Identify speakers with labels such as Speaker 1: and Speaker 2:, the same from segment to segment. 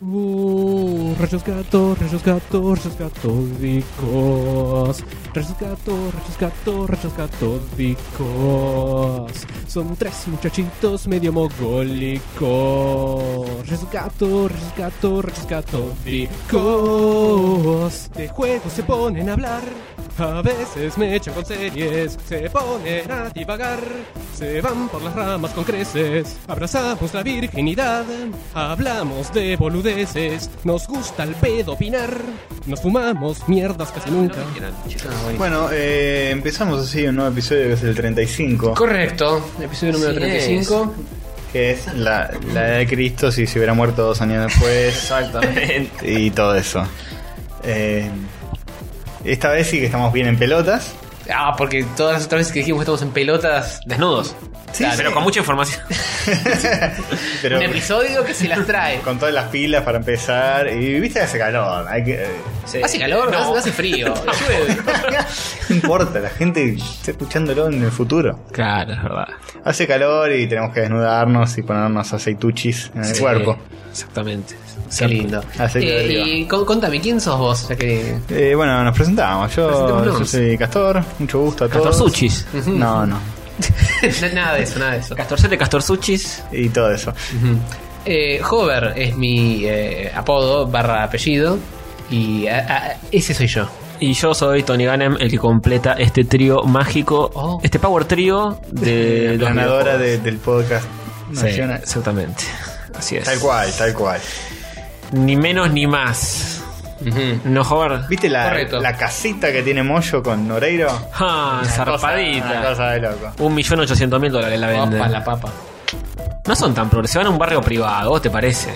Speaker 1: Uh, rayos gato, rayos gato, rayos catódicos. Rayos gato, rayos gato, rayos catódicos. Son tres muchachitos medio mogólicos. Rayos gato, rayos gato, rayos catódicos. De juegos se ponen a hablar. A veces me echan con series, se ponen a divagar, se van por las ramas con creces, abrazamos la virginidad, hablamos de boludeces, nos gusta el pedo opinar, nos fumamos mierdas casi nunca.
Speaker 2: Bueno, eh, empezamos así un nuevo episodio que es el 35,
Speaker 3: Correcto, episodio número
Speaker 4: Así
Speaker 3: 35.
Speaker 2: que es la, la edad de Cristo si se hubiera muerto dos años después
Speaker 4: Exactamente.
Speaker 2: y todo eso. Eh, esta vez sí que estamos bien en pelotas.
Speaker 3: Ah, porque todas las otras veces que dijimos que estamos en pelotas desnudos.
Speaker 2: Sí,
Speaker 4: Claro,
Speaker 2: sí.
Speaker 4: pero con mucha información.
Speaker 2: Pero
Speaker 3: Un episodio que se las trae.
Speaker 2: con todas las pilas para empezar. Y viste que hace calor. Hay que, eh,
Speaker 3: Hace calor, no.
Speaker 4: No.
Speaker 3: hace, hace frío, llueve.
Speaker 2: no importa, la gente está escuchándolo en el futuro.
Speaker 4: Claro, es verdad.
Speaker 2: Hace calor y tenemos que desnudarnos y ponernos aceituchis en el
Speaker 4: Sí,
Speaker 2: cuerpo.
Speaker 4: Exactamente.
Speaker 3: Qué lindo.
Speaker 2: Así que
Speaker 3: Eh, y con- contame, ¿quién sos vos? Ya que...
Speaker 2: Eh, bueno, nos presentamos. Yo,
Speaker 3: Presentémonos.
Speaker 2: yo soy Castor, mucho gusto a todos.
Speaker 4: Castor Suchis.
Speaker 2: No, no.
Speaker 3: nada de eso, nada de eso.
Speaker 4: Castorcete, Castor Suchis.
Speaker 2: Y todo eso.
Speaker 3: Ujú. Eh, Hover es mi eh, apodo barra apellido y ah, ah, ese soy yo.
Speaker 4: Y yo soy Tony Ganem, el que completa este trío mágico,
Speaker 3: Oh.
Speaker 4: este power trío de los
Speaker 2: Eh, Ganadora
Speaker 4: videojuegos.
Speaker 2: de- del podcast
Speaker 4: Sí,
Speaker 2: nacional.
Speaker 4: exactamente. Así es.
Speaker 2: Tal cual, tal cual.
Speaker 4: Ni menos ni más. No joder.
Speaker 2: ¿Viste la,
Speaker 3: Correcto.
Speaker 2: la casita que tiene Moyo con Noreiro?
Speaker 4: Ah,
Speaker 2: Cosa- una
Speaker 4: zarpadita.
Speaker 2: cosa de loco.
Speaker 4: Un millón ochocientos mil dólares la venden.
Speaker 3: Opa, la papa.
Speaker 4: No son tan progres, se van a un barrio privado, ¿vos te parece?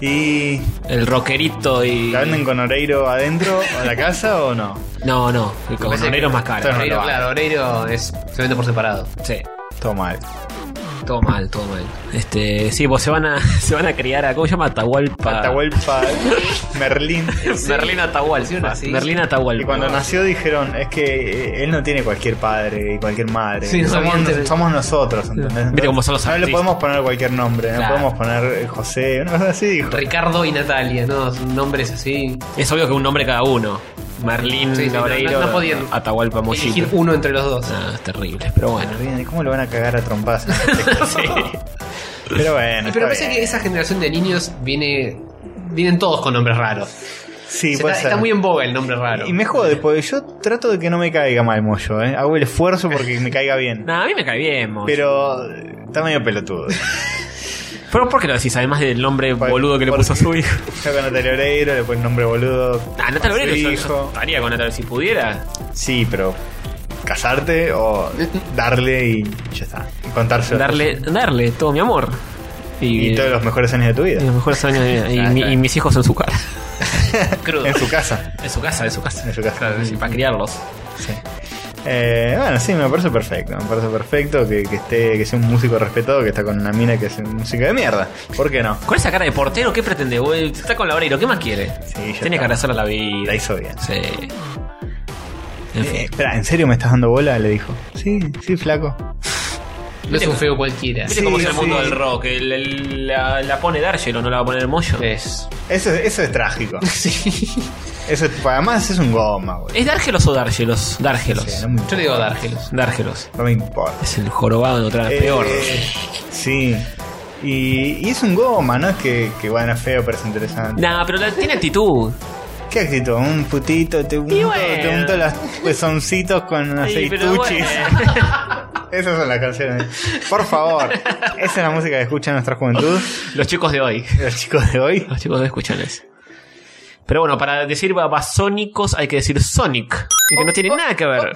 Speaker 2: ¿Y
Speaker 4: El rockerito y.
Speaker 2: la venden con Noreiro adentro a la casa o no?
Speaker 4: No, no, el con
Speaker 3: parece que-
Speaker 4: Oreiro es más caro.
Speaker 2: Claro, no
Speaker 3: Oreiro,
Speaker 2: lo
Speaker 3: claro, Oreiro es, se vende por separado.
Speaker 4: Sí,
Speaker 2: Todo mal.
Speaker 4: todo mal, todo mal. Este, sí, vos se van a, se van a criar a. ¿Cómo se llama? Atahualpa.
Speaker 2: Atahualpa, Merlín.
Speaker 4: Merlín Atahualpa.
Speaker 3: Funciona así.
Speaker 4: Merlín Atahualpa.
Speaker 2: Y cuando nació dijeron, es que eh, él no tiene cualquier padre y cualquier madre.
Speaker 3: Sí, no, evidentemente.
Speaker 2: somos, somos nosotros, ¿entendés? Entonces,
Speaker 4: cómo son los
Speaker 2: No le
Speaker 4: artistas.
Speaker 2: podemos poner cualquier nombre,
Speaker 4: Claro.
Speaker 2: no podemos poner eh, José, una cosa así dijo.
Speaker 3: Ricardo y Natalia, ¿no? Son nombres así.
Speaker 4: Es obvio que un nombre cada uno. Merlín,
Speaker 3: Sí, sí, no,
Speaker 4: Oreiro,
Speaker 3: no- no podían
Speaker 4: Atahualpa
Speaker 3: Elegir
Speaker 4: Mollito.
Speaker 3: uno entre los dos.
Speaker 4: Ah, es terrible, pero bueno.
Speaker 2: Bueno, ¿Cómo lo van a cagar a trompadas? Pero bueno.
Speaker 3: Pero
Speaker 2: está
Speaker 3: parece
Speaker 2: bien.
Speaker 3: que esa generación de niños viene. Vienen todos con nombres raros.
Speaker 2: Sí,
Speaker 3: O sea,
Speaker 2: puede
Speaker 3: está,
Speaker 2: ser.
Speaker 3: está muy en boga el nombre raro.
Speaker 2: Y me jode, porque yo trato de que no me caiga mal Moyo, ¿eh? Hago el esfuerzo porque me caiga bien.
Speaker 4: Nah, a mí me cae bien, Moyo.
Speaker 2: Pero eh, está medio pelotudo.
Speaker 4: ¿Pero por qué lo decís? Además del nombre
Speaker 2: Por-
Speaker 4: boludo que le
Speaker 2: porque-
Speaker 4: puso a su hijo.
Speaker 2: Yo con Natalia Oreiro, le pone nombre boludo.
Speaker 4: Ah, Natal
Speaker 2: a su
Speaker 4: Oreiro, yo, yo
Speaker 2: hijo.
Speaker 4: estaría con Natal si pudiera.
Speaker 2: Sí, pero casarte o darle y ya está. Y contárselo.
Speaker 4: Darle, darle todo mi amor.
Speaker 2: Y todos los mejores años de tu
Speaker 4: y los
Speaker 2: vida.
Speaker 4: mejores años de mi vida. Y,
Speaker 2: Claro,
Speaker 4: mi-
Speaker 2: claro.
Speaker 4: y mis hijos en su casa.
Speaker 3: Crudo.
Speaker 2: En su casa.
Speaker 4: En su casa, en su casa.
Speaker 2: En su casa.
Speaker 4: Claro, sí, para criarlos.
Speaker 2: Sí. Eh, bueno, sí, me parece perfecto. Me parece perfecto que, que esté, que sea un músico respetado, que está con una mina que es música de mierda. ¿Por qué no?
Speaker 4: Con esa cara de portero, ¿qué pretende? Güey, Está con la Oreiro, ¿qué más quiere?
Speaker 2: Sí, ya está.
Speaker 4: Tiene que agradecer a la vida.
Speaker 2: La hizo bien.
Speaker 4: Sí. En
Speaker 2: Eh,
Speaker 4: fin.
Speaker 2: espera, ¿en serio me estás dando bola? Le dijo. Sí, sí, flaco.
Speaker 3: No es un feo cualquiera.
Speaker 4: Viste
Speaker 2: Sí,
Speaker 4: cómo es el mundo
Speaker 2: sí.
Speaker 4: del rock. el- el- la, la pone Dargelo, no la va a poner Moyo.
Speaker 3: Es.
Speaker 2: Eso, es- eso es trágico.
Speaker 3: Sí.
Speaker 2: Eso es- pues, además es un goma, güey.
Speaker 4: ¿Es Dargelos o Dargelos? Dargelos.
Speaker 2: Sí, no, me-
Speaker 3: Yo le digo Dárgelos.
Speaker 4: Dargelos.
Speaker 2: no me importa.
Speaker 4: Es el jorobado de otra
Speaker 2: Eh,
Speaker 4: peor.
Speaker 2: Sí. Y, y es un goma, ¿no? Es que, que bueno, es feo, pero es interesante.
Speaker 4: Nah, pero la- tiene actitud.
Speaker 2: ¿Qué actitud? Un putito, te unto,
Speaker 4: bueno.
Speaker 2: te unto los pezoncitos con
Speaker 4: Sí, pero
Speaker 2: aceituchis.
Speaker 4: bueno.
Speaker 2: Esas son las canciones. Por favor. Esa es la música que escucha nuestra juventud.
Speaker 4: Los chicos de hoy.
Speaker 2: Los chicos de hoy.
Speaker 4: Los chicos de escuchan eso. Pero bueno, para decir babasónicos hay que decir Sonic. y Que no tiene nada que ver.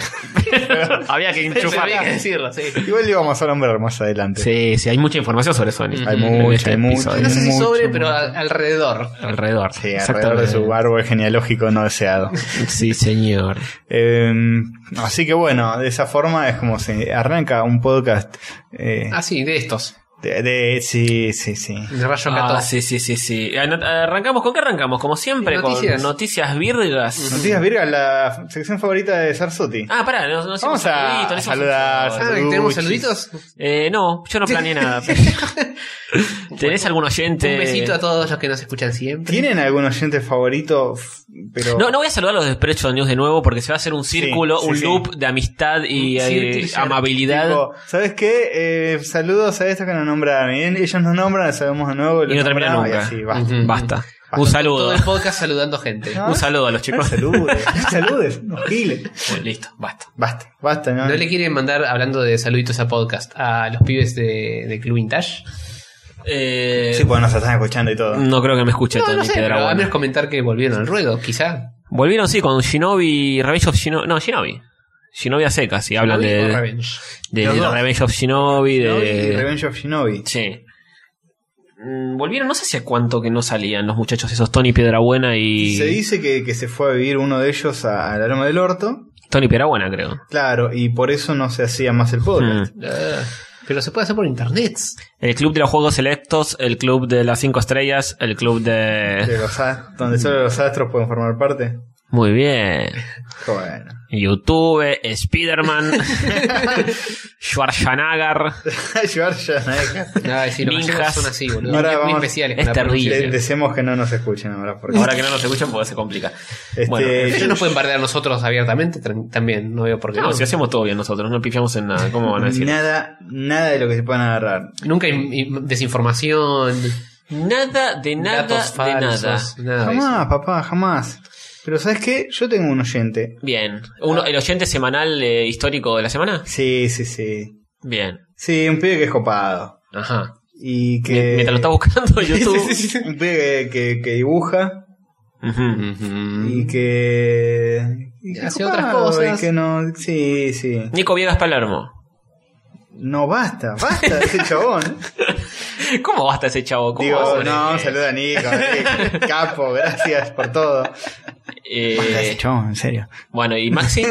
Speaker 4: Había que
Speaker 3: Pero
Speaker 4: enchufar.
Speaker 3: había que decirlo, sí.
Speaker 2: Igual le íbamos a nombrar más adelante.
Speaker 4: Sí, sí, hay mucha información sobre Sonic.
Speaker 2: Hay
Speaker 4: Este, en este
Speaker 2: mucha, hay mucha.
Speaker 4: episodio.
Speaker 3: No sé si
Speaker 2: Mucho,
Speaker 3: sobre,
Speaker 2: mucho.
Speaker 3: pero al- alrededor.
Speaker 4: Alrededor.
Speaker 2: Sí, alrededor de su árbol genealógico no deseado.
Speaker 4: Sí, señor.
Speaker 2: Eh, así que bueno, de esa forma es como se arranca un podcast. eh,
Speaker 3: Ah, sí, de estos.
Speaker 2: de, de- sí, sí, sí.
Speaker 3: De Rayo
Speaker 4: Ah,
Speaker 3: Cató.
Speaker 4: sí, sí, sí, sí. Ano- Arrancamos, ¿con qué arrancamos? Como siempre,
Speaker 3: Noticias.
Speaker 4: con noticias virgas.
Speaker 2: Noticias Virgas, la sección favorita de Sarsuti.
Speaker 4: Ah, pará, no, no hicimos
Speaker 2: Vamos a
Speaker 4: saludito, no hicimos Eh,
Speaker 2: saludar,
Speaker 4: un saludo.
Speaker 3: Ah, ¿y ¿Tenemos
Speaker 2: Saludos.
Speaker 3: saluditos?
Speaker 4: Eh, no, yo no planeé nada. ¿Tenés algún oyente?
Speaker 3: Un besito a todos los que nos escuchan siempre.
Speaker 2: ¿Tienen algún oyente favorito? F- Pero
Speaker 4: No, no voy a saludar a los de Spreadshot News de nuevo porque se va a hacer un círculo,
Speaker 2: sí,
Speaker 4: un
Speaker 2: sí.
Speaker 4: loop de amistad y
Speaker 3: Un
Speaker 4: eh,
Speaker 3: círculo,
Speaker 4: amabilidad.
Speaker 2: Tipo, ¿Sabes qué? Eh, saludos a estos que nos nombraron. Y en- ellos nos nombran, sabemos de nuevo.
Speaker 4: y no
Speaker 2: los
Speaker 4: termina
Speaker 2: nombramos,
Speaker 4: nunca.
Speaker 2: Y así, basta.
Speaker 4: Ujú. Basta. Un
Speaker 3: Todo
Speaker 4: saludo.
Speaker 3: el podcast saludando gente.
Speaker 2: No.
Speaker 4: Un saludo a los chicos.
Speaker 2: Saludes, saludes, no giles.
Speaker 3: Bueno, listo, basta.
Speaker 2: Basta, basta, ¿no?
Speaker 3: ¿No le quieren mandar, hablando de saluditos a podcast, a los pibes de, de Club Vintage?
Speaker 4: Eh,
Speaker 2: Sí, pues nos están escuchando y todo.
Speaker 4: no creo que me escuche
Speaker 3: No,
Speaker 4: Tony
Speaker 3: no sé, pero
Speaker 4: Pedragón.
Speaker 3: al menos comentar que volvieron al ruedo, quizá.
Speaker 4: Volvieron, sí, con Shinobi, Revenge of Shinobi. No, Shinobi. Shinobi a secas, sí, hablan
Speaker 3: Shinobi o
Speaker 4: de,
Speaker 3: Revenge.
Speaker 4: de
Speaker 2: Los dos.
Speaker 4: Revenge of Shinobi, de...
Speaker 2: Shinobi, Revenge of Shinobi.
Speaker 4: Sí. Mm, Volvieron, no sé hace cuánto que no salían los muchachos esos, Tony Piedrabuena y...
Speaker 2: Se dice que, que se fue a vivir uno de ellos a- al aroma del orto.
Speaker 4: Tony Piedrabuena, creo.
Speaker 2: Claro, y por eso no se hacía más el podcast.
Speaker 4: Mm.
Speaker 3: Ah, pero se puede hacer por internet.
Speaker 4: El club de los juegos selectos, el club de las cinco estrellas, el club de...
Speaker 2: De los ast- donde solo los astros pueden formar parte.
Speaker 4: Muy bien.
Speaker 2: Bueno.
Speaker 4: YouTube, Spiderman, Schwarzenegger.
Speaker 2: Llevar ya nadie-
Speaker 3: Ay, sí, los
Speaker 4: Ninjas.
Speaker 3: gallegos son así, boludo.
Speaker 2: Ahora
Speaker 3: Muy- muy
Speaker 2: vamos-
Speaker 3: especiales.
Speaker 4: es
Speaker 3: con la
Speaker 4: terrible.
Speaker 2: Le
Speaker 3: pronunciación.
Speaker 2: deseamos que no nos escuchen ahora. Porque
Speaker 4: Pues Ahora que no nos escuchan, porque se complica.
Speaker 2: Este,
Speaker 4: bueno, eh,
Speaker 3: Ellos nos pueden bardear nosotros abiertamente tran- también, no veo por qué
Speaker 4: No,
Speaker 3: no.
Speaker 4: si hacemos todo bien nosotros, no pifiamos en nada. ¿Cómo van a decir?
Speaker 2: nada, nada de lo que se puedan agarrar.
Speaker 3: Nunca hay im- desinformación,
Speaker 4: Nada de nada
Speaker 3: datos
Speaker 4: de nada.
Speaker 3: falsos, nada. de eso.
Speaker 2: Jamás, papá, jamás. Pero ¿sabes qué? Yo tengo un oyente.
Speaker 4: Bien.
Speaker 2: Ah.
Speaker 4: Uno, ¿El oyente semanal eh, histórico de la semana?
Speaker 2: Sí, sí, sí.
Speaker 4: Bien.
Speaker 2: Sí, un pibe que es copado.
Speaker 4: Ajá.
Speaker 2: Y que...
Speaker 4: Me- Mientras lo está buscando en
Speaker 2: Sí, sí,
Speaker 4: YouTube.
Speaker 2: sí, sí. Un pibe que, que- que dibuja
Speaker 4: Ujú. Mm.
Speaker 2: y que... y
Speaker 3: Y
Speaker 2: que
Speaker 3: hace
Speaker 2: es copado,
Speaker 3: otras cosas.
Speaker 2: Y que no... Sí, sí.
Speaker 4: Nico Viegas Palermo.
Speaker 2: No, basta, basta de ese chabón.
Speaker 4: ¿Cómo basta ese chavo? ¿Cómo va a
Speaker 2: Digo,
Speaker 4: ser,
Speaker 2: no,
Speaker 4: eh,
Speaker 2: saluda a Nico, Nico, capo, gracias por todo.
Speaker 4: eh,
Speaker 2: Basta de ese Ah, chabón, en serio.
Speaker 4: bueno, ¿y Maxi?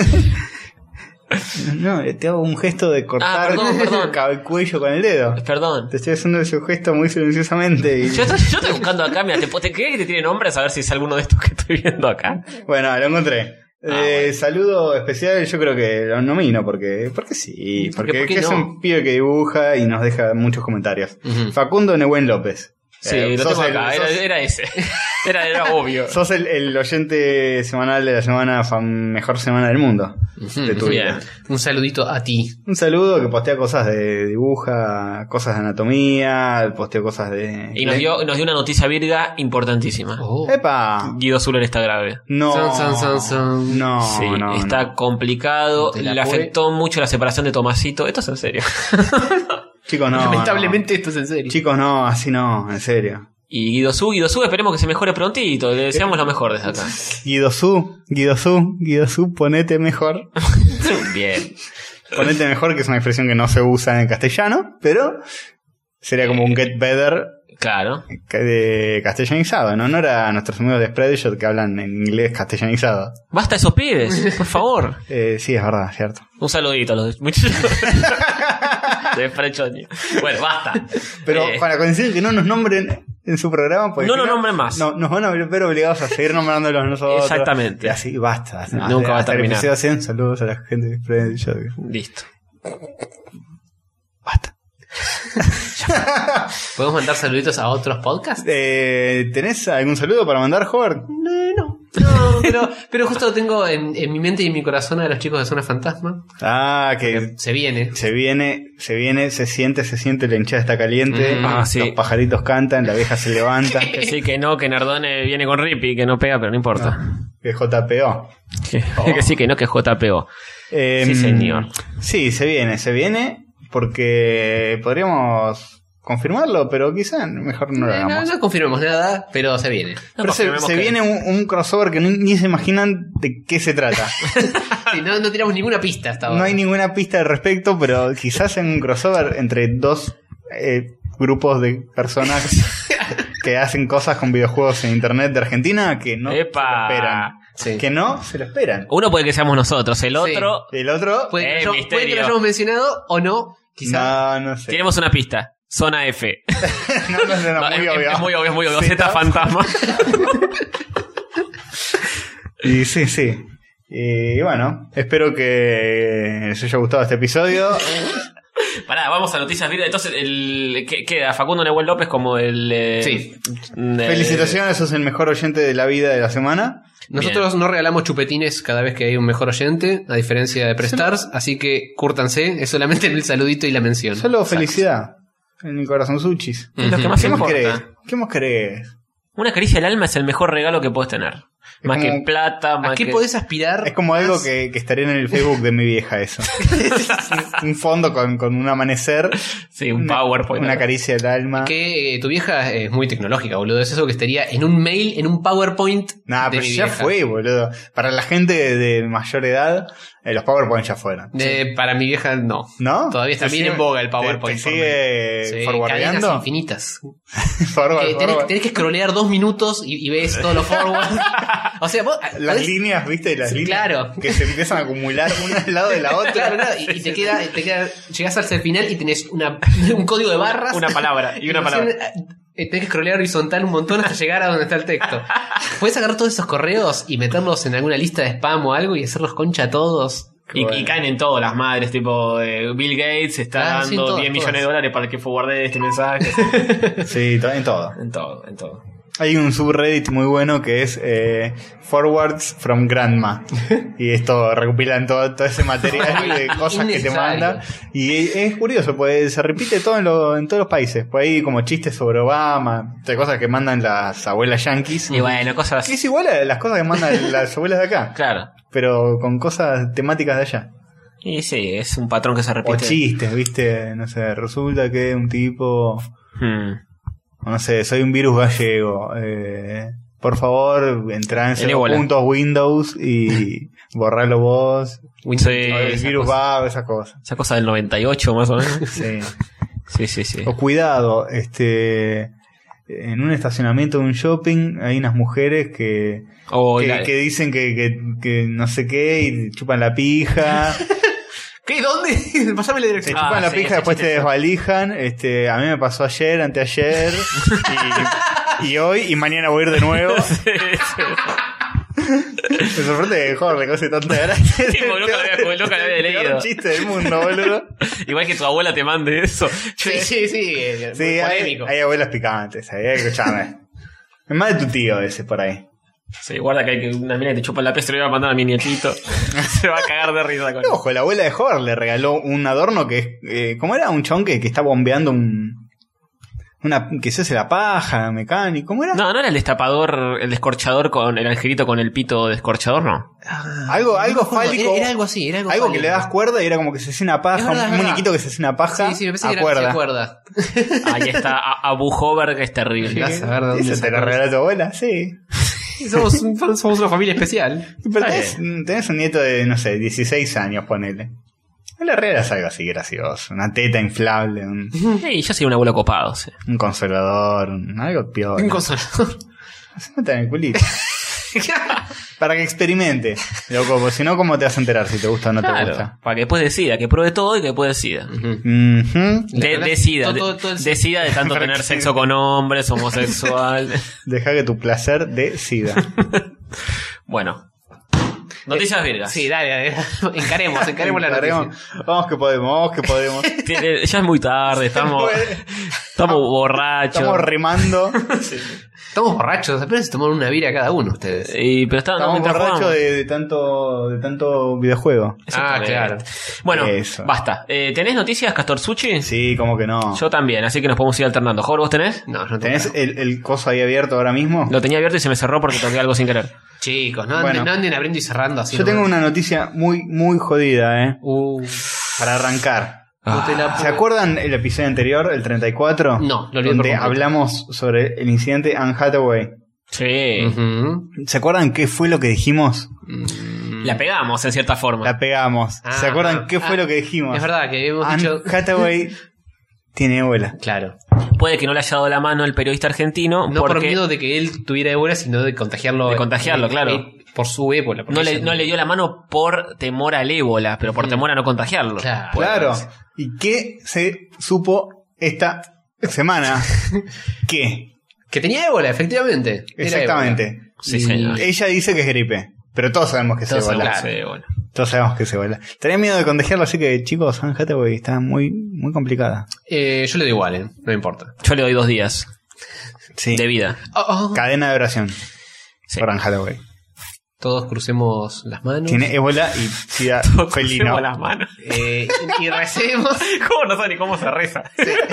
Speaker 2: No, te hago un gesto de cortar
Speaker 4: Ah, perdón, perdón.
Speaker 2: el cuello con el dedo.
Speaker 4: Perdón.
Speaker 2: Te estoy haciendo ese gesto muy silenciosamente. Y...
Speaker 4: Yo estoy, yo estoy buscando acá, mira, ¿te, po- te crees que te tiene nombres a ver si es alguno de estos que estoy viendo acá?
Speaker 2: Bueno, lo encontré.
Speaker 4: Ah,
Speaker 2: Eh, Saludo especial, yo creo que lo nomino porque, porque sí,
Speaker 4: Porque-
Speaker 2: porque,
Speaker 4: porque
Speaker 2: que es
Speaker 4: no. Mm.
Speaker 2: un pibe que dibuja y nos deja muchos comentarios.
Speaker 3: Ujú.
Speaker 2: Facundo Nehuen López.
Speaker 4: Sí,
Speaker 2: Eh,
Speaker 4: lo
Speaker 2: sos
Speaker 4: tengo
Speaker 2: el-
Speaker 4: acá, era,
Speaker 2: sos-
Speaker 4: era ese. Era, era obvio.
Speaker 2: Sos el, el oyente semanal de la semana fam- mejor semana del mundo de tu vida.
Speaker 4: Bien.
Speaker 3: Un saludito a ti.
Speaker 2: Un saludo que postea cosas de dibuja, cosas de anatomía, posteo cosas de.
Speaker 4: Y nos dio, nos dio una noticia virga importantísima.
Speaker 3: Oh.
Speaker 2: ¡Epa!
Speaker 4: Guido Zuller está grave.
Speaker 2: No.
Speaker 3: Son, son, son, son.
Speaker 2: No,
Speaker 4: sí,
Speaker 2: no,
Speaker 4: está
Speaker 2: no.
Speaker 4: complicado.
Speaker 3: No te la
Speaker 4: Le
Speaker 3: pude.
Speaker 4: afectó mucho la separación de Tomasito. Esto es en serio.
Speaker 2: Chicos, no.
Speaker 3: Lamentablemente esto es en
Speaker 2: no.
Speaker 3: serio.
Speaker 2: Chicos, no, así no, en serio.
Speaker 4: Y Guido Su, Guido Su, esperemos que se mejore prontito. Le deseamos lo mejor desde acá.
Speaker 2: Guido Su, Guido Su, Guido Su, ponete mejor.
Speaker 4: Bien.
Speaker 2: Ponete mejor, que es una expresión que no se usa en castellano, pero sería como un get better
Speaker 4: Claro.
Speaker 2: que- de castellanizado, en honor a nuestros amigos de Spreadshot que hablan en inglés castellanizado.
Speaker 4: Basta esos pibes, por favor.
Speaker 2: Eh, sí, es verdad, cierto.
Speaker 4: Un saludito a los muchachos. de Frechoni. Bueno, basta.
Speaker 2: Pero
Speaker 4: Eh,
Speaker 2: con la condición de que no nos nombren en su programa, porque
Speaker 4: No
Speaker 2: si
Speaker 4: nos nombren más.
Speaker 2: no, nos van a ver obligados a seguir nombrándolos nosotros.
Speaker 4: Exactamente.
Speaker 2: Y así basta.
Speaker 4: Nunca va a
Speaker 2: Hasta el
Speaker 4: terminar.
Speaker 2: episodio 100, saludos a la gente de Spreadshot.
Speaker 4: listo.
Speaker 2: Basta.
Speaker 3: ¿Podemos mandar saluditos a otros podcasts?
Speaker 2: Eh, ¿Tenés algún saludo para mandar, Howard?
Speaker 3: No, no. No, pero, pero justo tengo en, en mi mente y en mi corazón a los chicos de Zona Fantasma.
Speaker 2: Ah, que
Speaker 3: Se viene.
Speaker 2: se viene, se viene, se siente, se siente, la hinchada está caliente,
Speaker 4: Mm, ah, sí.
Speaker 2: los pajaritos cantan, la vieja se levanta.
Speaker 4: Que sí, que no, que Nardone viene con Rippy, que no pega, pero no importa.
Speaker 2: Que JPO.
Speaker 4: Que,
Speaker 2: Oh.
Speaker 4: que sí, que no, que JPO.
Speaker 2: Eh,
Speaker 4: Sí, señor.
Speaker 2: Sí, se viene, se viene, porque podríamos confirmarlo, pero quizá mejor no lo
Speaker 3: Eh, no,
Speaker 2: hagamos.
Speaker 3: no confirmemos nada, pero se viene.
Speaker 4: No,
Speaker 2: Pero se,
Speaker 4: confirmemos
Speaker 2: se
Speaker 4: que-
Speaker 2: viene un, un crossover que ni, ni se imaginan de qué se trata.
Speaker 3: Sí, no, no tiramos ninguna pista hasta ahora.
Speaker 2: no hay ninguna pista al respecto, pero quizás en un crossover entre dos eh, grupos de personas que hacen cosas con videojuegos en internet de Argentina que no
Speaker 4: Epa.
Speaker 2: se lo esperan.
Speaker 3: Sí.
Speaker 2: Que no se lo esperan.
Speaker 4: Uno puede que seamos nosotros, el
Speaker 3: Sí.
Speaker 4: otro.
Speaker 2: El otro...
Speaker 3: Puede, que
Speaker 4: Eh,
Speaker 3: lo- puede que
Speaker 4: misterio.
Speaker 3: lo hayamos mencionado o no, quizás.
Speaker 2: No, no sé.
Speaker 4: Tenemos una pista. Zona F.
Speaker 2: No, no sé, no,
Speaker 4: No,
Speaker 2: muy
Speaker 4: es,
Speaker 2: obvio.
Speaker 4: es muy obvio, es muy obvio.
Speaker 2: Sí,
Speaker 4: Z
Speaker 2: ¿no?
Speaker 4: fantasma.
Speaker 2: Y sí, sí. Y bueno, espero que les haya gustado este episodio.
Speaker 4: Pará, vamos a noticias virales. Entonces, el, ¿qué- queda Facundo Nahuel López como el. eh,
Speaker 3: Sí.
Speaker 4: eh,
Speaker 2: Felicitaciones, sos el mejor oyente de la vida de la semana.
Speaker 3: Nosotros no regalamos chupetines cada vez que hay un mejor oyente, a diferencia de Prestars, así que cúrtanse, es solamente el saludito y la mención.
Speaker 2: Solo felicidad. En mi corazón suchis.
Speaker 4: Es lo que
Speaker 3: Ujú.
Speaker 4: más
Speaker 2: ¿Qué más
Speaker 4: importa.
Speaker 2: querés? ¿Qué más querés?
Speaker 4: Una caricia al alma es el mejor regalo que puedes tener. Más
Speaker 2: como-
Speaker 4: que plata, más
Speaker 3: ¿A qué
Speaker 4: que.
Speaker 3: podés aspirar?
Speaker 2: Es como algo
Speaker 3: más?
Speaker 2: que, que estaría en el Facebook de mi vieja eso. un fondo con, con un amanecer.
Speaker 4: Sí, un
Speaker 2: una-
Speaker 4: PowerPoint.
Speaker 2: Una caricia del alma.
Speaker 3: Que eh, tu vieja es muy tecnológica, boludo. Es eso que estaría en un mail, en un PowerPoint.
Speaker 2: Nah,
Speaker 3: de
Speaker 2: pero
Speaker 3: mi
Speaker 2: ya
Speaker 3: vieja.
Speaker 2: fue, boludo. Para la gente de, de mayor edad, eh, los PowerPoint ya fueron.
Speaker 3: De- Para mi vieja, no.
Speaker 2: ¿No?
Speaker 3: Todavía está
Speaker 2: Te
Speaker 3: bien
Speaker 2: sigue-
Speaker 3: en boga el
Speaker 2: te-
Speaker 3: PowerPoint
Speaker 2: Te,
Speaker 3: por
Speaker 2: sigue
Speaker 3: Sí, cadenas
Speaker 2: Eh, forwardeando.
Speaker 3: infinitas.
Speaker 2: Forward,
Speaker 3: Eh, tenés,
Speaker 2: forward.
Speaker 3: tenés que scrollear dos minutos y, y ves todos los forwards. o sea, vos.
Speaker 2: Las
Speaker 3: podés-
Speaker 2: líneas, ¿viste? Las
Speaker 3: Sí,
Speaker 2: líneas
Speaker 3: claro.
Speaker 2: que se empiezan a acumular una al lado de la otra.
Speaker 3: Claro, claro, y, y te queda, te queda, llegás al final y tenés una, un código de barras.
Speaker 4: Una palabra y una
Speaker 3: recién,
Speaker 4: palabra.
Speaker 3: eh, Tenés que scrollear horizontal un montón hasta llegar a donde está el texto. Puedes sacar todos esos correos y meterlos en alguna lista de spam o algo y hacerlos concha a todos.
Speaker 4: Y,
Speaker 2: Bueno.
Speaker 4: y caen en todo las madres, tipo eh, Bill Gates está
Speaker 2: Ah,
Speaker 3: Claro, sí, en
Speaker 4: dando
Speaker 3: todas,
Speaker 4: 10 millones
Speaker 3: todas.
Speaker 4: de dólares para que forwarde este mensaje.
Speaker 2: Sí, to- en todo.
Speaker 4: en todo, en todo.
Speaker 2: Hay un subreddit muy bueno que es eh, Forwards from Grandma. Y esto recopilan todo, todo ese material de cosas que te
Speaker 3: Innecesario.
Speaker 2: mandan. Y es, es curioso, pues se repite todo en, lo- en todos los países. Por ahí como chistes sobre Obama, de cosas que mandan las abuelas yanquis.
Speaker 4: Y bueno, cosas.
Speaker 2: Que es igual a las cosas que mandan las abuelas de acá,
Speaker 4: Claro.
Speaker 2: pero con cosas temáticas de allá.
Speaker 4: Y sí, es un patrón que se
Speaker 2: O
Speaker 4: repite.
Speaker 2: chistes, viste, no sé, resulta que un tipo
Speaker 4: Hmm.
Speaker 2: no sé, soy un virus gallego. eh, por favor, entrá en
Speaker 4: En
Speaker 2: cero
Speaker 4: Ébola.
Speaker 2: puntos Windows y borralo vos.
Speaker 4: Sí,
Speaker 2: O el
Speaker 4: esa
Speaker 2: virus
Speaker 4: cosa.
Speaker 2: va, esas cosas.
Speaker 4: Esa cosa del 98 más o menos.
Speaker 2: Sí.
Speaker 4: Sí, sí, sí.
Speaker 2: O cuidado, este en un estacionamiento de un shopping hay unas mujeres que,
Speaker 4: O
Speaker 2: que,
Speaker 4: la-
Speaker 2: que dicen que, que- que no sé qué y chupan la pija.
Speaker 3: ¿Qué? ¿Dónde? Pasame la
Speaker 2: Se
Speaker 3: dirección.
Speaker 4: Ah,
Speaker 2: chupan la
Speaker 4: sí,
Speaker 2: pija,
Speaker 4: ese
Speaker 2: después te
Speaker 4: chiste fue.
Speaker 2: desvalijan. Este, a mí me pasó ayer, anteayer, y, y hoy, y mañana voy a ir de nuevo. Me sorprende que Jorge cose tanta gracia.
Speaker 4: Sí, boludo, nunca lo había- como nunca lo había
Speaker 2: El peor
Speaker 4: leído.
Speaker 2: chiste del mundo, boludo.
Speaker 4: Igual que tu abuela te mande eso.
Speaker 3: Sí, sí, sí. eh, muy
Speaker 2: Sí, hay,
Speaker 3: polémico.
Speaker 2: hay abuelas picantes, ahí, escuchame. Es más de tu tío ese por ahí.
Speaker 4: Sí, guarda que hay que- una mina que te chupa la peste, lo iba a mandar a mi nietito. se va a cagar de risa con
Speaker 2: No, Ojo, la abuela de Jorge le regaló un adorno que es. eh, ¿Cómo era? Un chonque que está bombeando un. Una, que se hace la paja, mecánico. ¿Cómo era?
Speaker 4: No, no era el destapador, el descorchador con el angelito con el pito descorchador, no.
Speaker 2: Algo, algo fálico.
Speaker 3: Ah. Era, era algo así, era algo
Speaker 2: Algo que
Speaker 3: fálico.
Speaker 2: le das cuerda y era como que se hacía una
Speaker 3: Es
Speaker 2: paja,
Speaker 3: verdad, es
Speaker 2: un
Speaker 3: verdad.
Speaker 2: muñequito que se hacía una paja.
Speaker 3: Sí, sí, me pensé
Speaker 2: a
Speaker 3: que era
Speaker 2: cuerda.
Speaker 3: de cuerda.
Speaker 4: Ahí está a- Abu Hover, que es terrible.
Speaker 3: Andás a ver de dónde
Speaker 2: Eso te lo
Speaker 3: sacó
Speaker 2: regaló tu abuela, sí.
Speaker 3: Somos, un- somos una familia especial.
Speaker 2: Pero
Speaker 4: Está
Speaker 2: tenés, tenés un nieto de, no sé, 16 años, ponele. No le regalas algo así gracioso. Una teta inflable, un,
Speaker 4: Sí, yo soy un abuelo copado, sí.
Speaker 2: un consolador, un- algo peor.
Speaker 3: Un consolador.
Speaker 2: en el culito. Para que experimente, loco, porque si no, ¿cómo te vas a enterar si te gusta o no te
Speaker 4: Claro.
Speaker 2: gusta?
Speaker 4: Para que después decida, que pruebe todo y que después decida.
Speaker 2: Ujú.
Speaker 4: De-
Speaker 3: verdad,
Speaker 4: decida,
Speaker 3: todo- todo- todo el-
Speaker 4: de, decida de tanto tener sexo con hombres, homosexual.
Speaker 2: Deja que tu placer decida.
Speaker 4: bueno. Noticias virgas.
Speaker 3: Eh, Sí, dale, dale. Encaremos, encaremos la noticia.
Speaker 2: Vamos que podemos, vamos que podemos.
Speaker 4: Tiene- ya es muy tarde, estamos, estamos borrachos.
Speaker 2: Estamos remando.
Speaker 3: Estamos borrachos, apenas se tomaron una vira cada uno ustedes.
Speaker 4: Y- pero está,
Speaker 2: Estamos borrachos de, de tanto, de tanto videojuego.
Speaker 3: Ah, claro.
Speaker 4: Bueno,
Speaker 2: Eso.
Speaker 4: basta. Eh, ¿Tenés noticias, Castor Suchi?
Speaker 2: Sí, como que no.
Speaker 4: Yo también, así que nos podemos ir alternando. Jorge, ¿vos tenés?
Speaker 3: No, no
Speaker 2: ¿Tenés
Speaker 3: tengo.
Speaker 2: el, el coso ahí abierto ahora mismo?
Speaker 4: Lo tenía abierto y se me cerró porque toqué algo sin querer.
Speaker 3: Chicos, no anden,
Speaker 2: Bueno.
Speaker 3: no anden abriendo y cerrando así.
Speaker 2: Yo tengo una noticia muy, muy jodida, ¿eh?
Speaker 3: Uh,
Speaker 2: Para arrancar.
Speaker 3: no te la
Speaker 2: ¿Se acuerdan el episodio anterior, el 34?
Speaker 3: No, lo olvidé por
Speaker 2: Donde
Speaker 3: completo.
Speaker 2: hablamos sobre el incidente Anne Hathaway.
Speaker 4: Sí.
Speaker 3: Ujú.
Speaker 2: ¿Se acuerdan qué fue lo que dijimos?
Speaker 3: Mm.
Speaker 4: La pegamos en cierta forma.
Speaker 2: La pegamos.
Speaker 3: Ah,
Speaker 2: ¿Se acuerdan
Speaker 3: ah,
Speaker 2: qué fue
Speaker 3: ah,
Speaker 2: lo que dijimos?
Speaker 3: Es verdad que hemos
Speaker 2: Anne
Speaker 3: dicho.
Speaker 2: Hathaway tiene abuela.
Speaker 3: Claro.
Speaker 4: Puede que no le haya dado la mano al periodista argentino
Speaker 3: No por
Speaker 4: porque
Speaker 3: miedo de que él tuviera ébola, sino de contagiarlo. eh,
Speaker 4: De contagiarlo, claro.
Speaker 3: Por su ébola. porque
Speaker 4: no, le,
Speaker 3: ella-
Speaker 4: no le dio la mano por temor al ébola, pero por temor a no contagiarlo.
Speaker 3: Claro.
Speaker 4: Puede
Speaker 2: Claro.
Speaker 4: ser.
Speaker 2: ¿Y qué se supo esta semana? ¿Qué?
Speaker 3: Que tenía ébola, efectivamente. Era
Speaker 2: Exactamente.
Speaker 4: Sí, señor.
Speaker 2: Ella dice que es gripe, pero todos sabemos que es
Speaker 3: Todos
Speaker 2: ébola.
Speaker 3: sabemos.
Speaker 4: Sí, bueno.
Speaker 2: Todos sabemos que se vuela. Tenía miedo de contagiarlo, así que chicos, Anne Hathaway está muy, muy complicada.
Speaker 3: Eh, yo le doy igual, eh, no me importa. Oh,
Speaker 4: Yo le doy dos días
Speaker 2: Sí.
Speaker 4: de vida.
Speaker 2: Cadena de oración
Speaker 4: Sí.
Speaker 2: por Anne Hathaway.
Speaker 3: Todos crucemos las manos.
Speaker 2: Tiene ébola y sida felino.
Speaker 4: Crucemos las manos.
Speaker 3: Eh, y recemos.
Speaker 4: ¿Cómo no sabe ni cómo se reza?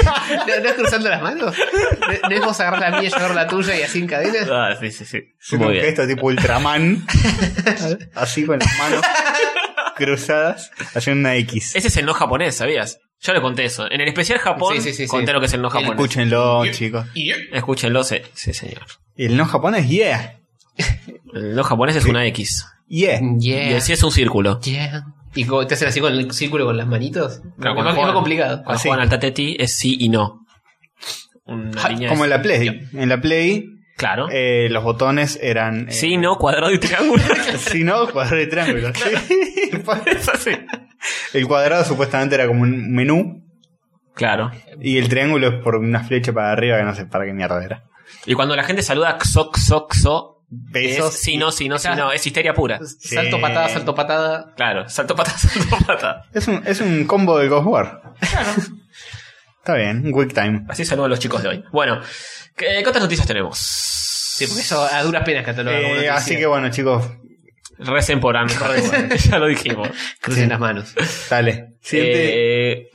Speaker 3: ¿No, no es cruzando las manos? ¿No, no es vos agarrar la mía y yo agarrar la tuya y así en cadena?
Speaker 4: Ah, sí, sí, sí.
Speaker 2: Es un
Speaker 4: Muy bien.
Speaker 2: gesto tipo Ultraman. así con las manos cruzadas, haciendo una X.
Speaker 4: Ese es el no japonés, ¿sabías? Yo le conté eso. En el especial Japón,
Speaker 3: Sí, sí, sí, sí.
Speaker 4: conté lo que es el no japonés.
Speaker 2: Escúchenlo, chicos.
Speaker 4: Escúchenlo, sí, sí, señor.
Speaker 2: Y el no japonés, yeah.
Speaker 4: El no japonés es una X.
Speaker 2: Yeah.
Speaker 4: Y
Speaker 3: Yeah.
Speaker 4: así es un círculo.
Speaker 3: Yeah. ¿Y como te hacen así con el círculo con las manitos?
Speaker 4: Claro,
Speaker 3: es,
Speaker 4: cuando
Speaker 3: más, es más
Speaker 4: juegan-
Speaker 3: complicado.
Speaker 4: Cuando
Speaker 2: Así.
Speaker 4: juegan al tateti es sí y no. Una línea
Speaker 2: Como
Speaker 4: es-
Speaker 2: en la Play. En la Play,
Speaker 4: Claro.
Speaker 2: eh, los botones eran. eh,
Speaker 4: sí, no, cuadrado y triángulo.
Speaker 2: Si no, cuadrado y triángulo. Sí.
Speaker 4: es así.
Speaker 2: El cuadrado supuestamente era como un menú.
Speaker 4: Claro.
Speaker 2: Y el triángulo es por una flecha para arriba que no sé para qué mierda era.
Speaker 4: Y cuando la gente saluda xo, xo, xo,
Speaker 2: Besos.
Speaker 4: es sí, no, sí, no, sí,
Speaker 3: Esa-
Speaker 4: no. Es histeria pura.
Speaker 3: Salto patada, salto patada.
Speaker 4: Claro. Salto pata, salto pata.
Speaker 2: Es un, es un combo de Ghost War. Está bien, un quick time.
Speaker 4: Así saludan los chicos de hoy. Bueno, ¿qué, qué otras noticias tenemos?
Speaker 3: Sí, porque eso a duras penas catalogan. como
Speaker 2: Eh,
Speaker 3: noticia.
Speaker 2: así que bueno, chicos,
Speaker 4: Recen por Anne Hathaway. ya lo dijimos.
Speaker 3: Crucen
Speaker 2: sí.
Speaker 3: las manos.
Speaker 2: dale. Siguiente.
Speaker 4: Eh,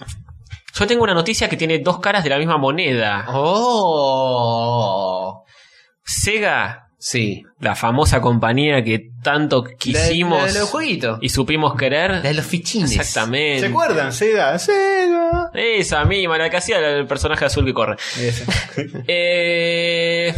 Speaker 4: yo tengo una noticia que tiene dos caras de la misma moneda.
Speaker 3: ¡Oh!
Speaker 4: Sega,
Speaker 3: Sí.
Speaker 4: la famosa compañía que tanto
Speaker 3: La de-
Speaker 4: quisimos
Speaker 3: La de los jueguitos.
Speaker 4: y supimos querer.
Speaker 3: La de los fichines.
Speaker 4: Exactamente.
Speaker 2: ¿Se acuerdan? Sega, Sega.
Speaker 4: Esa misma, la que hacía el personaje azul que corre.
Speaker 2: Ese.
Speaker 4: Eh,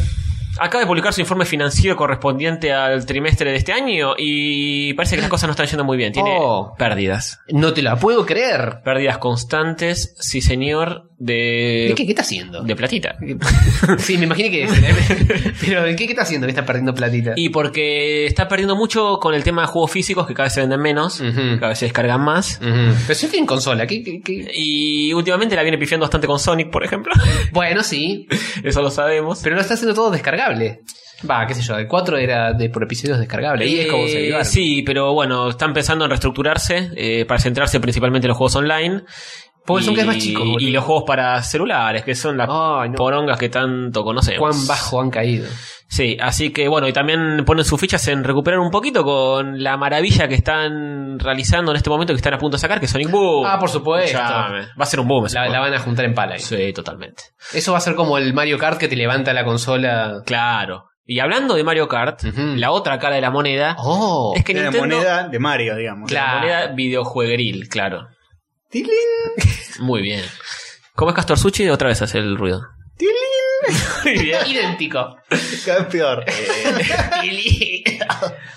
Speaker 4: acaba de publicar su informe financiero correspondiente al trimestre de este año y parece que las cosas no están yendo muy bien. Tiene
Speaker 3: Oh.
Speaker 4: pérdidas.
Speaker 3: No te la puedo creer.
Speaker 4: Pérdidas constantes, sí señor, de,
Speaker 3: Eh, ¿De ¿Qué, qué está haciendo?
Speaker 4: de platita.
Speaker 3: Sí, me imaginé que. es, Pero ¿qué, ¿qué está haciendo que está perdiendo platita?
Speaker 4: Y porque está perdiendo mucho con el tema de juegos físicos que cada vez se venden menos,
Speaker 3: Ujú.
Speaker 4: cada vez se descargan más.
Speaker 3: Ujú. Pero si tiene consola, ¿qué, qué- qué?
Speaker 4: Y últimamente la viene pifiando bastante con Sonic, por ejemplo.
Speaker 3: Bueno, sí,
Speaker 4: Eso lo sabemos.
Speaker 3: pero lo está haciendo todo descargable. Va, qué sé yo, el 4 era de por episodios descargable. Ahí es como se
Speaker 4: Eh,
Speaker 3: derivaron.
Speaker 4: Sí, pero bueno, están pensando en reestructurarse eh, para centrarse principalmente en los juegos online.
Speaker 3: Porque son
Speaker 4: Y-
Speaker 3: cada vez más chicos, boludo.
Speaker 4: Y los juegos para celulares, que son las
Speaker 3: Ay, no.
Speaker 4: porongas que tanto conocemos.
Speaker 3: Cuán bajo han caído.
Speaker 4: Sí, así que bueno, y también ponen sus fichas en recuperar un poquito con la maravilla que están realizando en este momento, que están a punto de sacar, que es Sonic Boom.
Speaker 3: Ah, por supuesto.
Speaker 4: Escuchame, Va a ser un boom. ese
Speaker 3: La, la
Speaker 4: juego.
Speaker 3: van a juntar en pala. ahí.
Speaker 4: Sí, totalmente.
Speaker 3: Eso va a ser como el Mario Kart que te levanta la consola.
Speaker 4: Claro. Y hablando de Mario Kart,
Speaker 3: Ujú.
Speaker 4: la otra cara de la moneda
Speaker 3: Oh,
Speaker 4: es que
Speaker 2: Era la
Speaker 4: Nintendo...
Speaker 2: moneda de Mario, digamos.
Speaker 4: La
Speaker 3: Claro.
Speaker 4: moneda videojuegueril, claro.
Speaker 2: Tilín,
Speaker 4: Muy bien. ¿Cómo es Castor Suchi? Otra vez hace el ruido.
Speaker 2: tilín,
Speaker 4: Muy bien.
Speaker 3: idéntico.
Speaker 2: Cada vez peor.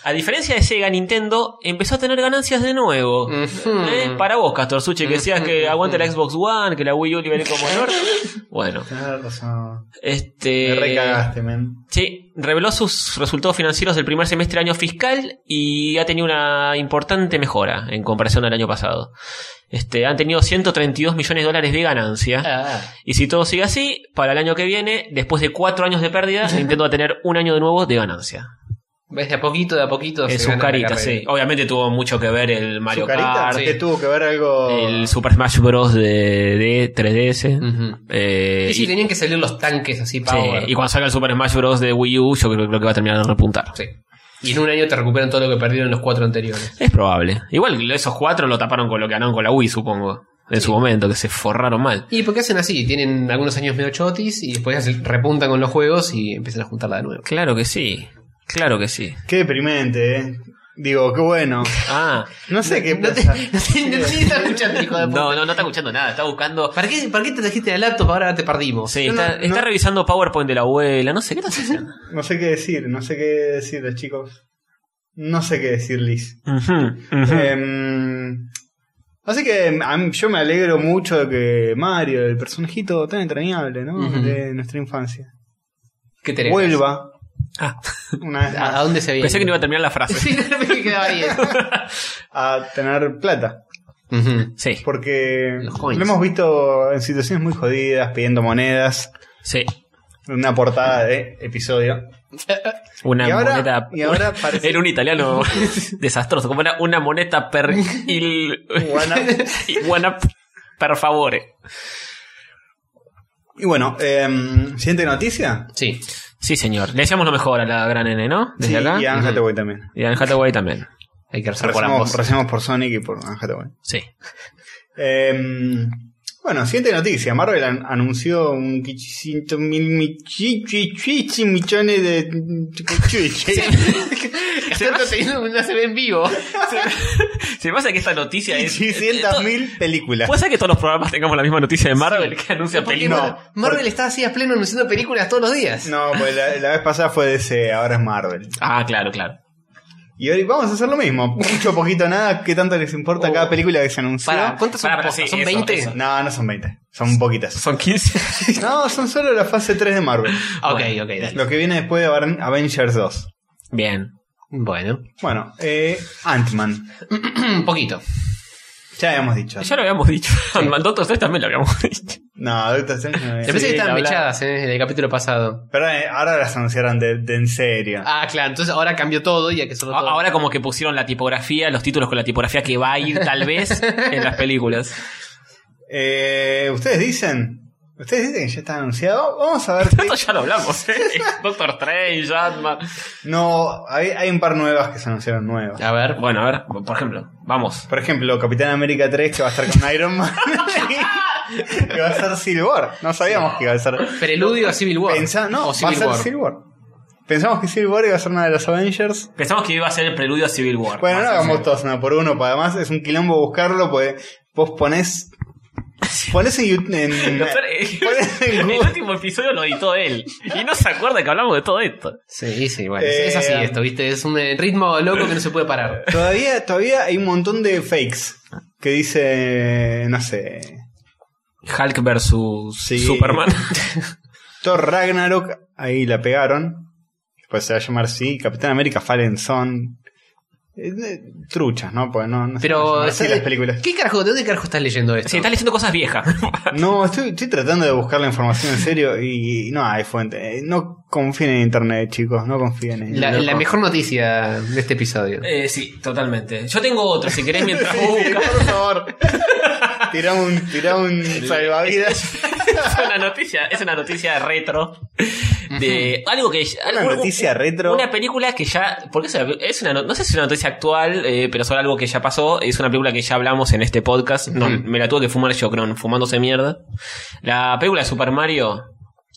Speaker 4: A diferencia de Sega, Nintendo empezó a tener ganancias de nuevo.
Speaker 2: Mm.
Speaker 3: Ujú.
Speaker 4: ¿Eh? Para vos, Castor Suchi, que decías que aguante la Xbox One, que la Wii U liberé como honor. Bueno,
Speaker 2: Tenés razón. Me
Speaker 4: este.
Speaker 2: recagaste, men.
Speaker 4: Sí, reveló sus resultados financieros del primer semestre del año fiscal y ha tenido una importante mejora en comparación al año pasado. Este, han tenido 132 millones de dólares de ganancia.
Speaker 3: Ah,
Speaker 4: Y si todo sigue así, para el año que viene, después de cuatro años de pérdida, Nintendo va a tener un año de nuevo de ganancia.
Speaker 3: ves, de a poquito, de a poquito.
Speaker 4: En
Speaker 3: se
Speaker 4: su
Speaker 3: gana la
Speaker 4: carita,
Speaker 3: carrera.
Speaker 4: sí. Obviamente tuvo mucho que ver el Mario
Speaker 2: ¿Su carita?
Speaker 4: Kart,
Speaker 3: sí.
Speaker 2: ¿Qué tuvo que ver algo?
Speaker 4: el Super Smash Bros. de, de 3DS.
Speaker 3: Ujú.
Speaker 4: eh,
Speaker 3: Mm. Y si
Speaker 4: y,
Speaker 3: tenían que salir los tanques así,
Speaker 4: sí,
Speaker 3: power.
Speaker 4: y cuando salga el Super Smash Bros. de Wii U, yo creo, creo que va a terminar de repuntar.
Speaker 3: Sí. Y en un año te recuperan todo lo que perdieron en los cuatro anteriores.
Speaker 4: Es probable. Igual esos cuatro lo taparon con lo que ganaron con la Wii, supongo. En su momento, que se forraron mal.
Speaker 3: Y porque hacen así, tienen algunos años medio chotis y después hacen- repuntan con los juegos y empiezan a juntarla de nuevo.
Speaker 4: Claro que sí. Claro que sí.
Speaker 2: Qué deprimente, eh. Digo, qué bueno.
Speaker 4: Ah.
Speaker 2: No sé qué
Speaker 3: No te, no
Speaker 2: pensar.
Speaker 3: te- no te está escuchando, hijo de puta.
Speaker 4: No, no, no está escuchando nada. Está buscando
Speaker 3: ¿Para qué, ¿Para qué te trajiste la laptop? Ahora te perdimos.
Speaker 4: Sí,
Speaker 2: Yo no-
Speaker 4: está, está
Speaker 2: no-
Speaker 4: revisando PowerPoint de la abuela, no sé qué está haciendo.
Speaker 2: No sé qué decir, no sé qué decirles, chicos. No sé qué decirles.
Speaker 4: Ujú, ujú.
Speaker 2: Em, así que em, a mí- yo me alegro mucho de que Mario, el personajito tan entrañable, ¿no?
Speaker 3: Ujú.
Speaker 2: De nuestra infancia,
Speaker 3: ¿Qué tenés?
Speaker 2: vuelva
Speaker 4: Ah,
Speaker 2: una vez
Speaker 3: ¿A, a
Speaker 2: más
Speaker 3: dónde se había
Speaker 4: pensé que no
Speaker 3: ido?
Speaker 4: iba a terminar la frase.
Speaker 3: Sí, no me quedaba ahí.
Speaker 2: a tener plata.
Speaker 3: Ujú.
Speaker 4: Sí,
Speaker 2: Porque
Speaker 3: Los
Speaker 2: lo
Speaker 3: coins.
Speaker 2: hemos visto en situaciones muy jodidas, pidiendo monedas.
Speaker 4: sí.
Speaker 2: Una portada de episodio.
Speaker 4: Una
Speaker 2: Y ahora-
Speaker 4: moneta.
Speaker 2: y ahora parece-
Speaker 4: Era un italiano desastroso. Como era una moneta per. Il...
Speaker 2: Buena.
Speaker 4: y buena per favore.
Speaker 2: Y bueno, em, siguiente noticia.
Speaker 3: Sí.
Speaker 4: Sí, señor. Le deseamos lo mejor a la gran N, ¿no? Desde
Speaker 2: Sí,
Speaker 4: acá.
Speaker 2: Y a Anne
Speaker 4: Ujú.
Speaker 2: Hathaway también.
Speaker 4: Y a Anne Hathaway también.
Speaker 3: Hay que rezar por ambos.
Speaker 2: Recemos, recemos por Sonic y por Anne Hathaway.
Speaker 4: Sí.
Speaker 2: Em, bueno, siguiente noticia. Marvel an- anunció un quichicito mil michichichichi millones de chuchichi.
Speaker 3: Este Se va teniendo una se ve en vivo.
Speaker 4: Se me pasa que esta noticia es.
Speaker 2: 600 mil películas.
Speaker 4: Puede ser que todos los programas tengamos la misma noticia de Marvel que anuncia
Speaker 3: Porque
Speaker 4: películas.
Speaker 2: no.
Speaker 3: Mar- Marvel está así a pleno anunciando películas todos los días.
Speaker 2: No, pues la, la vez pasada fue DC, ahora es Marvel.
Speaker 4: Ah, claro, claro.
Speaker 2: Y hoy vamos a hacer lo mismo. Mucho, poquito, nada. ¿Qué tanto les importa
Speaker 3: Oh.
Speaker 2: cada película que se anunció?
Speaker 3: Para, ¿cuántas son?
Speaker 4: Para, para,
Speaker 3: postas?
Speaker 4: sí,
Speaker 3: ¿Son
Speaker 4: eso,
Speaker 3: 20?
Speaker 4: eso.
Speaker 2: No, no son 20. Son poquitas.
Speaker 4: Son 15.
Speaker 2: No, son solo la fase 3 de Marvel.
Speaker 3: Ok,
Speaker 4: Bueno.
Speaker 3: ok, dale.
Speaker 2: Lo que viene después de Aven- Avengers 2.
Speaker 4: Bien.
Speaker 3: Bueno,
Speaker 2: Bueno, eh, Ant-Man.
Speaker 3: un poquito.
Speaker 2: Ya habíamos dicho.
Speaker 4: Ya lo habíamos dicho. Ant-Man Doctor Strange también lo habíamos dicho.
Speaker 2: No, Doctor Strange no
Speaker 3: Me
Speaker 2: es.
Speaker 3: parece que estaban
Speaker 4: habla-
Speaker 3: mechadas eh, en el capítulo pasado.
Speaker 2: Pero eh, ahora las anunciaron de, de en serio.
Speaker 3: Ah, claro, entonces ahora cambió todo y hay que solo
Speaker 4: A-
Speaker 3: todo.
Speaker 4: Ahora como que pusieron la tipografía, los títulos con la tipografía que va a ir tal vez en las películas.
Speaker 2: Eh, ustedes dicen. Ustedes dicen que ya está anunciado. Vamos a ver. qué-
Speaker 4: Esto ya lo hablamos, ¿eh? Doctor Strange, Ant-Man.
Speaker 2: No, hay, hay un par nuevas que se anunciaron nuevas.
Speaker 3: A ver.
Speaker 4: Bueno, a ver, por ejemplo, vamos.
Speaker 2: Por ejemplo, Capitán América 3 que va a estar con Iron Man. que va a ser Silver. No sabíamos que iba a ser.
Speaker 3: Preludio a Civil War.
Speaker 2: Pensa- no,
Speaker 3: o
Speaker 2: va a
Speaker 3: Civil
Speaker 2: ser
Speaker 3: War.
Speaker 2: Silver. Pensamos que Silver iba a ser una de las Avengers.
Speaker 4: Pensamos que iba a ser el preludio a Civil War.
Speaker 2: Bueno, no
Speaker 4: Más
Speaker 2: hagamos
Speaker 4: o
Speaker 2: todos una por uno, para además es un quilombo buscarlo, pues vos ponés. Ponés en YouTube. En,
Speaker 4: menos.
Speaker 2: ponés en
Speaker 4: El
Speaker 2: Google.
Speaker 4: último episodio lo editó él. Y no se acuerda que hablamos de todo esto.
Speaker 3: Sí, sí, bueno. es-
Speaker 2: Eh,
Speaker 3: es así esto, ¿viste? Es un eh, ritmo loco que no se puede parar.
Speaker 2: Todavía, todavía hay un montón de fakes que dice. No sé.
Speaker 4: Hulk versus
Speaker 2: Sí.
Speaker 4: Superman.
Speaker 2: Thor Ragnarok, ahí la pegaron. Después se va a llamar sí. Capitán América Fallen Son. Eh, eh, Truchas, ¿no? Pues no, no se van a
Speaker 3: Pero.
Speaker 2: llamar así
Speaker 3: ¿sabes?
Speaker 2: las películas.
Speaker 3: ¿Qué carajo? ¿De dónde carajo estás leyendo esto?
Speaker 4: Sí, está leyendo cosas viejas.
Speaker 2: No, estoy, estoy tratando de buscar la información en serio y, y no hay fuente. Eh, No confíen en internet, chicos. No confíen en
Speaker 3: la,
Speaker 2: loco.
Speaker 3: la mejor noticia de este episodio.
Speaker 4: Eh, sí, totalmente. Yo tengo otro, si querés, mientras vos buscas.
Speaker 2: Por favor. Tirá un, tirá un salvavidas.
Speaker 4: Es una noticia, es una noticia retro. De algo que. ya-
Speaker 2: Una
Speaker 4: algo-
Speaker 2: noticia retro.
Speaker 4: Una película que ya. Porque es una, es una no- no sé si es una noticia actual, eh, pero sobre algo que ya pasó. Es una película que ya hablamos en este podcast. No,
Speaker 3: Ujú.
Speaker 4: Me la tuve que fumar yo, Cron, fumándose mierda. La película de Super Mario,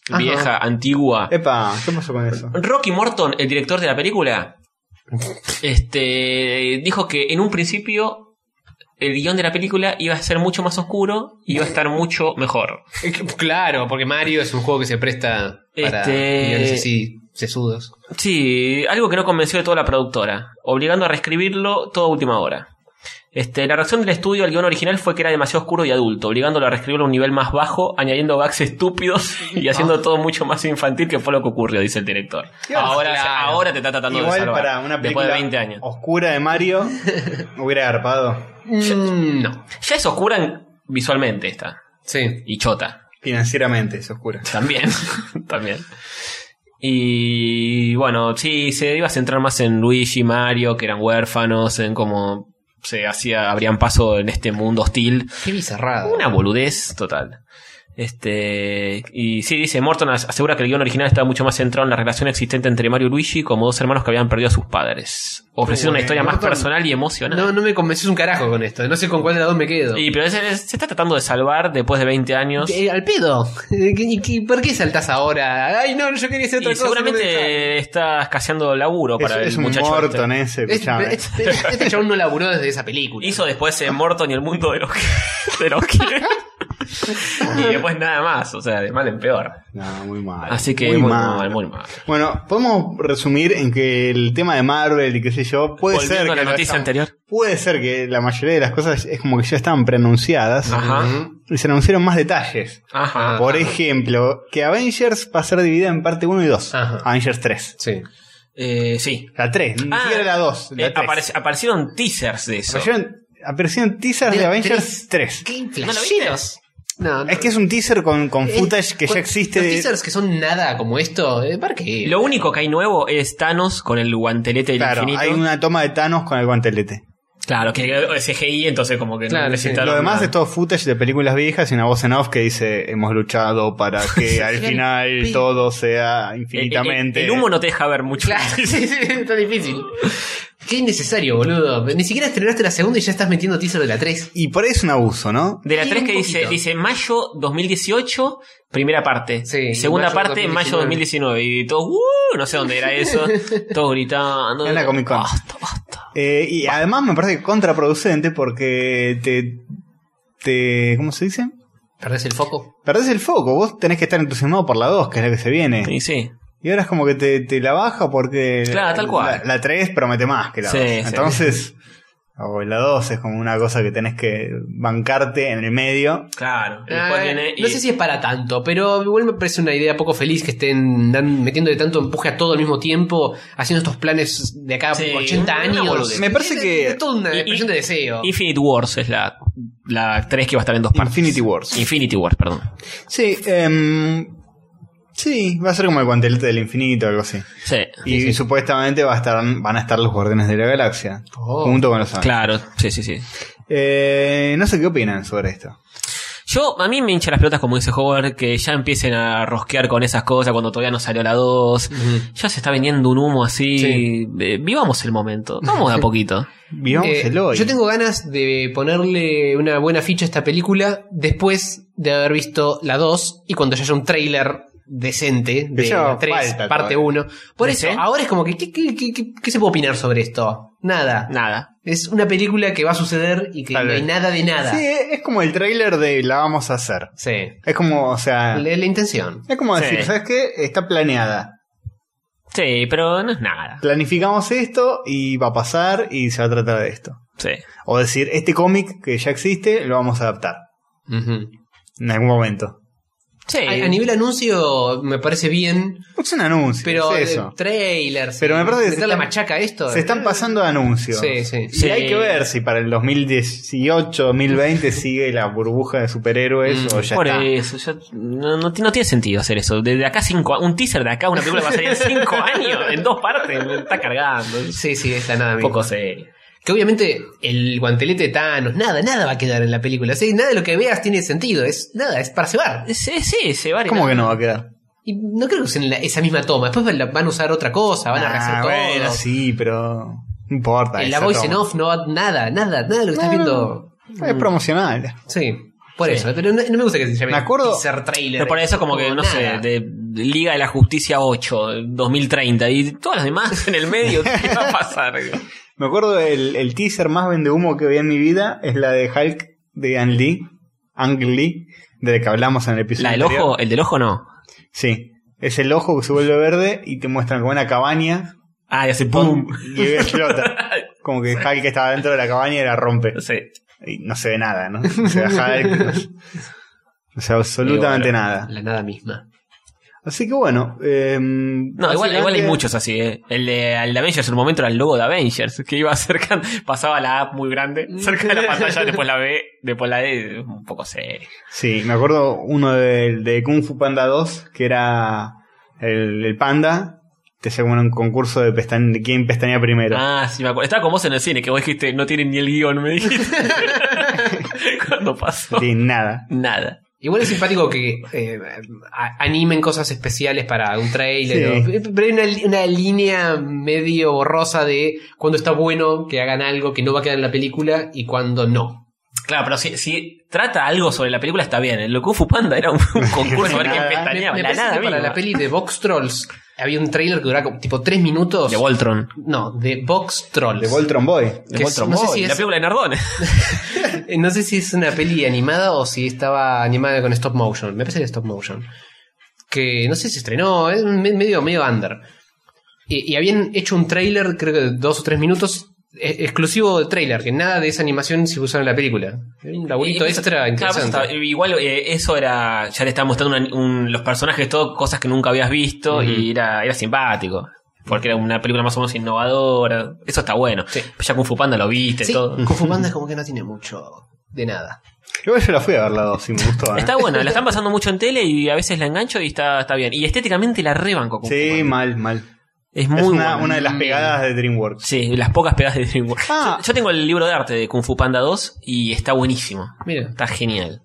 Speaker 3: Ajá.
Speaker 4: vieja, antigua.
Speaker 2: Epa, ¿qué pasó con eso?
Speaker 4: Rocky Morton, el director de la película, este, dijo que en un principio el guión de la película iba a ser mucho más oscuro y iba a estar mucho mejor.
Speaker 3: Eh, Claro, porque Mario es un juego que se presta para
Speaker 4: Este-
Speaker 3: guiones así sesudos.
Speaker 4: Sí, algo que no convenció de toda la productora, obligando a reescribirlo toda última hora. Este, la reacción del estudio al guión original fue que era demasiado oscuro y adulto, obligándolo a reescribirlo a un nivel más bajo, añadiendo gags estúpidos y haciendo todo mucho más infantil que fue lo que ocurrió, dice el director.
Speaker 3: Claro,
Speaker 4: Ahora,
Speaker 3: claro.
Speaker 4: ahora te está tratando de
Speaker 2: Igual
Speaker 4: salvar,
Speaker 2: para una
Speaker 4: después
Speaker 2: película
Speaker 4: de 20 años.
Speaker 2: oscura de Mario, hubiera agarpado
Speaker 3: Mm, no.
Speaker 4: Ya es oscura en- visualmente esta.
Speaker 3: Sí.
Speaker 4: Y chota.
Speaker 2: financieramente, es oscura.
Speaker 4: También. también. Y bueno, sí, se iba a centrar más en Luigi y Mario, que eran huérfanos, en cómo se hacía, abrían paso en este mundo hostil.
Speaker 3: Qué bizarrada.
Speaker 4: Una boludez total. Este. Y sí, dice Morton as- asegura que el guión original estaba mucho más centrado en la relación existente entre Mario y Luigi como dos hermanos que habían perdido a sus padres. Ofreciendo una
Speaker 2: Uy,
Speaker 4: historia más
Speaker 2: Morton-
Speaker 4: personal y emocional.
Speaker 3: No, no me convences un carajo con esto. No sé con cuál de las dos me quedo.
Speaker 4: Y pero se, se está tratando de salvar después de 20 años.
Speaker 3: Eh, al pedo. ¿Qué- qué- ¿Por qué saltás ahora? Ay, no, yo quería hacer otra
Speaker 4: Y
Speaker 3: cosa. no me dejaron.
Speaker 4: seguramente está escaseando laburo
Speaker 2: Es,
Speaker 4: para
Speaker 2: es
Speaker 4: el
Speaker 2: un
Speaker 4: muchacho.
Speaker 2: Morton
Speaker 4: este.
Speaker 2: ese, escuchame.
Speaker 3: Este, este, este chabón no laburó desde esa película.
Speaker 4: Hizo después eh, Morton y el mundo de los de los que- y después nada más, o sea, de mal en peor.
Speaker 2: No, muy mal.
Speaker 4: Así que
Speaker 2: muy,
Speaker 4: muy,
Speaker 2: mal.
Speaker 4: mal, muy mal.
Speaker 2: Bueno, podemos resumir en que el tema de Marvel y qué sé yo, puede
Speaker 4: Volviendo
Speaker 2: ser
Speaker 4: a
Speaker 2: que
Speaker 4: la
Speaker 2: lo
Speaker 4: noticia
Speaker 2: hayamos-
Speaker 4: anterior.
Speaker 2: Puede ser que la mayoría de las cosas es como que ya estaban preanunciadas
Speaker 4: Ajá.
Speaker 3: Ujú. Ah.
Speaker 2: y se anunciaron más detalles.
Speaker 4: Ajá.
Speaker 2: Por ejemplo, que Avengers va a ser dividida en parte 1 y 2.
Speaker 3: Ajá.
Speaker 2: Avengers 3.
Speaker 3: Sí.
Speaker 4: Eh, sí.
Speaker 2: La 3, ni
Speaker 4: Ah,
Speaker 2: siquiera la 2. La
Speaker 4: Eh,
Speaker 2: 3.
Speaker 4: apareci- aparecieron teasers de eso.
Speaker 2: Aparecieron, aparecieron teasers de
Speaker 3: De la
Speaker 2: Avengers 3.
Speaker 3: Qué
Speaker 4: ¿No lo
Speaker 3: flasheros.
Speaker 4: viste?
Speaker 3: No, no.
Speaker 2: Es que es un teaser con, con
Speaker 3: Eh,
Speaker 2: footage que ya
Speaker 3: con-
Speaker 2: existe.
Speaker 3: Los
Speaker 2: de-
Speaker 3: teasers que son nada como esto, eh, ¿para qué?
Speaker 4: Lo único que hay nuevo es Thanos con el guantelete del
Speaker 2: Claro,
Speaker 4: infinito.
Speaker 2: hay una toma de Thanos con el guantelete.
Speaker 4: Claro, que es CGI, entonces como que
Speaker 3: Claro,
Speaker 4: no necesitaron
Speaker 2: Lo demás
Speaker 4: nada.
Speaker 2: es todo footage de películas viejas y una voz en off que dice hemos luchado para que al final todo sea
Speaker 4: El- el-
Speaker 2: infinitamente.
Speaker 4: El, humo no te deja ver mucho.
Speaker 3: Claro, sí, sí, está difícil. Qué innecesario, boludo. Ni siquiera estrenaste la segunda y ya estás metiendo teaser de la 3.
Speaker 2: Y por ahí es un abuso, ¿no?
Speaker 4: De la
Speaker 3: Sí,
Speaker 4: 3
Speaker 3: un
Speaker 4: que dice,
Speaker 3: poquito.
Speaker 4: dice mayo 2018, primera parte.
Speaker 3: Sí, y
Speaker 4: Segunda
Speaker 3: mayo
Speaker 4: parte,
Speaker 3: 2019.
Speaker 4: mayo 2019. Y todos, "Uh", no sé dónde era eso. todos gritando. Ah,
Speaker 2: En la Comic Con.
Speaker 4: Basta, basta.
Speaker 2: Eh, y además me parece contraproducente porque te, te. ¿Cómo se dice?
Speaker 3: ¿Perdés el foco?
Speaker 2: Perdés el foco. Vos tenés que estar entusiasmado por la 2, que es la que se viene.
Speaker 4: Y sí.
Speaker 2: Y ahora es como que te, te la baja porque.
Speaker 4: Claro, tal cual.
Speaker 2: La, la 3 promete más que la
Speaker 4: Sí,
Speaker 2: 2.
Speaker 4: sí.
Speaker 2: Entonces. O la 2 es como una cosa que tenés que bancarte en el medio.
Speaker 4: Claro. Y
Speaker 3: Ah,
Speaker 4: después viene y-
Speaker 3: No sé si es para tanto, pero igual me parece una idea poco feliz que estén dan- metiéndole tanto empuje a todo al mismo tiempo, haciendo estos planes de acá
Speaker 4: Sí,
Speaker 3: 80
Speaker 4: una
Speaker 3: años.
Speaker 4: boludez.
Speaker 2: Me parece
Speaker 3: Es-
Speaker 2: que-
Speaker 3: Es toda una
Speaker 4: Y-
Speaker 3: expresión de deseo.
Speaker 4: Infinite Wars es la, la 3 que va a estar en dos partes.
Speaker 2: Infinity Wars.
Speaker 4: Infinity Wars, perdón.
Speaker 2: Sí, em, sí, va a ser como el guantelete del infinito, algo así.
Speaker 4: Sí.
Speaker 2: Y supuestamente va a estar, van a estar los guardianes de la galaxia.
Speaker 3: Oh.
Speaker 2: Junto con los Avengers.
Speaker 4: Claro, sí, sí, sí.
Speaker 2: Eh, no sé qué opinan sobre esto.
Speaker 4: Yo, a mí me hincha las pelotas como dice Howard, que ya empiecen a rosquear con esas cosas cuando todavía no salió la 2. Ya se está vendiendo un humo así.
Speaker 3: Sí.
Speaker 4: Eh, vivamos el momento. Vamos de a poquito.
Speaker 2: Vivamos
Speaker 3: Eh,
Speaker 2: el hoy.
Speaker 3: Yo tengo ganas de ponerle una buena ficha a esta película después de haber visto la 2 y cuando ya haya un tráiler decente de
Speaker 2: Eso
Speaker 3: la 3,
Speaker 2: falta
Speaker 3: parte
Speaker 2: todavía.
Speaker 3: 1. Por
Speaker 4: ¿De
Speaker 3: eso,
Speaker 4: qué?
Speaker 3: ahora es como que, ¿qué, qué, qué- qué- qué se puede opinar sobre esto? Nada.
Speaker 4: Nada.
Speaker 3: Es una película que va a suceder y que
Speaker 2: Tal
Speaker 3: no hay
Speaker 2: vez.
Speaker 3: nada de nada.
Speaker 2: Sí, es es como el tráiler de la vamos a hacer.
Speaker 3: Sí.
Speaker 2: Es como, o sea,
Speaker 3: La, la intención.
Speaker 2: es como decir,
Speaker 4: Sí.
Speaker 2: ¿sabes qué? Está planeada.
Speaker 4: Sí, pero no es nada.
Speaker 2: Planificamos esto y va a pasar y se va a tratar de esto.
Speaker 4: Sí.
Speaker 2: O decir, este cómic que ya existe lo vamos a adaptar
Speaker 3: Ujú.
Speaker 2: en algún momento.
Speaker 4: Sí.
Speaker 2: Eh.
Speaker 3: A, a nivel anuncio me parece bien,
Speaker 2: Es un anuncio,
Speaker 3: pero
Speaker 2: es
Speaker 3: de
Speaker 2: eso.
Speaker 3: trailers.
Speaker 2: Pero me parece que se
Speaker 3: meter la
Speaker 2: están-
Speaker 3: machaca a esto.
Speaker 2: Se están pasando de anuncios.
Speaker 3: Sí, sí.
Speaker 2: Y hay que ver si para el 2018, 2020 sigue la burbuja de superhéroes
Speaker 3: Mm,
Speaker 2: o ya
Speaker 4: Por
Speaker 2: está.
Speaker 4: eso, ya- no, no, no tiene sentido hacer eso. Desde acá cinco, un teaser de acá, una película que va a salir en cinco años, en dos partes, me está cargando. Es
Speaker 3: Sí, sí, es la nada.
Speaker 4: un
Speaker 3: misma.
Speaker 4: poco serio.
Speaker 3: Que obviamente el guantelete de Thanos, nada, nada va a quedar en la película. ¿sí? Nada de lo que veas tiene sentido. Es nada, es para cebar.
Speaker 4: Sí, sí, se va a
Speaker 2: ¿Cómo que no va a quedar?
Speaker 3: Y no creo que usen la- esa misma toma. Después van la- van a usar otra cosa, van a rehacer
Speaker 2: Ah,
Speaker 3: todo.
Speaker 2: bueno, sí, pero no importa.
Speaker 3: en
Speaker 2: esa
Speaker 3: la voice en
Speaker 2: toma.
Speaker 3: off no va nada, nada, nada de lo que estás
Speaker 2: No,
Speaker 3: viendo. Mm.
Speaker 2: no, Es promocional.
Speaker 3: Sí, por
Speaker 4: Sí.
Speaker 3: eso. Pero no, no me gusta que se llame
Speaker 2: Me acuerdo-
Speaker 3: teaser trailer.
Speaker 4: Pero por eso como que, no sé,
Speaker 3: nada.
Speaker 4: de de Liga de la Justicia 8, 2030, y todas las demás en el medio, ¿qué va a pasar?
Speaker 2: Me acuerdo el, el teaser más vende humo que vi en mi vida es la de Hulk de Ang Lee, Ang Lee, de la que hablamos en el episodio.
Speaker 4: ¿La del
Speaker 2: anterior.
Speaker 4: ojo? ¿El del ojo no?
Speaker 2: Sí. Es el ojo que se vuelve verde y te muestran como una cabaña
Speaker 4: Ah, y hace ¡pum!
Speaker 2: y explota. Como que Hulk estaba dentro de la cabaña y la rompe.
Speaker 4: Sí.
Speaker 2: Y no se ve nada, ¿no? O sea, Hulk, no se- no se ve absolutamente
Speaker 3: Eh, bueno,
Speaker 2: nada.
Speaker 3: La nada misma.
Speaker 2: Así que bueno. eh,
Speaker 4: No, igual, igual hay
Speaker 2: básicamente-
Speaker 4: muchos así, ¿eh? El de, el de Avengers en un momento era el logo de Avengers, que iba cerca, pasaba la app muy grande, cerca de la pantalla, después la B, después la D, un poco serio.
Speaker 2: Sí, me acuerdo uno de, de Kung Fu Panda 2, que era el, el panda. Te hacía como un concurso de, pestañ- de quién pestañea primero.
Speaker 4: Ah, sí, me acuerdo. Estaba con vos en el cine, que vos dijiste, no tienen ni el guión, me dijiste. Cuando pasó.
Speaker 2: No tiene nada.
Speaker 4: Nada.
Speaker 3: Igual es simpático que eh, a- animen cosas especiales para un trailer.
Speaker 2: Sí.
Speaker 3: o- pero hay una, una línea medio borrosa de cuando está bueno que hagan algo que no va a quedar en la película y cuando no.
Speaker 4: Claro, pero si, si trata algo sobre la película está bien. El Kung Fu Panda era un, un concurso a ver quién
Speaker 2: Nada.
Speaker 3: Me,
Speaker 4: pestañeaba.
Speaker 3: me
Speaker 4: La
Speaker 3: parece
Speaker 4: nada
Speaker 3: que para
Speaker 4: misma.
Speaker 3: la peli de Vox Trolls había un trailer que duraba como tipo 3 minutos.
Speaker 4: De Voltron.
Speaker 3: no, de Vox Trolls.
Speaker 2: De Voltron Boy.
Speaker 4: De
Speaker 3: Que es-
Speaker 4: Voltron
Speaker 3: no sé
Speaker 4: Boy,
Speaker 3: si
Speaker 4: La
Speaker 3: es-
Speaker 4: película de Nardone.
Speaker 3: Eh, No sé si es una peli animada o si estaba animada con stop motion. Me parece que era stop motion. Que no sé si estrenó, es me- medio, medio under. Y, y habían hecho un trailer, creo que de dos o tres minutos, e- exclusivo de trailer, que nada de esa animación se usaron en la película. Era Un laburito
Speaker 4: Y-
Speaker 3: extra
Speaker 4: Claro, pues,
Speaker 3: interesante.
Speaker 4: está- igual eh, eso era. Ya le estaban mostrando una- un- los personajes, todo cosas que nunca habías visto
Speaker 3: Ujú.
Speaker 4: y era, era simpático. Porque era una película más o menos innovadora. Eso está bueno.
Speaker 3: Sí.
Speaker 4: Ya Kung Fu Panda lo viste,
Speaker 3: Sí,
Speaker 4: todo.
Speaker 3: Kung Fu Panda es como que no tiene mucho. de nada.
Speaker 2: Igual yo la fui a ver la 2 y me gustó. ¿eh?
Speaker 4: Está buena, la están pasando mucho en tele y a veces la engancho y está, está bien. Y estéticamente la rebanco. Kung Fu
Speaker 2: sí,
Speaker 4: Man.
Speaker 2: mal, mal.
Speaker 4: es muy
Speaker 2: es una,
Speaker 4: buena.
Speaker 2: una de las pegadas de DreamWorks.
Speaker 4: Sí, las pocas pegadas de DreamWorks.
Speaker 2: Ah.
Speaker 4: Yo, yo tengo el libro de arte de Kung Fu Panda 2 y está buenísimo.
Speaker 3: Mira,
Speaker 4: Está genial.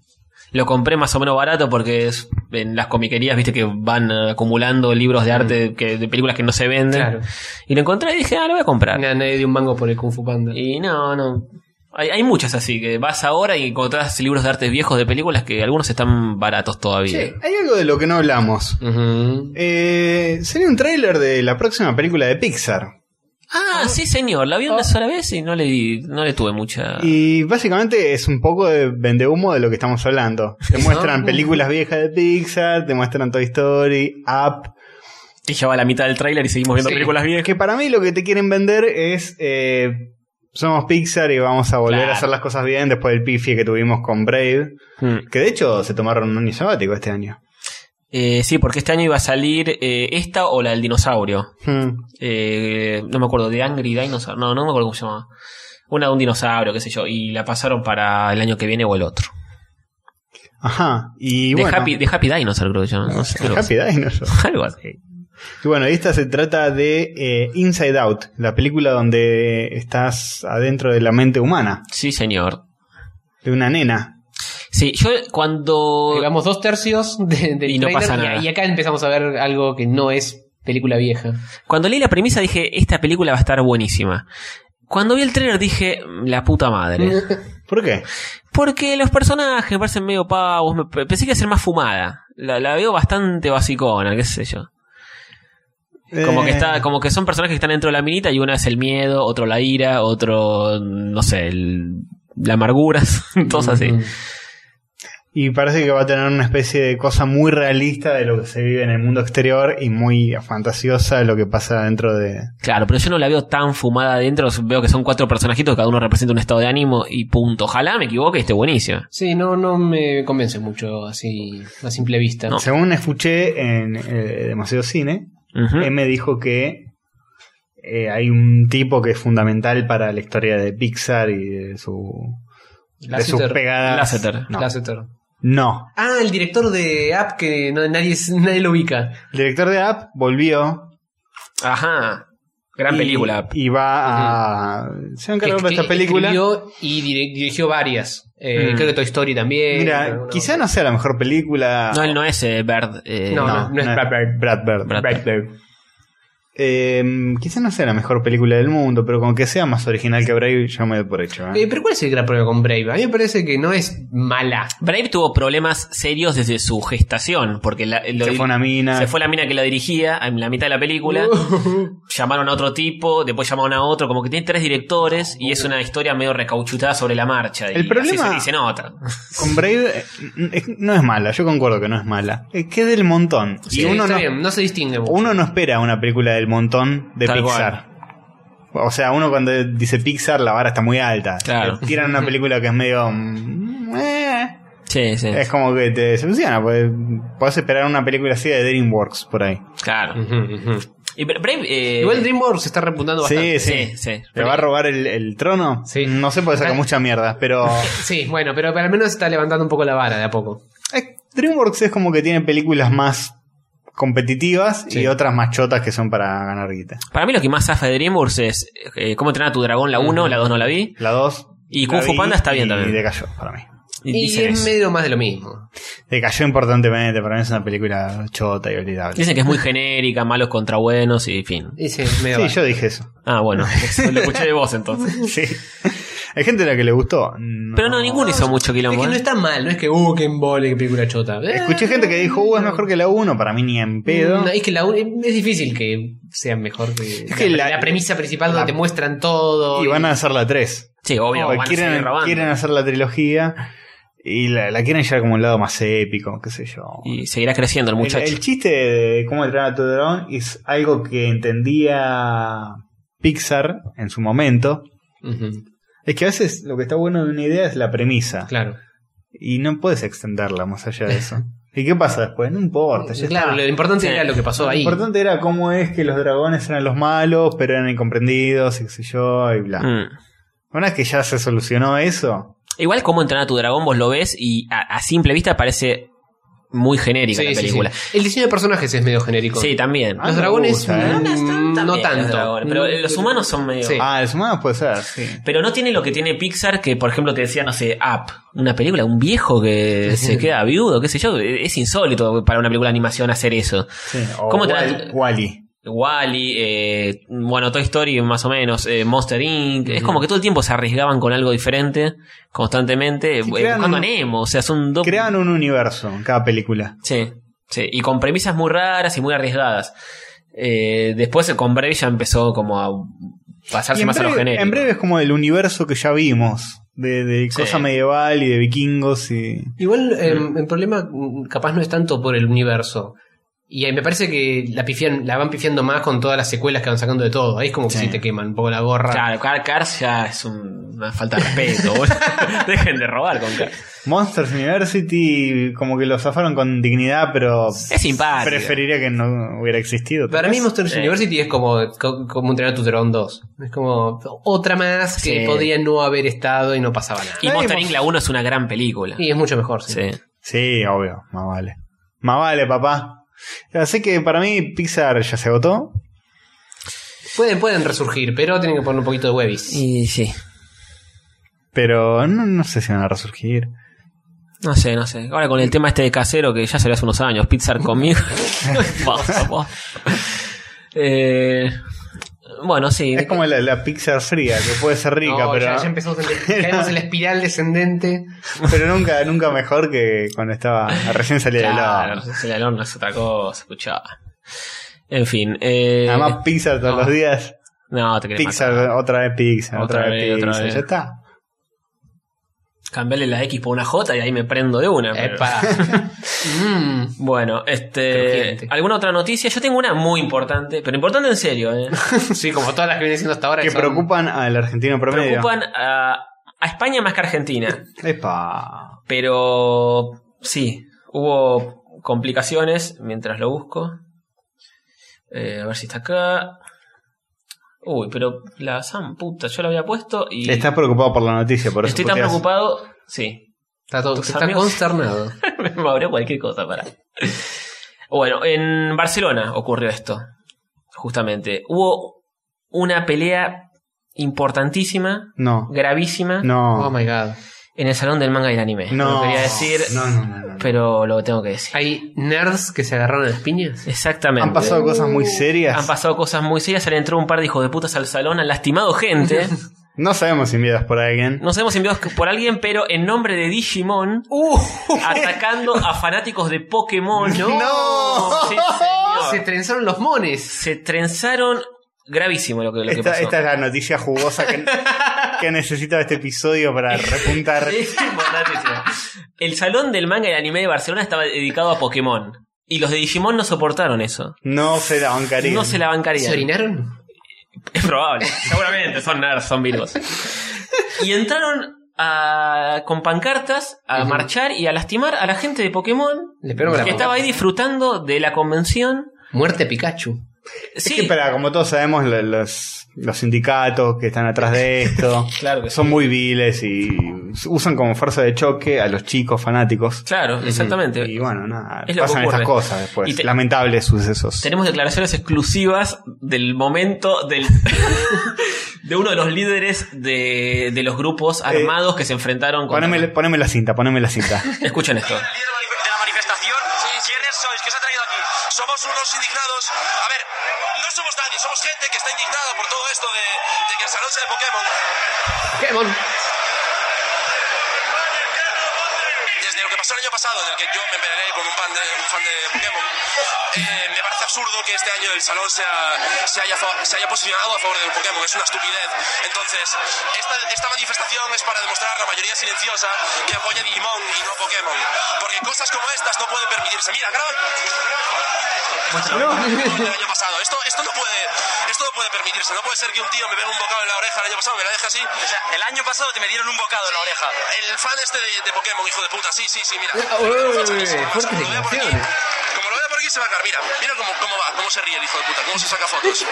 Speaker 4: Lo compré más o menos barato porque es en las comiquerías, viste, que van eh, acumulando libros de arte que, de películas que no se venden.
Speaker 3: Claro.
Speaker 4: Y lo encontré y dije, ah, lo voy a comprar.
Speaker 3: na- nadie dio un mango por el Kung Fu Panda.
Speaker 4: Y no, no. Hay, hay muchas así, que vas ahora y encontrás libros de artes viejos de películas que algunos están baratos todavía.
Speaker 2: Che, hay algo de lo que no hablamos.
Speaker 3: Ujú.
Speaker 2: Eh, sería un tráiler de la próxima película de Pixar.
Speaker 4: Ah, sí, señor. La vi una sola vez y no le, di- no le tuve mucha...
Speaker 2: Y básicamente es un poco de vendehumo de lo que estamos hablando.
Speaker 4: Ah.
Speaker 2: Te muestran películas viejas de Pixar, te muestran Toy Story, Up.
Speaker 4: Y ya va a la mitad del tráiler y seguimos viendo
Speaker 3: Sí.
Speaker 4: películas viejas.
Speaker 2: Que para mí lo que te quieren vender es... eh, somos Pixar y vamos a volver
Speaker 4: Claro.
Speaker 2: a hacer las cosas bien después del pifie que tuvimos con Brave.
Speaker 4: Hmm.
Speaker 2: Que de hecho se tomaron un año sabático este año.
Speaker 4: Eh, sí, porque este año iba a salir eh, esta o la del dinosaurio.
Speaker 2: Hmm.
Speaker 4: Eh, no me acuerdo, de Angry Dinosaur. No, no me acuerdo cómo se llamaba. Una de un dinosaurio, qué sé yo. Y la pasaron para el año que viene o el otro.
Speaker 2: Ajá. Y
Speaker 4: de,
Speaker 2: bueno,
Speaker 4: Happy, de Happy Dinosaur, creo yo. No sé, algo, así.
Speaker 2: Happy Dinosaur.
Speaker 4: Algo así.
Speaker 2: Y bueno, esta se trata de eh, Inside Out, la película donde estás adentro de la mente humana,
Speaker 4: Sí, señor.
Speaker 2: de una nena.
Speaker 4: Sí, yo cuando.
Speaker 3: Llegamos dos tercios de, del
Speaker 4: Y no
Speaker 3: tráiler
Speaker 4: pasa
Speaker 3: y-
Speaker 4: nada.
Speaker 3: y acá empezamos a ver algo que no es película vieja.
Speaker 4: Cuando leí la premisa dije, esta película va a estar buenísima. Cuando vi el trailer dije, "Mm, la puta
Speaker 2: Mm.
Speaker 4: madre.
Speaker 2: ¿Por qué?
Speaker 4: Porque los personajes me parecen medio pavos. me- Pensé que iba a ser más fumada. La, la veo bastante basicona, qué sé yo. Como que
Speaker 2: Eh,
Speaker 4: está, como que son personajes que están dentro de la minita y uno es el miedo, otro la ira, otro no sé, el- la amargura, todos así.
Speaker 3: Ujú.
Speaker 2: Y parece que va a tener una especie de cosa muy realista de lo que se vive en el mundo exterior y muy fantasiosa de lo que pasa dentro de...
Speaker 4: Claro, pero yo no la veo tan fumada adentro, veo que son cuatro personajitos, cada uno representa un estado de ánimo y punto. Ojalá me equivoque, y esté buenísimo.
Speaker 3: Sí, no, no me convence mucho así a simple vista.
Speaker 2: Según escuché en eh, Demasiado Cine,
Speaker 4: Ujú.
Speaker 2: me dijo que eh, hay un tipo que es fundamental para la historia de Pixar y de su... De sus
Speaker 3: Lasseter.
Speaker 2: pegadas.
Speaker 4: Lasseter.
Speaker 2: No.
Speaker 3: Lasseter.
Speaker 2: no.
Speaker 3: Ah, el director de App que no- nadie, nadie lo ubica.
Speaker 2: El director de App volvió.
Speaker 4: Ajá. Gran
Speaker 2: y-
Speaker 4: película.
Speaker 2: Y va a. Se va a encargar de
Speaker 3: Que-
Speaker 2: esta
Speaker 3: que
Speaker 2: película.
Speaker 3: escribió y dire- dirigió varias. Eh,
Speaker 4: Mm.
Speaker 3: Creo que Toy Story también.
Speaker 2: Mira,
Speaker 3: Alguna
Speaker 2: quizá
Speaker 3: otra.
Speaker 2: no sea la mejor película.
Speaker 4: eh, No, él no es eh, Bird. eh,
Speaker 3: No, no. es Brad Bird.
Speaker 2: Brad Bird.
Speaker 4: Brad
Speaker 2: Brad Bird. Eh, quizá no sea la mejor película del mundo, pero con que sea más original que Brave, yo me doy por hecho. ¿eh?
Speaker 3: Eh, pero ¿cuál es el gran problema con Brave? A mí me parece que no es mala.
Speaker 4: Brave tuvo problemas serios desde su gestación, porque la, lo
Speaker 2: se
Speaker 4: di-
Speaker 2: fue una mina. Uh.
Speaker 4: se fue la mina que la dirigía en la mitad de la película.
Speaker 3: Uh.
Speaker 4: llamaron a otro tipo, después llamaron a otro, como que tiene tres directores y es una historia medio recauchutada sobre la marcha. y
Speaker 2: El problema-
Speaker 4: así se, y se nota.
Speaker 2: Con Brave eh, eh, no es mala, yo concuerdo que no es mala. Eh, Que es del montón.
Speaker 3: Sí,
Speaker 2: y uno
Speaker 3: está
Speaker 2: no,
Speaker 3: bien, no se distingue mucho.
Speaker 2: Uno no espera una película del montón de
Speaker 4: Tal
Speaker 2: Pixar. O sea, uno cuando dice Pixar, la vara está muy alta.
Speaker 4: Claro.
Speaker 2: Te Tiran una película que es medio. mm, eh,
Speaker 4: Sí, sí.
Speaker 2: Es como que te decepciona. porque Podés esperar una película así de DreamWorks por ahí.
Speaker 4: Claro.
Speaker 3: Ujú, ujú.
Speaker 4: Y Bra- Brave, eh,
Speaker 3: Mm. Igual DreamWorks está repuntando bastante.
Speaker 2: Sí,
Speaker 4: sí,
Speaker 2: sí.
Speaker 4: sí.
Speaker 2: ¿Le va a robar el, el trono?
Speaker 3: Sí.
Speaker 2: No sé, porque saca
Speaker 3: Ah.
Speaker 2: mucha mierda. Pero
Speaker 3: Sí, bueno, pero al menos está levantando un poco la vara de a poco.
Speaker 2: eh, DreamWorks es como que tiene películas más competitivas
Speaker 3: Sí.
Speaker 2: y otras más chotas que son para ganar guita.
Speaker 4: Para mí lo que más zafa de DreamWorks es eh, cómo entrenar a tu dragón, la 1, la 2 no la vi.
Speaker 2: La 2.
Speaker 4: Y Kung Fu Panda está bien también.
Speaker 2: Y decayó para mí.
Speaker 4: Y
Speaker 3: Y,
Speaker 4: dicen,
Speaker 3: es
Speaker 4: eso.
Speaker 3: medio más de lo mismo.
Speaker 2: Decayó importantemente, para mí es una película chota y olvidable.
Speaker 4: Dicen que es muy genérica, malos contra buenos y fin.
Speaker 3: Y sí, medio
Speaker 2: Sí,
Speaker 3: bajo.
Speaker 2: yo dije eso.
Speaker 4: Ah, bueno, eso lo escuché de vos entonces.
Speaker 2: Sí. Hay gente a la que le gustó.
Speaker 4: Pero no, ninguno hizo mucho
Speaker 3: Es
Speaker 4: quilombo.
Speaker 3: que no
Speaker 4: ¿eh?
Speaker 3: está mal, no es que, uh, qué embole, qué película chota. Eh,
Speaker 2: Escuché gente que dijo, uh, es mejor que la 1, para mí ni en pedo.
Speaker 3: no,
Speaker 4: Mm,
Speaker 3: es que la, un- es difícil que sea mejor que,
Speaker 2: Es que
Speaker 3: la,
Speaker 2: la-
Speaker 3: la premisa principal donde
Speaker 2: la-
Speaker 3: te muestran todo.
Speaker 2: Y van a hacer la 3.
Speaker 4: Sí, obvio, van a seguir
Speaker 2: quieren,
Speaker 4: robando.
Speaker 2: quieren hacer la trilogía y la, la quieren llevar como un lado más épico, qué sé yo.
Speaker 4: Y seguirá creciendo el
Speaker 2: El,
Speaker 4: muchacho.
Speaker 2: el chiste de cómo entrenar a tu dragón es algo que entendía Pixar en su momento.
Speaker 3: Ujú,
Speaker 2: Es que a veces lo que está bueno de una idea es la premisa.
Speaker 3: Claro.
Speaker 2: Y no puedes extenderla más allá de eso. ¿Y qué pasa después? No importa. ya
Speaker 3: Claro,
Speaker 2: está.
Speaker 3: lo importante
Speaker 4: Sí.
Speaker 3: era lo que pasó
Speaker 2: Lo
Speaker 3: ahí.
Speaker 2: importante era cómo es que los dragones eran los malos, pero eran incomprendidos, y qué sé yo, y bla.
Speaker 4: Mm.
Speaker 2: Una vez que ya se solucionó eso,
Speaker 4: Igual como entrenar a tu dragón, vos lo ves y a, a simple vista parece muy genérica
Speaker 3: Sí,
Speaker 4: la
Speaker 3: sí,
Speaker 4: película.
Speaker 3: sí. El diseño de personajes es medio genérico.
Speaker 4: Sí, también.
Speaker 2: Ah,
Speaker 3: Los
Speaker 2: me
Speaker 3: dragones
Speaker 2: gusta, ¿eh?
Speaker 3: mm, no
Speaker 4: También los
Speaker 3: tanto. Mm.
Speaker 4: dragones, Pero eh, los humanos son medio.
Speaker 3: Sí.
Speaker 2: Ah, el humano puede ser, sí.
Speaker 4: Pero no tiene lo que tiene Pixar, que por ejemplo te decía, no sé, Up, una película, un viejo que se queda viudo, qué sé yo, e, es insólito para una película de animación hacer eso. ¿Cómo
Speaker 2: ¿Cómo
Speaker 4: te
Speaker 2: Wall
Speaker 4: la-
Speaker 2: Wally.
Speaker 4: Wally, eh, bueno, Toy Story más o menos, eh, Monster Inc. Es como que todo el tiempo se arriesgaban con algo diferente, constantemente,
Speaker 2: Sí,
Speaker 4: eh,
Speaker 2: crean
Speaker 4: buscando a
Speaker 2: un-
Speaker 4: Nemo, o sea, son dos...
Speaker 2: Crean un universo en cada película.
Speaker 4: Sí, sí, y con premisas muy raras y muy arriesgadas. Eh, después eh, con Brave ya empezó como a
Speaker 2: Y
Speaker 4: pasarse
Speaker 2: en,
Speaker 4: más a lo
Speaker 2: breve,
Speaker 4: genérico.
Speaker 2: en breve es como el universo que ya vimos. De, de
Speaker 4: Sí.
Speaker 2: cosa medieval y de vikingos y...
Speaker 3: Igual eh, el problema mm, capaz no es tanto por el universo. Y ahí me parece que la, pifian, la van pifiando más con todas las secuelas que van sacando de todo. Ahí es como que
Speaker 2: Sí.
Speaker 3: sí te queman un poco la gorra.
Speaker 4: Claro, Car- Cars ya es un- una falta de respeto, boludo. Dejen de robar con Cars.
Speaker 2: Monsters University como que lo zafaron con dignidad, pero
Speaker 4: Es simpático.
Speaker 2: preferiría que no hubiera existido.
Speaker 3: Para mí Monsters
Speaker 4: Sí.
Speaker 3: University es como, co- como entrenar a tu Dragón 2. Es como otra más que
Speaker 4: Sí.
Speaker 3: podía no haber estado y no pasaba nada.
Speaker 4: Y Monster Inc. la 1 es una gran película.
Speaker 3: Y es mucho mejor, sí.
Speaker 4: Sí.
Speaker 2: Sí, obvio, más vale. Más vale, papá. Así que para mí Pixar ya se agotó.
Speaker 3: Pueden, pueden resurgir, pero tienen que poner un poquito de webis.
Speaker 4: Y sí.
Speaker 2: Pero no, no sé si van a resurgir.
Speaker 4: No sé, no sé. Ahora con el tema este de casero que ya salió hace unos años, Pizza conmigo. Basta, basta. Eh, bueno, sí.
Speaker 2: Es como la, la Pixar fría, que puede ser rica,
Speaker 3: No,
Speaker 2: pero,
Speaker 3: ya, ya empezamos en, caemos en la espiral descendente.
Speaker 2: pero nunca, nunca mejor que cuando estaba recién salida del
Speaker 4: Claro,
Speaker 2: horno.
Speaker 4: el alumno es otra cosa, escuchá. En fin. Eh,
Speaker 2: Además Pixar todos
Speaker 4: no.
Speaker 2: los días.
Speaker 4: no, te querés
Speaker 2: Pixar,
Speaker 4: matar.
Speaker 2: otra vez Pixar, otra,
Speaker 4: Otra
Speaker 2: vez,
Speaker 4: vez, otra
Speaker 2: Pixar.
Speaker 4: vez.
Speaker 2: Ya está.
Speaker 4: Cambiarle la X por una J y ahí me prendo de una. pero-
Speaker 3: Epa. Mm.
Speaker 4: Bueno, este.
Speaker 3: Crujiente.
Speaker 4: ¿Alguna otra noticia? Yo tengo una muy importante, pero importante en serio, ¿eh?
Speaker 3: Sí, como todas las que vienen siendo hasta ahora.
Speaker 2: Que
Speaker 3: son-
Speaker 2: preocupan al argentino promedio.
Speaker 4: Preocupan a, a España más que a Argentina.
Speaker 2: Epa.
Speaker 4: Pero sí, hubo complicaciones mientras lo busco. Eh, a ver si está acá. Uy, pero la san puta, yo la había puesto y.
Speaker 2: Estás preocupado por la noticia, por eso.
Speaker 4: estoy tan
Speaker 2: puteas.
Speaker 4: preocupado. Sí,
Speaker 3: Está, todo,
Speaker 4: Tus
Speaker 3: está
Speaker 4: amigos.
Speaker 3: consternado.
Speaker 4: Me maureo cualquier cosa para. Bueno, en Barcelona ocurrió esto. Justamente. Hubo una pelea importantísima,
Speaker 2: No.
Speaker 4: gravísima,
Speaker 2: No.
Speaker 3: Oh my god.
Speaker 4: en el salón del manga y el anime.
Speaker 2: no.
Speaker 4: Lo quería decir,
Speaker 2: No, no, no, no.
Speaker 4: pero lo tengo que decir.
Speaker 3: ¿Hay nerds que se agarraron a las piñas?
Speaker 4: Exactamente.
Speaker 2: Han pasado cosas muy serias.
Speaker 4: Uh, Han pasado cosas muy serias. Se le entró un par de hijos de putas al salón, han lastimado gente.
Speaker 2: No sabemos si enviadas por alguien.
Speaker 4: Nos hemos enviado por alguien, pero en nombre de Digimon,
Speaker 2: Uh.
Speaker 4: atacando a fanáticos de Pokémon.
Speaker 2: No.
Speaker 4: Sí, señor.
Speaker 3: Se trenzaron los mones.
Speaker 4: se trenzaron gravísimo lo que, lo que
Speaker 2: Esta,
Speaker 4: pasó.
Speaker 2: esta es la noticia jugosa que, que necesitaba este episodio para repuntar.
Speaker 4: Es importantísimo. El salón del manga y el anime de Barcelona estaba dedicado a Pokémon. Y los de Digimon no soportaron eso.
Speaker 2: No se la bancaría.
Speaker 4: No se la bancarían.
Speaker 3: ¿Se orinaron?
Speaker 4: Es probable. Seguramente son nerds, son virgos. Y entraron a- con pancartas a
Speaker 3: Ujú.
Speaker 4: marchar y a lastimar a la gente de Pokémon
Speaker 3: Le pegaron con la
Speaker 4: que estaba ahí
Speaker 3: pancarta.
Speaker 4: disfrutando de la convención.
Speaker 3: Muerte Pikachu.
Speaker 2: Es
Speaker 4: Sí,
Speaker 2: que, para, como todos sabemos, lo- los, los sindicatos que están atrás de esto
Speaker 4: Claro que sí.
Speaker 2: son muy viles y usan como fuerza de choque a los chicos fanáticos.
Speaker 4: claro, exactamente.
Speaker 2: Y bueno, nada,
Speaker 4: Es lo que
Speaker 2: pasan
Speaker 4: ocurre.
Speaker 2: estas cosas después.
Speaker 4: Y te-
Speaker 2: Lamentables sucesos.
Speaker 4: Tenemos declaraciones exclusivas del momento del, de uno de los líderes de, de los grupos armados que se enfrentaron con.
Speaker 2: Eh, Poneme, poneme la cinta, poneme la cinta.
Speaker 4: Escuchen esto.
Speaker 5: líder manif- de la manifestación. ¿Quiénes sois? ¿Qué os ha traído aquí? Somos unos indignados. A ver, no somos nadie, somos gente que está indignada por todo esto de, de que el salón sea de Pokémon.
Speaker 3: Pokémon.
Speaker 5: Desde lo que pasó el año pasado, en el que yo me envenené con un fan de, un fan de Pokémon, eh, me parece absurdo que este año el salón sea, se, haya, fa- se haya posicionado a favor del Pokémon. Es una estupidez. Entonces, esta, esta manifestación es para demostrar a la mayoría silenciosa que apoya a Digimon y no a Pokémon. Porque cosas como estas no pueden permitirse. Mira, graba. el año pasado. Esto, esto, no puede, esto no puede permitirse. No puede ser que un tío me venga un bocado en la oreja el año pasado, me la deje así. O sea, el año pasado te metieron un bocado en la oreja. El fan este de, de Pokémon, hijo de puta. Sí, sí, sí, mira.
Speaker 3: Uy,
Speaker 5: Como lo vea por aquí,
Speaker 3: fuertes declaraciones.
Speaker 5: como lo vea por alguien se va a cagar. Mira, mira cómo, cómo va, cómo se ríe el hijo de puta, cómo se saca fotos.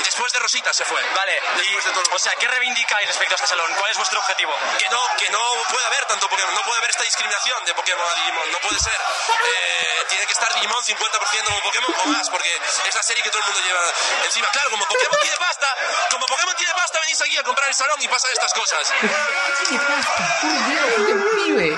Speaker 5: Después de Rosita se fue. Vale, después de todo. O sea, ¿qué reivindicáis respecto a este salón? ¿Cuál es vuestro objetivo? Que no, que no puede haber tanto Pokémon, no puede haber esta discriminación de Pokémon a Digimon, no puede ser. Eh, tiene que estar Digimon 50% como Pokémon o más, porque es la serie que todo el mundo lleva encima. Claro, como Pokémon tiene pasta, como Pokémon tiene pasta, venís aquí a comprar el salón y pasan estas cosas.
Speaker 3: ¿Qué pasa? Por Dios, qué pibe.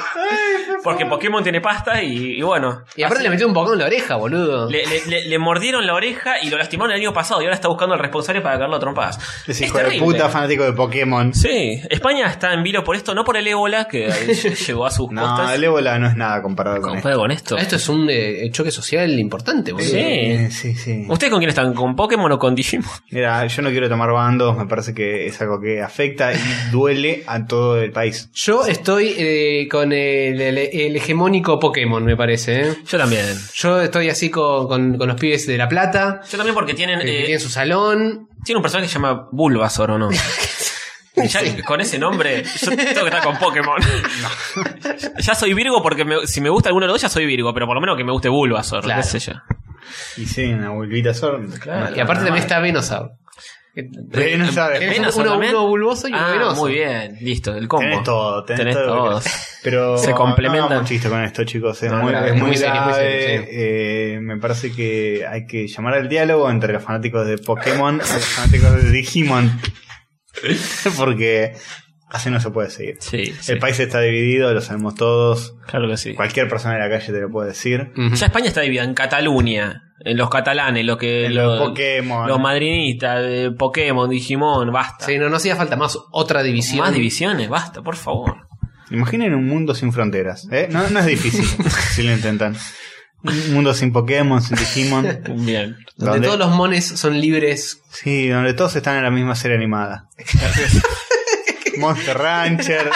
Speaker 4: Porque Pokémon tiene pasta y, y bueno.
Speaker 3: Y aparte le metió un bocón en la oreja, boludo.
Speaker 4: Ah, Le, le- le- le mordieron la oreja y lo lastimaron el año pasado y ahora está buscando al responsable para cagarlo a trompadas.
Speaker 2: Es
Speaker 4: Es
Speaker 2: hijo de
Speaker 4: terrible.
Speaker 2: puta fanático de Pokémon.
Speaker 4: Sí, España está en vilo por esto, no por el ébola que llegó a sus
Speaker 2: No,
Speaker 4: costas.
Speaker 2: el ébola no es nada comparado con esto.
Speaker 4: Compara con esto.
Speaker 3: Esto es un eh, choque social importante, boludo.
Speaker 4: Sí.
Speaker 2: Eh, sí, sí.
Speaker 4: ¿Ustedes con quién están? ¿Con Pokémon o con Digimon?
Speaker 2: Mira, yo no quiero tomar bandos, me parece que es algo que afecta y duele a todo el país.
Speaker 3: Yo estoy eh, con el, el- el hegemónico Pokémon, me parece. ¿eh?
Speaker 4: Yo también.
Speaker 3: Yo estoy así con, con- con los pibes de La Plata,
Speaker 4: Yo también porque tienen,
Speaker 3: eh, que
Speaker 4: eh,
Speaker 3: tienen su salón.
Speaker 4: tiene un personaje que se llama Bulbasaur o no. Y ya Con ese nombre, yo tengo que estar con Pokémon. ya soy Virgo porque me- si me gusta alguno de los dos, ya soy Virgo, pero por lo menos que me guste Bulbasaur,
Speaker 3: Claro.
Speaker 4: qué sé yo.
Speaker 2: Y sí, una bulbita sorda.
Speaker 4: Claro.
Speaker 3: y aparte también está Venusaur. Que-
Speaker 2: Pero no sabes,
Speaker 3: Tenés
Speaker 4: Venusaur
Speaker 3: uno,
Speaker 4: también.
Speaker 3: uno bulboso y uno
Speaker 4: Ah,
Speaker 3: venoso.
Speaker 4: muy bien, listo, el combo.
Speaker 2: Tenés todo, tenés,
Speaker 4: Tenés
Speaker 2: todo.
Speaker 4: todos.
Speaker 2: Pero
Speaker 4: Se
Speaker 2: no,
Speaker 4: complementan.
Speaker 2: No, hagamos chistes con esto, chicos. Es
Speaker 3: No,
Speaker 2: muy,
Speaker 3: grave,
Speaker 2: es muy
Speaker 3: muy serio, muy
Speaker 2: grave.
Speaker 3: serio, sí.
Speaker 2: Eh, me parece que hay que llamar al diálogo entre los fanáticos de Pokémon y los fanáticos de Digimon. Porque así no se puede seguir.
Speaker 4: Sí, sí,
Speaker 2: El país está dividido, lo sabemos todos.
Speaker 4: claro que sí.
Speaker 2: Cualquier persona de la calle te lo puede decir.
Speaker 3: Ujú.
Speaker 4: Ya España está dividida en Cataluña, en los catalanes, los que
Speaker 2: En
Speaker 4: los,
Speaker 2: los Pokémon.
Speaker 4: los madrinistas, de Pokémon, Digimon, basta.
Speaker 3: Sí, no, no hacía falta más otra división.
Speaker 4: Más divisiones, basta, por favor.
Speaker 2: Imaginen un mundo sin fronteras. ¿eh? No, no es difícil si lo intentan. Un mundo sin Pokémon, sin Digimon.
Speaker 4: Bien.
Speaker 3: Donde
Speaker 2: ¿Dónde?
Speaker 3: todos los mones son libres.
Speaker 2: Sí, donde todos están en la misma serie animada. Monster Rancher.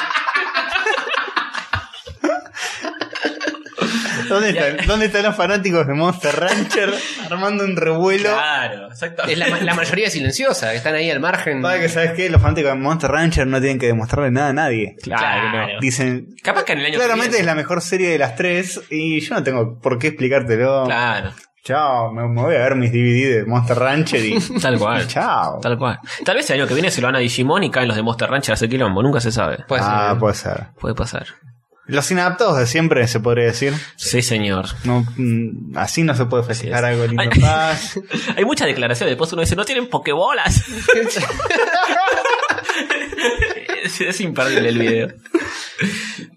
Speaker 2: ¿Dónde están, ¿Dónde están los fanáticos de Monster Rancher armando un revuelo?
Speaker 4: Claro,
Speaker 3: Es
Speaker 4: exactamente.
Speaker 3: la, la mayoría silenciosa, que están ahí al margen.
Speaker 2: Sabe que sabes qué? Los fanáticos de Monster Rancher no tienen que demostrarle nada a nadie.
Speaker 4: Claro.
Speaker 3: Claro.
Speaker 2: Dicen,
Speaker 4: Capaz que en el año que
Speaker 2: claramente es
Speaker 4: viene-
Speaker 2: la mejor serie de las tres y yo no tengo por qué explicártelo.
Speaker 4: Claro,
Speaker 2: Chao, me, me voy a ver mis DVD de Monster Rancher y
Speaker 4: tal cual.
Speaker 2: chao.
Speaker 4: tal cual. Tal vez el año que viene se lo van a Digimon y caen los de Monster Rancher a hacer quilombo, nunca se sabe.
Speaker 3: Puede ser.
Speaker 2: ah, puede ser.
Speaker 4: Puede pasar.
Speaker 2: Los inadaptados de siempre, se podría decir.
Speaker 4: Sí, señor.
Speaker 2: No, mm, así no se puede festejar
Speaker 4: Así es.
Speaker 2: algo lindo
Speaker 4: Ay.
Speaker 2: en paz.
Speaker 4: Hay muchas declaraciones, después uno dice, no tienen pokebolas. es, es imperdible el video.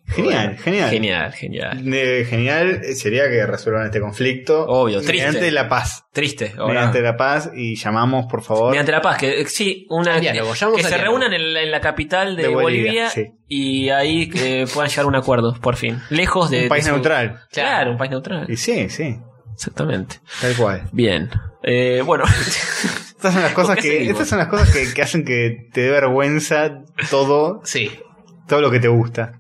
Speaker 2: Genial, genial.
Speaker 4: Genial, genial.
Speaker 2: De- genial sería que resuelvan este conflicto.
Speaker 4: Obvio, triste.
Speaker 2: Mediante la paz.
Speaker 4: Triste. ahora.
Speaker 2: Mediante la paz y llamamos, por favor.
Speaker 4: Mediante la paz, que eh, sí, una
Speaker 3: Al diálogo,
Speaker 4: que
Speaker 3: llamamos
Speaker 4: se
Speaker 3: al diálogo.
Speaker 4: reúnan en la, en la capital de,
Speaker 2: De
Speaker 4: Bolivia,
Speaker 2: Bolivia, sí.
Speaker 4: y ahí eh, puedan llegar a un acuerdo, por fin. Lejos de
Speaker 2: un país
Speaker 4: de su-
Speaker 2: neutral.
Speaker 4: Claro, un país neutral.
Speaker 2: Y sí, sí,
Speaker 4: Exactamente.
Speaker 2: tal cual.
Speaker 4: Bien. Eh, bueno,
Speaker 2: Estas son las
Speaker 4: ¿Con
Speaker 2: cosas
Speaker 4: qué
Speaker 2: que,
Speaker 4: seguimos?
Speaker 2: estas son las cosas que, que hacen que te dé vergüenza todo,
Speaker 3: Sí.
Speaker 2: todo lo que te gusta.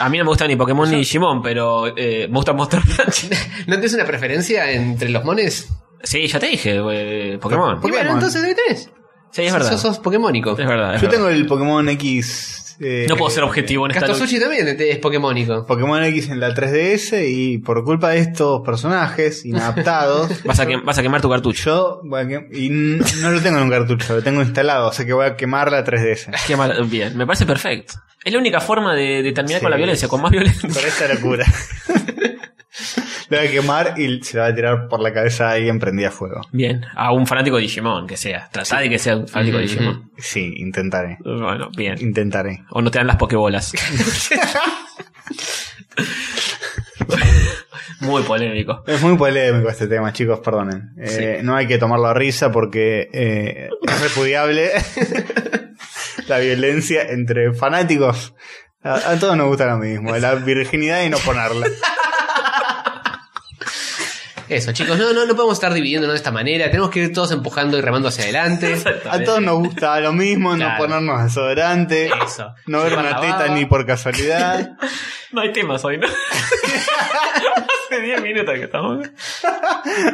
Speaker 4: a mí no me gustan ni Pokémon ni Digimon, pero eh, me gusta Monster Ranch.
Speaker 3: ¿No tienes una preferencia entre los mones?
Speaker 4: Sí, ya te dije, eh, Pokémon.
Speaker 3: Y bueno,
Speaker 2: Pokémon.
Speaker 3: entonces debe tenés.
Speaker 4: Sí, es verdad.
Speaker 3: Sos, sos pokémonico.
Speaker 4: Es verdad. es
Speaker 2: Yo
Speaker 4: verdad.
Speaker 2: tengo el Pokémon X. eh,
Speaker 4: No puedo ser objetivo en esta lucha.
Speaker 3: Castosuchi también es pokémonico.
Speaker 2: Pokémon X en la 3DS y por culpa de estos personajes inadaptados,
Speaker 4: Vas a, quem- vas a quemar tu cartucho.
Speaker 2: Yo voy a quem- y n- no lo tengo en un cartucho, lo tengo instalado, o sea que voy a quemar la 3DS.
Speaker 4: Quemar- bien, me parece perfecto. Es la única forma de, de terminar con la
Speaker 2: Sí.
Speaker 4: violencia, con más violencia.
Speaker 2: Por esta locura. lo voy a quemar y se la va a tirar por la cabeza a alguien prendida a fuego.
Speaker 4: Bien, a un fanático de Digimon, que sea. Tratá de que sea un fanático de
Speaker 3: Ujú,
Speaker 4: Digimon.
Speaker 2: Sí, intentaré.
Speaker 4: Bueno, bien.
Speaker 2: Intentaré.
Speaker 4: O no te dan las pokebolas. Muy polémico.
Speaker 2: Es muy polémico este tema, chicos, perdonen. Eh, No hay que tomarlo a risa porque eh, es repudiable la violencia entre fanáticos. A, a todos nos gusta lo mismo, la virginidad y no ponerla.
Speaker 3: Eso, chicos, no, no, no podemos estar dividiéndonos de esta manera. Tenemos que ir todos empujando y remando hacia adelante.
Speaker 2: A todos nos gusta lo mismo,
Speaker 3: Claro.
Speaker 2: no ponernos desodorante,
Speaker 3: Eso.
Speaker 2: no ver
Speaker 3: Llevar
Speaker 2: una
Speaker 3: la
Speaker 2: teta
Speaker 3: baba.
Speaker 2: ni por casualidad.
Speaker 4: No hay temas hoy, ¿no? Hace 10 minutos que estamos.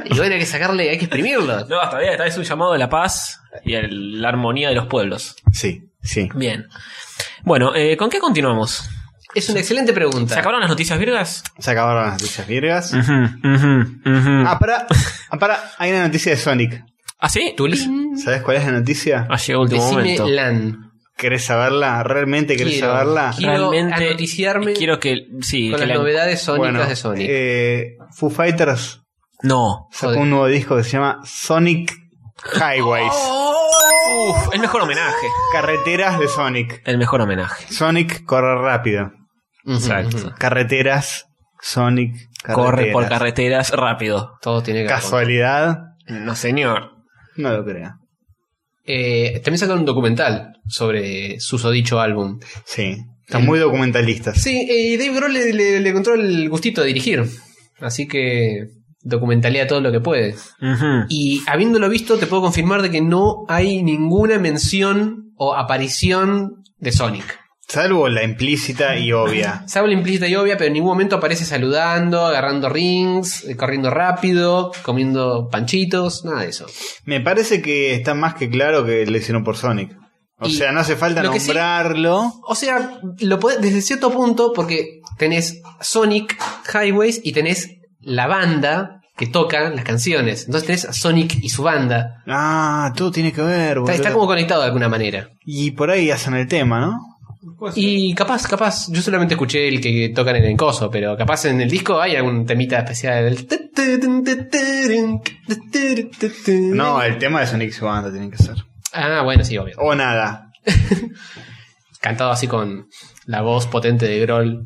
Speaker 3: Y bueno, hay que sacarle, hay que exprimirlo.
Speaker 4: No, hasta bien, esta vez es un llamado a la paz y a la armonía de los pueblos.
Speaker 2: Sí, sí.
Speaker 4: Bien. Bueno, eh, ¿con qué continuamos?
Speaker 3: Es una excelente pregunta.
Speaker 4: ¿Se acabaron las noticias virgas?
Speaker 2: Se acabaron las noticias virgas.
Speaker 4: Ujú, ujú, ujú.
Speaker 2: Ah, para, ah, para, hay una noticia de Sonic.
Speaker 4: ¿Ah, sí?
Speaker 3: Tulín.
Speaker 2: ¿Sabes cuál es la noticia?
Speaker 4: Ah, llegó el último
Speaker 3: Decime
Speaker 4: momento.
Speaker 3: LAN.
Speaker 2: ¿Querés saberla? ¿Realmente querés
Speaker 3: Quiero.
Speaker 2: saberla?
Speaker 3: Quiero anoticiarme
Speaker 4: quiero que sí
Speaker 3: Con
Speaker 4: que
Speaker 3: las
Speaker 4: la-
Speaker 3: novedades sónicas
Speaker 2: Bueno,
Speaker 3: de Sonic.
Speaker 2: eh, Foo Fighters
Speaker 4: no
Speaker 2: sacó
Speaker 3: Joder.
Speaker 2: un nuevo disco que se llama Sonic Highways.
Speaker 4: Oh. Uf, el mejor homenaje
Speaker 2: Carreteras de Sonic.
Speaker 4: el mejor homenaje
Speaker 2: Sonic corre rápido.
Speaker 3: Ujú,
Speaker 4: exacto.
Speaker 3: ujú.
Speaker 2: Carreteras, Sonic,
Speaker 4: corre por
Speaker 2: carreteras.
Speaker 4: carreteras rápido
Speaker 3: Todo tiene que ver con-
Speaker 2: ¿Casualidad?
Speaker 4: no señor
Speaker 2: No lo creo.
Speaker 3: Eh, también sacaron un documental sobre susodicho álbum.
Speaker 2: Sí. Están muy documentalistas.
Speaker 3: Sí, eh, Dave Grohl le, le- le encontró el gustito de dirigir. Así que documentalea todo lo que puede.
Speaker 4: Ujú.
Speaker 3: Y habiéndolo visto, te puedo confirmar de que no hay ninguna mención o aparición de Sonic.
Speaker 2: Salvo la implícita y obvia.
Speaker 3: Se habla implícita y obvia, pero en ningún momento aparece saludando, agarrando rings, eh, corriendo rápido, comiendo panchitos, nada de eso.
Speaker 2: Me parece que está más que claro que lo hicieron por Sonic. O
Speaker 3: Y
Speaker 2: sea, no hace falta
Speaker 3: lo que sí-
Speaker 2: nombrarlo.
Speaker 3: O sea, lo podés- desde cierto punto, porque tenés Sonic Highways y tenés la banda que toca las canciones. Entonces tenés a Sonic y su banda.
Speaker 2: Ah, todo tiene que ver.
Speaker 3: Está,
Speaker 2: boludo.
Speaker 3: está como conectado de alguna manera.
Speaker 2: Y por ahí hacen el tema, ¿no?
Speaker 3: Y capaz, capaz, yo solamente escuché el que tocan en el coso, pero capaz en el disco hay algún temita especial. El-
Speaker 2: No, el tema de Sonic su banda tiene que ser.
Speaker 3: Ah, bueno, sí, obvio.
Speaker 2: O nada.
Speaker 3: Cantado así con la voz potente de Groll.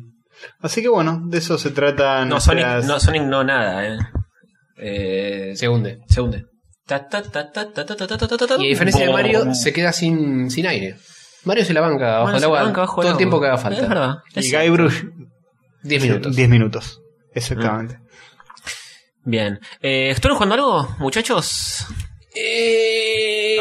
Speaker 2: Así que bueno, de eso se trata.
Speaker 4: no
Speaker 2: nuestras-
Speaker 4: Sonic no Sonic no nada eh, Eh,
Speaker 3: Se hunde.
Speaker 4: se hunde Ta, ta, ta, ta, ta, ta, ta, ta, ta, ta.
Speaker 3: Y a diferencia de
Speaker 4: Boom.
Speaker 3: Mario, se queda sin, sin aire. Mario se la banca bajo
Speaker 4: Bueno,
Speaker 3: el
Speaker 4: se
Speaker 3: agua
Speaker 4: banca bajo
Speaker 3: todo el
Speaker 4: agua.
Speaker 3: tiempo que haga
Speaker 4: Es
Speaker 3: falta.
Speaker 4: verdad.
Speaker 2: Y
Speaker 4: Es-
Speaker 2: Guybrush,
Speaker 3: 10 minutos.
Speaker 2: 10 minutos. Exactamente.
Speaker 4: Bien. Eh, ¿Estuvieron jugando algo, muchachos?
Speaker 3: Eh,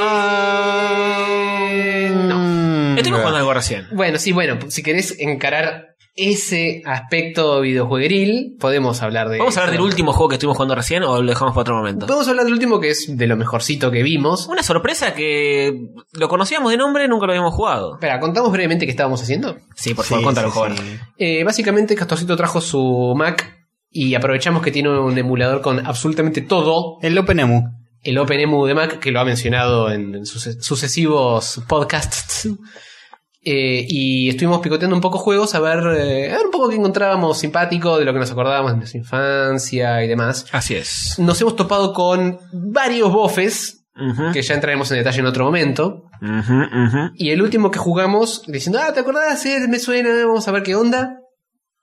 Speaker 3: no.
Speaker 2: Mm,
Speaker 4: Estuvimos jugando algo recién.
Speaker 3: Bueno, sí, bueno, si querés encarar ese aspecto videojuegueril, podemos hablar de.
Speaker 4: ¿Vamos a hablar del último juego que estuvimos jugando recién o lo dejamos para otro momento?
Speaker 3: Podemos hablar del último que es de lo mejorcito que vimos.
Speaker 4: Una sorpresa que lo conocíamos de nombre, nunca lo habíamos jugado.
Speaker 3: Espera, contamos brevemente qué estábamos haciendo.
Speaker 4: Sí, por
Speaker 2: Sí,
Speaker 4: favor, contalo,
Speaker 2: sí,
Speaker 4: joven.
Speaker 2: sí.
Speaker 3: Eh, básicamente, Castorcito trajo su Mac y aprovechamos que tiene un emulador con absolutamente todo
Speaker 2: El OpenEMU.
Speaker 3: el OpenEMU de Mac, que lo ha mencionado en en suce- sucesivos podcasts. Eh, y estuvimos picoteando un poco juegos a ver, eh, a ver un poco qué encontrábamos simpático de lo que nos acordábamos de nuestra infancia y demás.
Speaker 4: Así es.
Speaker 3: Nos hemos topado con varios bofes,
Speaker 4: Ujú,
Speaker 3: que ya entraremos en detalle en otro momento.
Speaker 4: ujú, ujú.
Speaker 3: Y el último que jugamos, diciendo, ah, ¿te acordás? Eh, me suena, vamos a ver qué onda.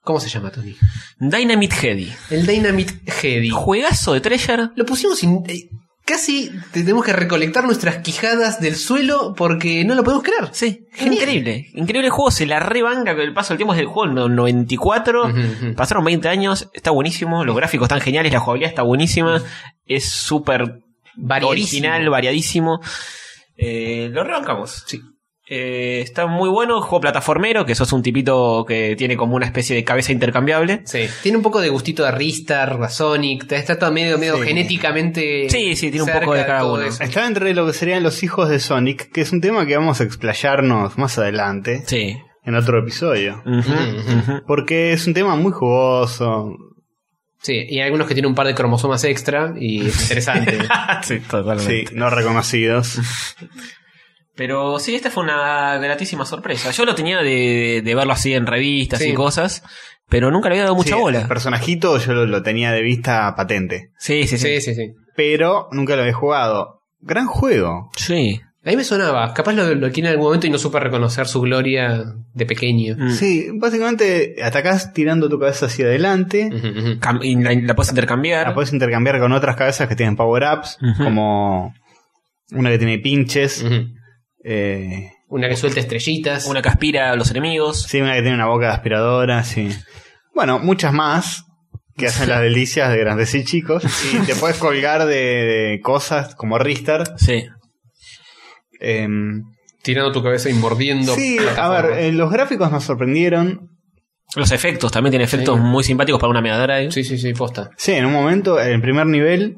Speaker 3: ¿Cómo se llama, Tony?
Speaker 4: Dynamite Heady.
Speaker 3: El Dynamite Heady.
Speaker 4: Juegazo de Treasure.
Speaker 3: Lo pusimos sin. eh, Casi tenemos que recolectar nuestras quijadas del suelo porque no lo podemos creer.
Speaker 4: Sí,
Speaker 3: Genial.
Speaker 4: increíble. Increíble juego, se la rebanca con el paso del tiempo. Es del juego no- 94.
Speaker 3: Ujú, ujú.
Speaker 4: Pasaron 20 años, está buenísimo. Los gráficos están geniales, la jugabilidad está buenísima. Es súper
Speaker 3: Variadísimo.
Speaker 4: original, variadísimo. Eh, lo rebancamos.
Speaker 3: Sí.
Speaker 4: Eh, está muy bueno, juego plataformero, que sos un tipito que tiene como una especie de cabeza intercambiable.
Speaker 3: Sí. Tiene un poco de gustito de Ristar, a Sonic. te- Está todo medio, medio
Speaker 2: Sí.
Speaker 3: genéticamente.
Speaker 4: Sí, sí, tiene un
Speaker 3: cerca
Speaker 4: poco de cada
Speaker 3: todo
Speaker 4: uno.
Speaker 3: eso.
Speaker 2: Está entre lo que serían los hijos de Sonic, que es un tema que vamos a explayarnos más adelante,
Speaker 4: Sí.
Speaker 2: en otro episodio.
Speaker 4: Ujú,
Speaker 3: Ujú,
Speaker 4: ujú.
Speaker 2: Porque es un tema muy jugoso.
Speaker 3: Sí, y hay algunos que tienen un par de cromosomas extra y es interesante.
Speaker 4: sí, totalmente.
Speaker 2: Sí, no reconocidos.
Speaker 4: Pero sí, esta fue una gratísima sorpresa. Yo lo tenía de, de verlo así en revistas
Speaker 3: Sí.
Speaker 4: y cosas, pero nunca le había dado mucha
Speaker 2: Sí, El
Speaker 4: bola.
Speaker 2: personajito yo lo, lo tenía de vista patente.
Speaker 4: Sí, sí,
Speaker 3: sí,
Speaker 4: sí.
Speaker 3: sí, sí.
Speaker 2: Pero nunca lo había jugado. Gran juego.
Speaker 4: Sí.
Speaker 3: A mí me sonaba. Capaz lo, lo tiene en algún momento y no supe reconocer su gloria de pequeño.
Speaker 4: Mm.
Speaker 2: Sí, básicamente atacás tirando tu cabeza hacia adelante.
Speaker 4: Mm.
Speaker 3: Ujú, ujú.
Speaker 4: Cam- y la, la puedes intercambiar.
Speaker 2: La puedes intercambiar con otras cabezas que tienen power-ups,
Speaker 4: Ujú.
Speaker 2: como una que tiene pinches,
Speaker 3: Ujú.
Speaker 2: eh,
Speaker 3: Una que suelta estrellitas.
Speaker 4: Una que aspira a los enemigos.
Speaker 2: sí, una que tiene una boca de aspiradora, sí. Bueno, muchas más que hacen las delicias de grandes y chicos. Y te puedes colgar de, de cosas como Ristar.
Speaker 4: Sí.
Speaker 2: em,
Speaker 3: Tirando tu cabeza y mordiendo.
Speaker 2: sí, a
Speaker 3: plataformas.
Speaker 2: ver, eh, los gráficos nos sorprendieron.
Speaker 4: Los efectos, también tiene efectos
Speaker 3: Sí.
Speaker 4: muy simpáticos para una Mega Drive.
Speaker 3: Sí, sí, sí, posta.
Speaker 2: Sí, en un momento, en el primer nivel,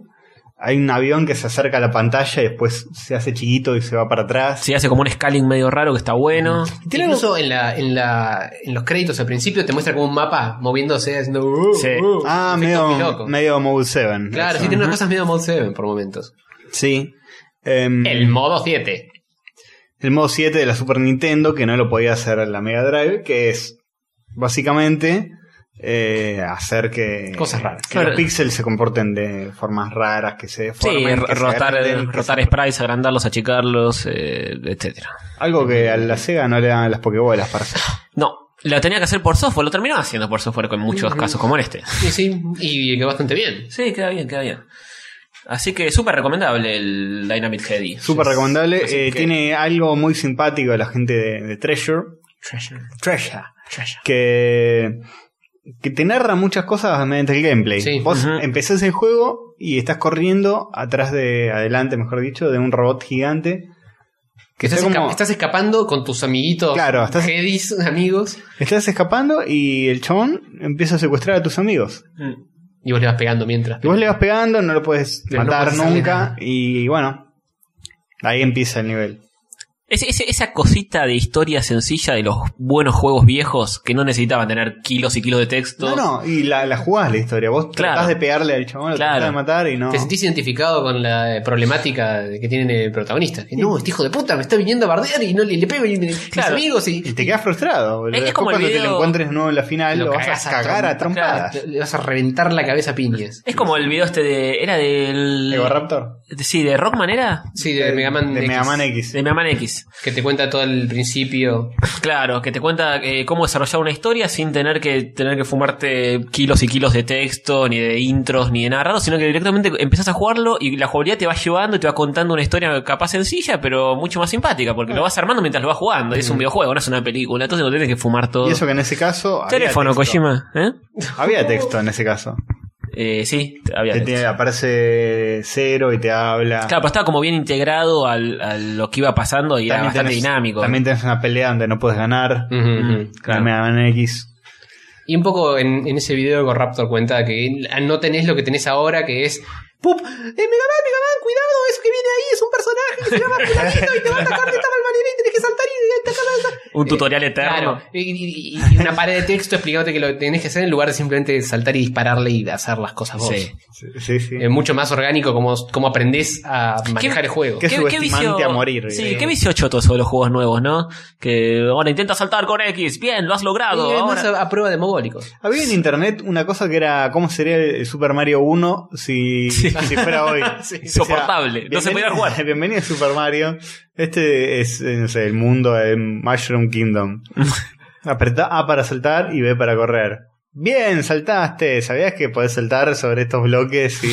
Speaker 2: hay un avión que se acerca a la pantalla y después se hace chiquito y se va para atrás.
Speaker 4: Sí, hace como un scaling medio raro que está bueno.
Speaker 3: Incluso en, la, en, la, en los créditos al principio te muestra como un mapa moviéndose, haciendo. uh,
Speaker 4: Sí.
Speaker 3: uh,
Speaker 2: ah,
Speaker 3: efecto
Speaker 2: medio,
Speaker 3: Biloco.
Speaker 2: medio Mode 7.
Speaker 3: Claro, sí,
Speaker 2: eso.
Speaker 3: tiene unas cosas medio Mode 7 por momentos.
Speaker 2: Sí. Em,
Speaker 3: El modo 7.
Speaker 2: el modo 7 de la Super Nintendo, que no lo podía hacer en la Mega Drive, que es básicamente eh, hacer que,
Speaker 3: Cosas raras.
Speaker 2: que los
Speaker 4: Claro.
Speaker 2: píxeles se comporten de formas raras, que se
Speaker 4: Sí,
Speaker 2: deformen. que se
Speaker 4: rotar,
Speaker 2: agranden, que
Speaker 4: rotar
Speaker 2: se-
Speaker 4: sprites, agrandarlos, achicarlos, eh, etcétera.
Speaker 2: Algo que a la Sega no le dan las pokebolas para hacer.
Speaker 4: No, lo tenía que hacer por software, lo terminaba haciendo por software en muchos casos como en este.
Speaker 3: Sí, sí, y quedó bastante bien.
Speaker 4: Sí, queda bien, queda bien. Así que súper recomendable el Dynamic Heady.
Speaker 2: Súper
Speaker 4: Sí,
Speaker 2: recomendable.
Speaker 4: así
Speaker 2: Eh,
Speaker 4: que-
Speaker 2: Tiene algo muy simpático de la gente de, de Treasure.
Speaker 4: Treasure,
Speaker 2: Treasure.
Speaker 4: treasure.
Speaker 2: Que, que te narra muchas cosas mediante el gameplay.
Speaker 3: Sí.
Speaker 2: Vos
Speaker 4: Ujú.
Speaker 2: empezás el juego y estás corriendo atrás de, adelante mejor dicho, de un robot gigante.
Speaker 3: Que
Speaker 2: Que
Speaker 3: estás,
Speaker 2: está
Speaker 3: esca-
Speaker 2: como-
Speaker 3: estás escapando con tus amiguitos.
Speaker 2: Claro, estás-
Speaker 3: Jedis, amigos.
Speaker 2: Estás escapando y el chabón empieza a secuestrar a tus amigos.
Speaker 4: Mm.
Speaker 3: Y vos le vas pegando mientras.
Speaker 2: Y vos le vas pegando, no lo puedes
Speaker 3: Pero no
Speaker 2: matar
Speaker 3: puedes hacerle
Speaker 2: nunca.
Speaker 3: nada.
Speaker 2: Y bueno, ahí empieza el nivel.
Speaker 4: Ese- ese- esa cosita de historia sencilla de los buenos juegos viejos que no necesitaban tener kilos y kilos de
Speaker 2: No,
Speaker 4: texto.
Speaker 2: no, y la, la jugás la historia. Vos
Speaker 4: Claro.
Speaker 2: tratás de pegarle al chabón, lo
Speaker 4: Claro.
Speaker 2: tratás de matar y no.
Speaker 3: Te sentís identificado con la eh, problemática de- que tiene el protagonista. Que no, este hijo de puta me está viniendo a bardear y no le, le pego y me-
Speaker 4: Claro.
Speaker 3: mis amigos y.
Speaker 2: Y te quedas frustrado, boludo.
Speaker 4: Es- es
Speaker 2: Después
Speaker 4: como el
Speaker 2: cuando te lo
Speaker 4: video-
Speaker 2: encuentres de nuevo en la final, lo, vas
Speaker 3: cagás
Speaker 2: a cagar a trompadas.
Speaker 3: claro, le vas a reventar la cabeza a piñas.
Speaker 4: Es como el video este de. Era del.
Speaker 2: Ego Raptor.
Speaker 4: de- Sí, de Rockman era.
Speaker 3: Sí, de Mega Man
Speaker 2: Eh, De
Speaker 3: X,
Speaker 2: Mega Man X.
Speaker 4: De Mega Man X.
Speaker 3: Que te cuenta todo el principio.
Speaker 4: Claro, que te cuenta eh, cómo desarrollar una historia sin tener que tener que fumarte kilos y kilos de texto, ni de intros, ni de nada raro, sino que directamente empezás a jugarlo y la jugabilidad te va llevando y te va contando una historia capaz sencilla, pero mucho más simpática, porque lo vas armando mientras lo vas jugando. Es un videojuego, no es una película, entonces no tenés que fumar todo.
Speaker 2: Mm. Y eso que en ese caso. había
Speaker 4: Teléfono,
Speaker 2: texto.
Speaker 4: Kojima, ¿eh?
Speaker 2: Había texto en ese caso.
Speaker 4: Eh, sí, había
Speaker 2: Te
Speaker 4: texto.
Speaker 2: tiene- aparece cero y te habla.
Speaker 4: Claro, pero estaba como bien integrado al, a lo que iba pasando y era bastante
Speaker 2: tenés-
Speaker 4: dinámico. Mm,
Speaker 2: También tenés una pelea donde no puedes ganar.
Speaker 3: Ujú, ujú.
Speaker 2: Claro. Mega Man X.
Speaker 3: Y un poco en, en ese video con Raptor cuenta que ah, no tenés lo que tenés ahora, que es. ¡Pup! ¡Eh, Mega Man, Mega Man! ¡Cuidado! ¡Es que viene ahí! ¡Es un personaje! que ¡Se llama Fulanito! ¡Y te va a atacar de esta mal manera! ¡Y tenés que saltar y atacar a esa-
Speaker 4: Un tutorial
Speaker 3: Eh, Claro,
Speaker 4: eterno.
Speaker 3: y, y- y- y una pared de texto explicándote que lo tenés que hacer en lugar de simplemente saltar y dispararle y hacer las cosas vos.
Speaker 4: Sí.
Speaker 2: Sí, sí.
Speaker 4: Eh,
Speaker 3: Es mucho más orgánico como, como aprendés a manejar el juego.
Speaker 2: qué subestimante a morir, eh.
Speaker 4: Sí,
Speaker 2: digamos.
Speaker 4: qué vicio choto eso de los juegos nuevos, ¿no? Que ahora intenta saltar con X, bien, lo has logrado.
Speaker 3: Y además
Speaker 4: ahora-
Speaker 3: a, a prueba de mogólicos.
Speaker 2: Había en internet una cosa que era cómo sería el Super Mario 1 si, si fuera hoy.
Speaker 3: Sí.
Speaker 4: Insoportable, no se
Speaker 2: bienvenido-
Speaker 4: podía jugar.
Speaker 2: Bienvenido a Super Mario. Este es eh, no sé, el mundo de Mushroom Kingdom. Apretá A para saltar y B para correr. Bien, saltaste. ¿Sabías que podés saltar sobre estos bloques y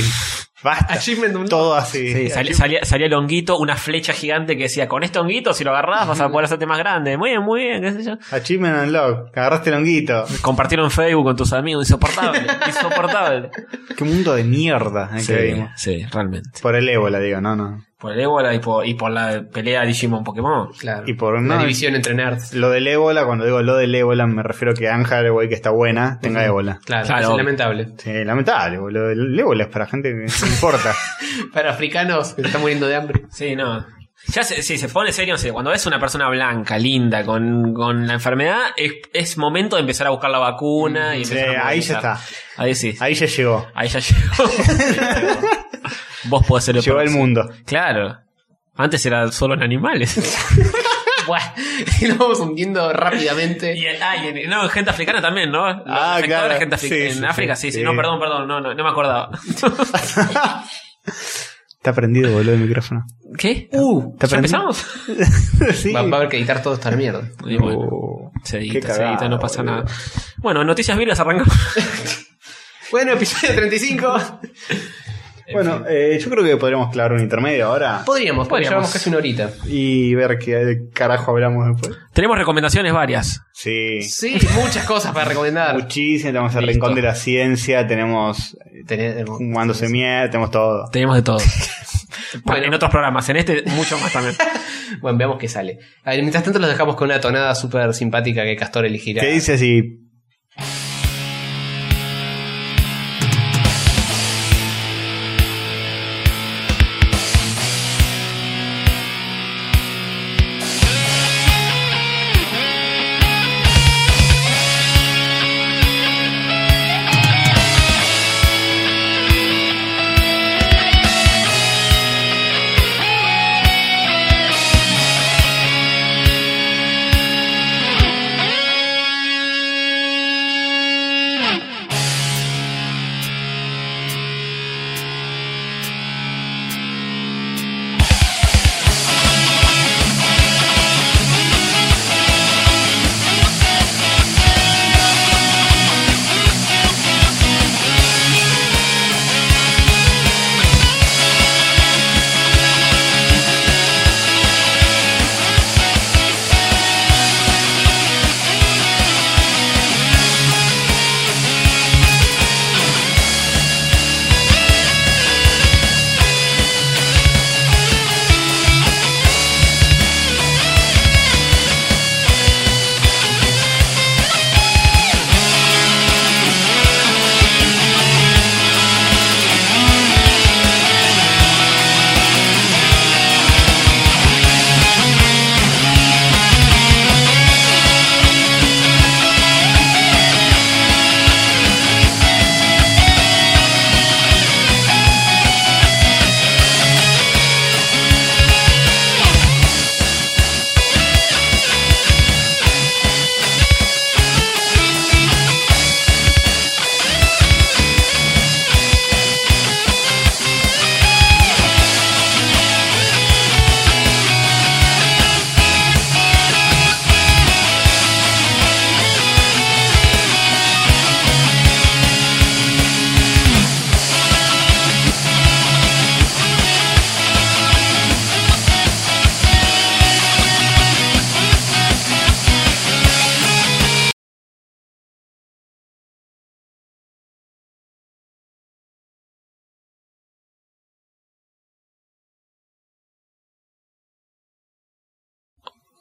Speaker 2: basta?
Speaker 3: Achievement unlocked.
Speaker 2: Todo así.
Speaker 4: Sí, sal- salía, salía el honguito, una flecha gigante que decía, con este honguito, si lo agarrás, vas a poder hacerte más grande. Muy bien, muy bien, qué sé yo.
Speaker 2: Achievement Unlock. Agarraste el honguito.
Speaker 4: Compartirlo en Facebook con tus amigos, insoportable, insoportable.
Speaker 2: Qué mundo de mierda en el que
Speaker 4: Sí,
Speaker 2: vivimos.
Speaker 4: sí, realmente.
Speaker 2: Por el ébola, digo, no, no.
Speaker 4: Por el ébola y por, y por la pelea Digimon Pokémon.
Speaker 3: Claro.
Speaker 2: Y por
Speaker 3: una
Speaker 2: no,
Speaker 3: división entre nerds.
Speaker 2: Lo del ébola, cuando digo lo del ébola, me refiero a que Anja Haraway, que está buena, tenga ébola.
Speaker 3: Claro,
Speaker 4: Claro.
Speaker 3: es lamentable.
Speaker 2: Sí, lamentable, boludo. El ébola es para gente que no importa.
Speaker 3: Para africanos que se están muriendo de hambre.
Speaker 4: Sí, no. Ya se, si se pone serio, no sé, cuando ves una persona blanca, linda, con, con la enfermedad, es, es momento de empezar a buscar la vacuna. Y
Speaker 2: Sí,
Speaker 4: empezar
Speaker 2: Eh,
Speaker 4: a
Speaker 2: ahí ya
Speaker 4: movilizar.
Speaker 2: está.
Speaker 4: Ahí sí.
Speaker 2: Ahí ya llegó.
Speaker 4: Ahí ya llegó. Vos podés ser el
Speaker 2: Llegó al
Speaker 4: próximo.
Speaker 2: mundo.
Speaker 4: Claro. Antes era solo en animales.
Speaker 3: Buah, y lo vamos hundiendo rápidamente.
Speaker 4: y el- ah, y en- no, en gente africana también, ¿no? Los
Speaker 2: Ah,
Speaker 4: infectados
Speaker 2: claro.
Speaker 4: de gente afri-
Speaker 2: Sí,
Speaker 4: en
Speaker 2: sí,
Speaker 4: África,
Speaker 2: sí,
Speaker 4: sí, sí,
Speaker 2: sí.
Speaker 4: No, perdón, perdón, no, no, no me acordaba.
Speaker 2: Está prendido, boludo, el micrófono.
Speaker 4: ¿Qué? Uh,
Speaker 2: ¿Te
Speaker 4: ¿ya
Speaker 2: aprendí?
Speaker 4: empezamos?
Speaker 2: sí.
Speaker 3: Va, va a haber que editar toda esta mierda.
Speaker 4: Y bueno.
Speaker 2: Oh,
Speaker 4: Se
Speaker 2: qué
Speaker 4: edita, se
Speaker 2: cagada,
Speaker 4: edita, no pasa
Speaker 2: boludo.
Speaker 4: nada. Bueno, noticias virgas arrancamos.
Speaker 3: Bueno, episodio 35.
Speaker 2: Bueno, eh, yo creo que podríamos clavar un intermedio ahora
Speaker 3: Podríamos,
Speaker 4: Podríamos.
Speaker 3: podríamos. Llevamos casi una horita.
Speaker 2: y ver qué carajo hablamos después.
Speaker 4: Tenemos recomendaciones varias.
Speaker 2: Sí.
Speaker 3: Sí, muchas cosas para recomendar.
Speaker 2: Muchísimo, tenemos el
Speaker 3: Listo.
Speaker 2: rincón de la ciencia, tenemos
Speaker 3: Tener-
Speaker 2: fumándose mierda, tenemos todo.
Speaker 4: Tenemos de todo. bueno,
Speaker 3: Bueno.
Speaker 4: en otros programas, en este mucho más también.
Speaker 3: Bueno, veamos qué sale. A ver, mientras tanto los dejamos con una tonada súper simpática que Castor elegirá.
Speaker 2: ¿Qué dice si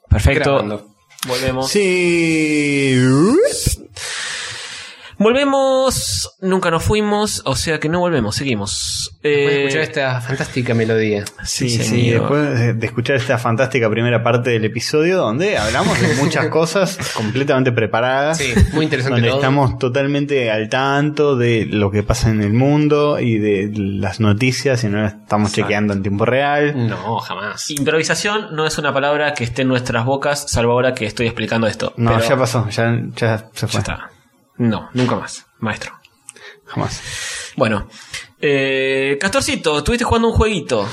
Speaker 4: Perfecto.
Speaker 3: Grabando.
Speaker 4: Volvemos.
Speaker 2: Sí.
Speaker 4: Volvemos. Nunca nos fuimos. O sea que no volvemos. Seguimos.
Speaker 3: Voy a
Speaker 4: Eh,
Speaker 3: escuchar esta fantástica melodía.
Speaker 2: Sí, sí,
Speaker 4: señor.
Speaker 2: después de- de escuchar esta fantástica primera parte del episodio donde hablamos de muchas cosas completamente preparadas.
Speaker 3: Sí, muy interesante
Speaker 2: Donde
Speaker 3: todo.
Speaker 2: estamos totalmente al tanto de lo que pasa en el mundo y de las noticias y no las estamos chequeando en tiempo real.
Speaker 3: No, jamás.
Speaker 4: Improvisación no es una palabra que esté en nuestras bocas, salvo ahora que estoy explicando esto.
Speaker 2: No,
Speaker 4: Pero
Speaker 2: ya pasó, ya, ya se fue.
Speaker 4: ya está. No, nunca más, maestro.
Speaker 2: Jamás.
Speaker 4: Bueno, eh, Castorcito, estuviste jugando un jueguito.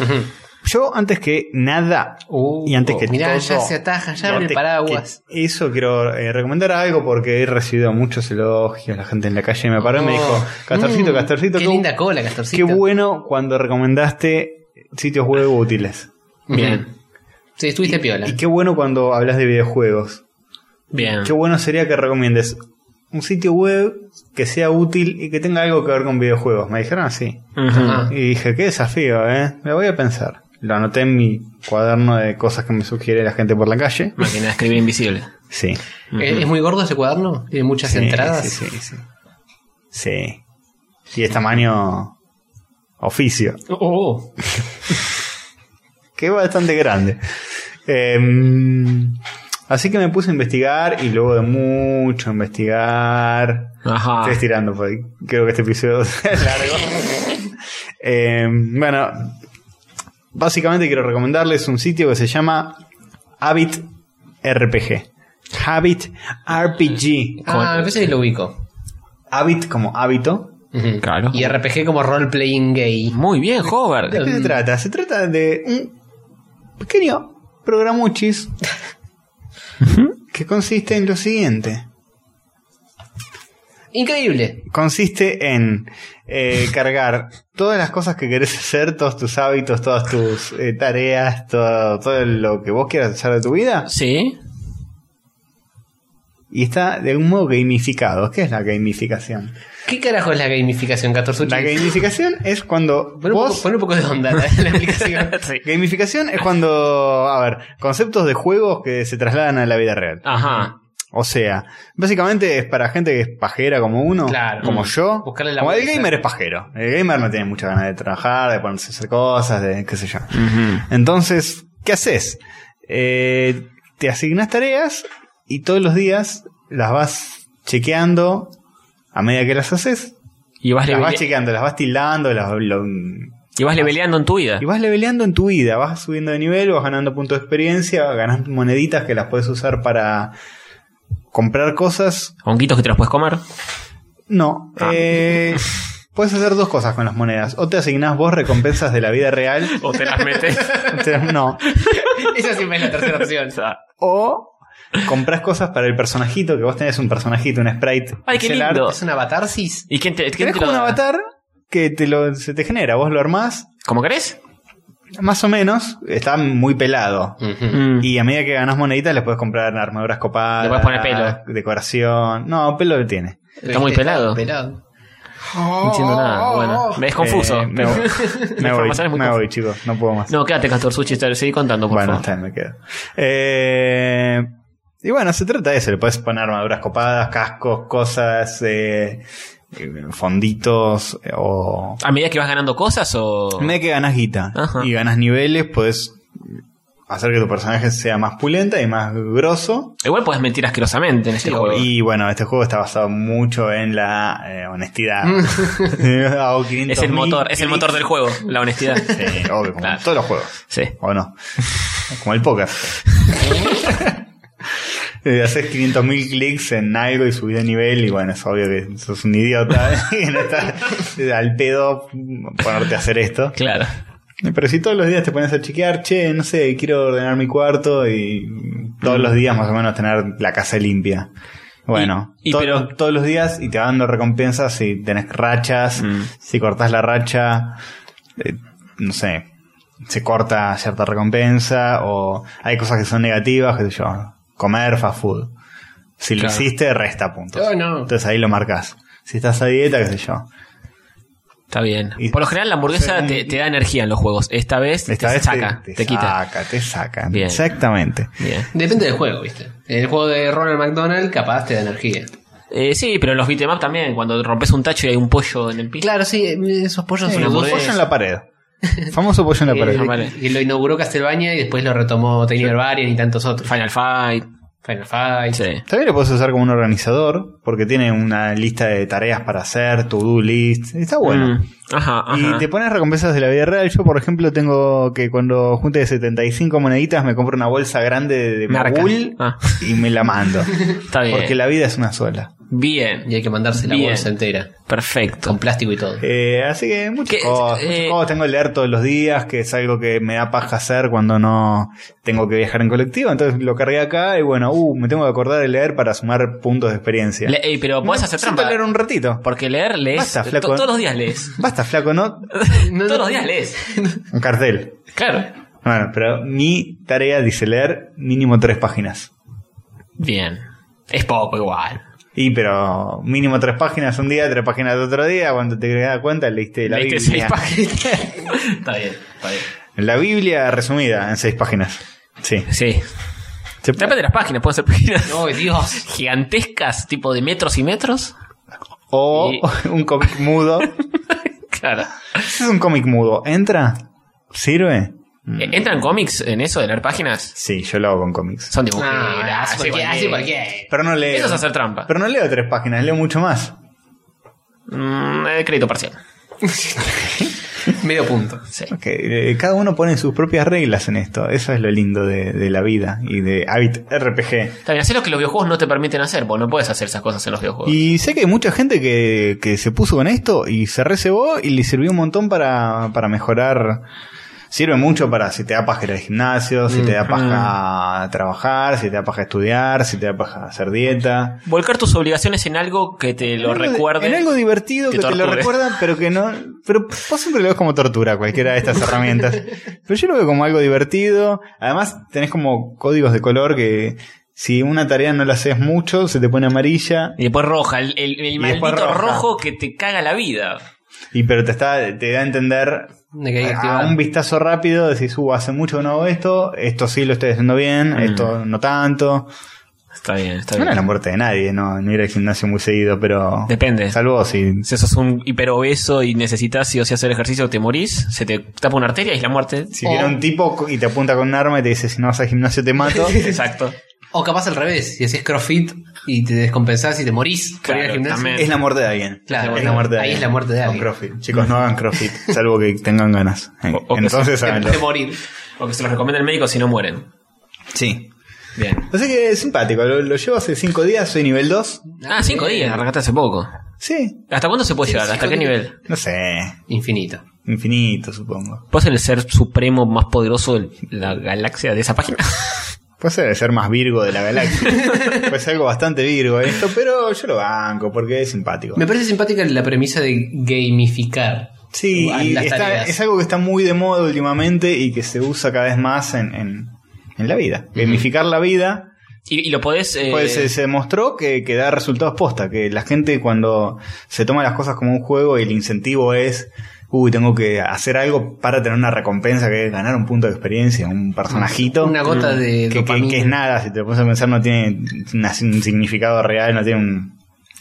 Speaker 2: Yo antes que nada
Speaker 3: Uh,
Speaker 2: y antes que
Speaker 3: mirá,
Speaker 2: todo,
Speaker 3: ya se ataja, ya
Speaker 2: y
Speaker 3: abre el
Speaker 2: antes
Speaker 3: paraguas.
Speaker 2: que Eso quiero eh, recomendar algo porque he recibido muchos elogios. La gente en la calle me paró y me dijo, Castorcito,
Speaker 3: Oh. Mm,
Speaker 2: Castorcito,
Speaker 3: Qué
Speaker 2: qué-
Speaker 3: linda cola,
Speaker 2: Qué
Speaker 3: Castorcito.
Speaker 2: bueno cuando recomendaste sitios web útiles.
Speaker 3: Bien. Mm. Sí, estuviste piola. Ah.
Speaker 2: Y qué bueno cuando hablas de videojuegos.
Speaker 4: Bien.
Speaker 2: Qué bueno sería que recomiendes un sitio web que sea útil y que tenga algo que ver con videojuegos. Me dijeron así.
Speaker 4: Ujú. Ah,
Speaker 3: Ajá.
Speaker 2: Y dije, qué desafío, ¿eh? Me voy a pensar. Lo anoté en mi cuaderno de cosas que me sugiere la gente por la calle.
Speaker 4: Máquina de escribir invisible.
Speaker 2: Sí.
Speaker 3: ¿Es es muy gordo ese cuaderno? ¿Tiene muchas
Speaker 2: Sí,
Speaker 3: entradas?
Speaker 2: Sí, sí, sí. Sí. Y es tamaño oficio.
Speaker 3: Oh,
Speaker 2: que es bastante grande. Eh, así que me puse a investigar y luego de mucho investigar.
Speaker 4: Ajá.
Speaker 2: Estoy estirando, porque creo que este episodio es largo. Eh, bueno, básicamente quiero recomendarles un sitio que se llama Habit RPG. Habit RPG.
Speaker 3: Ah, me parece que lo ubico.
Speaker 2: Habit como hábito.
Speaker 3: Ujú.
Speaker 4: Claro.
Speaker 3: Y RPG como role-playing game.
Speaker 4: Muy bien,
Speaker 2: ¿De
Speaker 4: Hobart.
Speaker 2: qué se trata? Se trata de un pequeño programuchis que consiste en lo siguiente.
Speaker 3: Increíble.
Speaker 2: Consiste en eh, cargar todas las cosas que querés hacer, todos tus hábitos, todas tus eh, tareas, todo, todo lo que vos quieras hacer de tu vida.
Speaker 4: Sí.
Speaker 2: Y está de un modo gamificado. ¿Qué es la gamificación?
Speaker 3: ¿Qué carajo es la gamificación, 14
Speaker 2: La gamificación es cuando
Speaker 3: Pon un, poco,
Speaker 2: vos...
Speaker 3: pon un poco de onda la, la explicación.
Speaker 2: Gamificación es cuando, a ver, conceptos de juegos que se trasladan a la vida real.
Speaker 4: Ajá.
Speaker 2: O sea, básicamente es para gente que es pajera como uno,
Speaker 3: Claro.
Speaker 2: como
Speaker 3: Mm.
Speaker 2: yo.
Speaker 3: Buscarle la
Speaker 2: como el
Speaker 3: vuelta.
Speaker 2: gamer es pajero. El gamer no tiene muchas ganas de trabajar, de ponerse a hacer cosas, de qué sé yo. Entonces, ¿qué haces? Eh, te asignas tareas y todos los días las vas chequeando a medida que las haces.
Speaker 4: Y vas,
Speaker 2: Las vas
Speaker 4: levele-
Speaker 2: chequeando, las vas tildando, las, lo-
Speaker 4: y vas leveleando en tu vida.
Speaker 2: y vas leveleando en tu vida, vas subiendo de nivel, vas ganando puntos de experiencia, ganas moneditas que las puedes usar para comprar cosas
Speaker 4: Honguitos que te los puedes comer.
Speaker 2: No.
Speaker 4: Ah.
Speaker 2: eh, puedes hacer dos cosas con las monedas. O te asignás vos recompensas de la vida real.
Speaker 4: O te las metes.
Speaker 2: o te- no.
Speaker 3: Esa siempre es la tercera opción.
Speaker 2: O compras cosas para el personajito, que vos tenés un personajito, un sprite.
Speaker 4: Ay, qué
Speaker 2: pixel art.
Speaker 4: lindo.
Speaker 3: ¿Es una avatarsis?
Speaker 4: ¿Y quién te, quién
Speaker 2: Tenés
Speaker 4: te
Speaker 2: como
Speaker 4: lo
Speaker 2: un
Speaker 4: da?
Speaker 2: avatar que te lo, se te genera. Vos lo armás,
Speaker 4: ¿Cómo querés?
Speaker 2: más o menos, está muy pelado.
Speaker 3: Ujú.
Speaker 2: Mm. Y a medida que ganás moneditas, les puedes comprar armaduras copadas.
Speaker 4: Mm. Le podés poner pelo.
Speaker 2: Decoración. No, pelo le tiene.
Speaker 4: Está muy pelado.
Speaker 3: Este,
Speaker 4: Oh,
Speaker 3: pelado.
Speaker 4: No entiendo nada. Bueno, me es confuso.
Speaker 2: Oh, Eh, me voy, me voy,
Speaker 4: información es muy
Speaker 2: me voy,
Speaker 4: confusa.
Speaker 2: chicos. No puedo más.
Speaker 4: No, quédate, Castor Suchi, te seguí contando, por
Speaker 2: Bueno,
Speaker 4: favor.
Speaker 2: está, bien, me quedo. Eh, y bueno, se trata de eso. Le puedes poner armaduras copadas, cascos, cosas, eh, eh, fonditos eh, o...
Speaker 4: ¿A medida que vas ganando cosas o...?
Speaker 2: Me que ganas guita
Speaker 4: Ajá.
Speaker 2: y ganas niveles, puedes hacer que tu personaje sea más pulenta y más grosso.
Speaker 4: Igual puedes mentir asquerosamente en este juego.
Speaker 2: Y bueno, este juego está basado mucho en la eh, honestidad. Hago 500.000
Speaker 4: Es el motor, es el
Speaker 2: clics.
Speaker 4: motor del juego, la honestidad.
Speaker 2: Sí, obvio, como
Speaker 4: Claro.
Speaker 2: todos los juegos.
Speaker 4: Sí.
Speaker 2: ¿O no? Como el póker. Eh, Haces 500.000 clics en algo y subís de nivel y bueno, es obvio que sos un idiota y no está al pedo ponerte a hacer esto.
Speaker 4: Claro.
Speaker 2: Pero si todos los días te pones a chequear, che, no sé, quiero ordenar mi cuarto y todos
Speaker 4: Mm.
Speaker 2: los días más o menos tener la casa limpia. Bueno,
Speaker 4: Y- y
Speaker 2: to-
Speaker 4: pero-
Speaker 2: todos los días y te va dando recompensas si tenés rachas,
Speaker 4: Mm.
Speaker 2: si cortás la racha, eh, no sé, se corta cierta recompensa o hay cosas que son negativas, qué sé yo, comer fast food. Si lo
Speaker 4: Claro.
Speaker 2: hiciste, resta puntos.
Speaker 3: Oh, no.
Speaker 2: Entonces ahí lo marcas. Si estás a dieta, qué sé yo.
Speaker 4: Está bien.
Speaker 2: Y-
Speaker 4: Por lo general la hamburguesa
Speaker 2: Sí.
Speaker 4: te, te da energía en los juegos. Esta vez
Speaker 2: Esta
Speaker 4: te
Speaker 2: vez
Speaker 4: saca, te, quita.
Speaker 2: saca, te Ah, saca.
Speaker 4: Bien.
Speaker 2: Exactamente.
Speaker 4: Bien.
Speaker 3: Depende del juego, ¿viste? En el juego de Ronald McDonald, capaz te da energía.
Speaker 4: Eh, sí, pero en los beat'em up también, cuando rompes un tacho y hay un pollo en el piso.
Speaker 3: Claro, sí, esos pollos
Speaker 2: Sí,
Speaker 3: son
Speaker 2: un
Speaker 3: hamburguesas.
Speaker 2: pollo en la pared. Famoso pollo en la
Speaker 3: Eh,
Speaker 2: pared.
Speaker 4: normal.
Speaker 3: que- que lo inauguró Castlevania y después lo retomó Tiny Barbarian y tantos otros.
Speaker 4: Final Fight.
Speaker 3: Final Fight.
Speaker 4: Sí.
Speaker 2: También lo puedes usar como un organizador, porque tiene una lista de tareas para hacer, to-do list. Está bueno.
Speaker 4: Mm. Ajá, ajá.
Speaker 2: Y te pones recompensas de la vida real. Yo, por ejemplo, tengo que cuando junte 75 moneditas me compro una bolsa grande de
Speaker 4: Narca.
Speaker 2: mogul
Speaker 4: Ah.
Speaker 2: y me la mando.
Speaker 4: Está bien.
Speaker 2: Porque la vida es una sola.
Speaker 4: Bien.
Speaker 3: Y hay que mandarse la
Speaker 4: Bien.
Speaker 3: bolsa entera,
Speaker 4: Perfecto.
Speaker 3: con plástico y todo.
Speaker 2: Eh, así que muchas
Speaker 4: Que,
Speaker 2: cosas,
Speaker 4: eh,
Speaker 2: muchas cosas. Tengo que leer todos los días, que es algo que me da paja hacer cuando no tengo que viajar en colectivo. Entonces lo cargué acá y bueno, uh, me tengo que acordar de leer para sumar puntos de experiencia.
Speaker 4: Le- ey, pero podés
Speaker 2: No,
Speaker 4: hacer
Speaker 2: siento
Speaker 4: trampa.
Speaker 2: leer un ratito.
Speaker 4: Porque leer, lees.
Speaker 2: Basta,
Speaker 4: to-
Speaker 2: flaco.
Speaker 4: todos los días lees.
Speaker 2: Basta, flaco, ¿no?
Speaker 3: No,
Speaker 4: todos
Speaker 3: no.
Speaker 4: los días lees.
Speaker 2: Un cartel.
Speaker 4: Claro.
Speaker 2: Bueno, pero mi tarea dice leer mínimo tres páginas.
Speaker 4: Bien. Es poco igual.
Speaker 2: Y pero mínimo tres páginas un día, tres páginas de otro día, cuando te das cuenta leíste la
Speaker 4: Leíste seis
Speaker 2: Biblia.
Speaker 4: páginas. está bien, está bien.
Speaker 2: la Biblia resumida en seis páginas. Sí.
Speaker 4: Sí.
Speaker 2: Se-
Speaker 4: Depende de las páginas, pueden ser páginas
Speaker 3: ¡Oh, Dios!
Speaker 4: gigantescas, tipo de metros y metros.
Speaker 2: O
Speaker 4: Y-
Speaker 2: un cómic mudo.
Speaker 4: Claro.
Speaker 2: Ese es un cómic mudo. ¿Entra? ¿Sirve? Mm.
Speaker 4: Eh, ¿Entran cómics en eso de leer páginas?
Speaker 2: Sí, yo lo hago con cómics.
Speaker 4: Son
Speaker 3: Ah,
Speaker 4: dibujitas.
Speaker 3: así
Speaker 4: así
Speaker 3: cualquiera, así
Speaker 4: cualquiera.
Speaker 3: cualquiera.
Speaker 2: Pero no leo.
Speaker 4: Eso es hacer trampa.
Speaker 2: Pero no leo tres páginas, leo mucho más.
Speaker 4: Mm, eh, crédito parcial.
Speaker 3: Medio punto.
Speaker 4: Sí.
Speaker 2: Que, eh, cada uno pone sus propias reglas en esto. Eso es lo lindo de, de la vida y de Habit RPG.
Speaker 4: Está bien, hacer lo que los videojuegos no te permiten hacer, porque no puedes hacer esas cosas en los videojuegos.
Speaker 2: Y sé que hay mucha gente que, que se puso con esto y se recebó y le sirvió un montón para, para mejorar. Sirve mucho para si te da paja ir al gimnasio, si te da
Speaker 4: Mm.
Speaker 2: paja trabajar, si te da paja estudiar, si te da paja hacer dieta.
Speaker 4: Volcar tus obligaciones en algo que te
Speaker 2: En
Speaker 4: lo
Speaker 2: algo de-
Speaker 4: recuerde.
Speaker 2: En algo divertido
Speaker 4: te
Speaker 2: que te lo
Speaker 4: torture.
Speaker 2: recuerda, pero que no. Pero vos siempre lo ves como tortura cualquiera de estas herramientas. Pero yo lo veo como algo divertido. Además, tenés como códigos de color que si una tarea no la haces mucho, se te pone amarilla.
Speaker 4: Y después roja, el, el- el
Speaker 2: Y después
Speaker 4: maldito
Speaker 2: roja.
Speaker 4: rojo que te caga la vida.
Speaker 2: Y pero te está, te da a entender
Speaker 3: De
Speaker 4: Ah,
Speaker 3: que hay que
Speaker 2: a
Speaker 3: activar.
Speaker 2: un vistazo rápido, decís, uh, hace mucho que no hago esto, esto sí lo estoy haciendo bien, esto no tanto.
Speaker 4: Está bien, está
Speaker 2: No
Speaker 4: bien.
Speaker 2: es la muerte de nadie, no, no ir al gimnasio muy seguido, pero.
Speaker 4: Depende.
Speaker 2: Salvo si.
Speaker 4: Si sos un hiperobeso y necesitas sí o sí hacer ejercicio, te morís, se te tapa una arteria y es la muerte.
Speaker 2: Si
Speaker 3: O-
Speaker 2: viene un tipo y te apunta con un arma y te dice, si no vas al gimnasio te mato.
Speaker 4: Exacto.
Speaker 3: O capaz al revés, si haces crossfit y te descompensás y te morís por ir al
Speaker 4: Claro,
Speaker 3: gimnasio.
Speaker 4: también.
Speaker 2: es la muerte de alguien.
Speaker 3: Claro,
Speaker 2: es la muerte de
Speaker 3: ahí
Speaker 2: alguien.
Speaker 3: es la muerte de alguien.
Speaker 2: Con crossfit. Chicos, no hagan crossfit, salvo que tengan ganas.
Speaker 4: O- o que
Speaker 2: Entonces háganlo.
Speaker 3: De morir.
Speaker 4: O que se los recomienda el médico si no mueren.
Speaker 2: Sí.
Speaker 4: Bien.
Speaker 2: Así que es simpático, lo, lo llevo hace 5 días, soy nivel 2.
Speaker 4: Ah, cinco días, arrancaste hace poco.
Speaker 2: Sí.
Speaker 4: ¿Hasta cuándo se puede llegar? ¿Hasta
Speaker 3: cinco
Speaker 4: qué
Speaker 3: días.
Speaker 4: nivel?
Speaker 2: No sé.
Speaker 3: Infinito.
Speaker 2: Infinito, supongo.
Speaker 4: ¿Vos ser el ser supremo más poderoso de la galaxia de esa página?
Speaker 2: Pues debe ser más Virgo de la galaxia. pues algo bastante Virgo esto, pero yo lo banco porque es simpático.
Speaker 3: Me parece simpática la premisa de gamificar.
Speaker 2: Sí,
Speaker 3: a
Speaker 2: y
Speaker 3: las
Speaker 2: está-
Speaker 3: tareas.
Speaker 2: es algo que está muy de moda últimamente y que se usa cada vez más en, en- en la vida. Gamificar la vida,
Speaker 4: Y, y lo podés... eh,
Speaker 2: pues se, se demostró que, que da resultados posta, que la gente cuando se toma las cosas como un juego y el incentivo es, uy, tengo que hacer algo para tener una recompensa, que es ganar un punto de experiencia, un personajito.
Speaker 3: Una gota de
Speaker 2: que, que-
Speaker 3: dopamina.
Speaker 2: que es nada, si te lo pones a pensar, no tiene una- un significado real, no tiene un.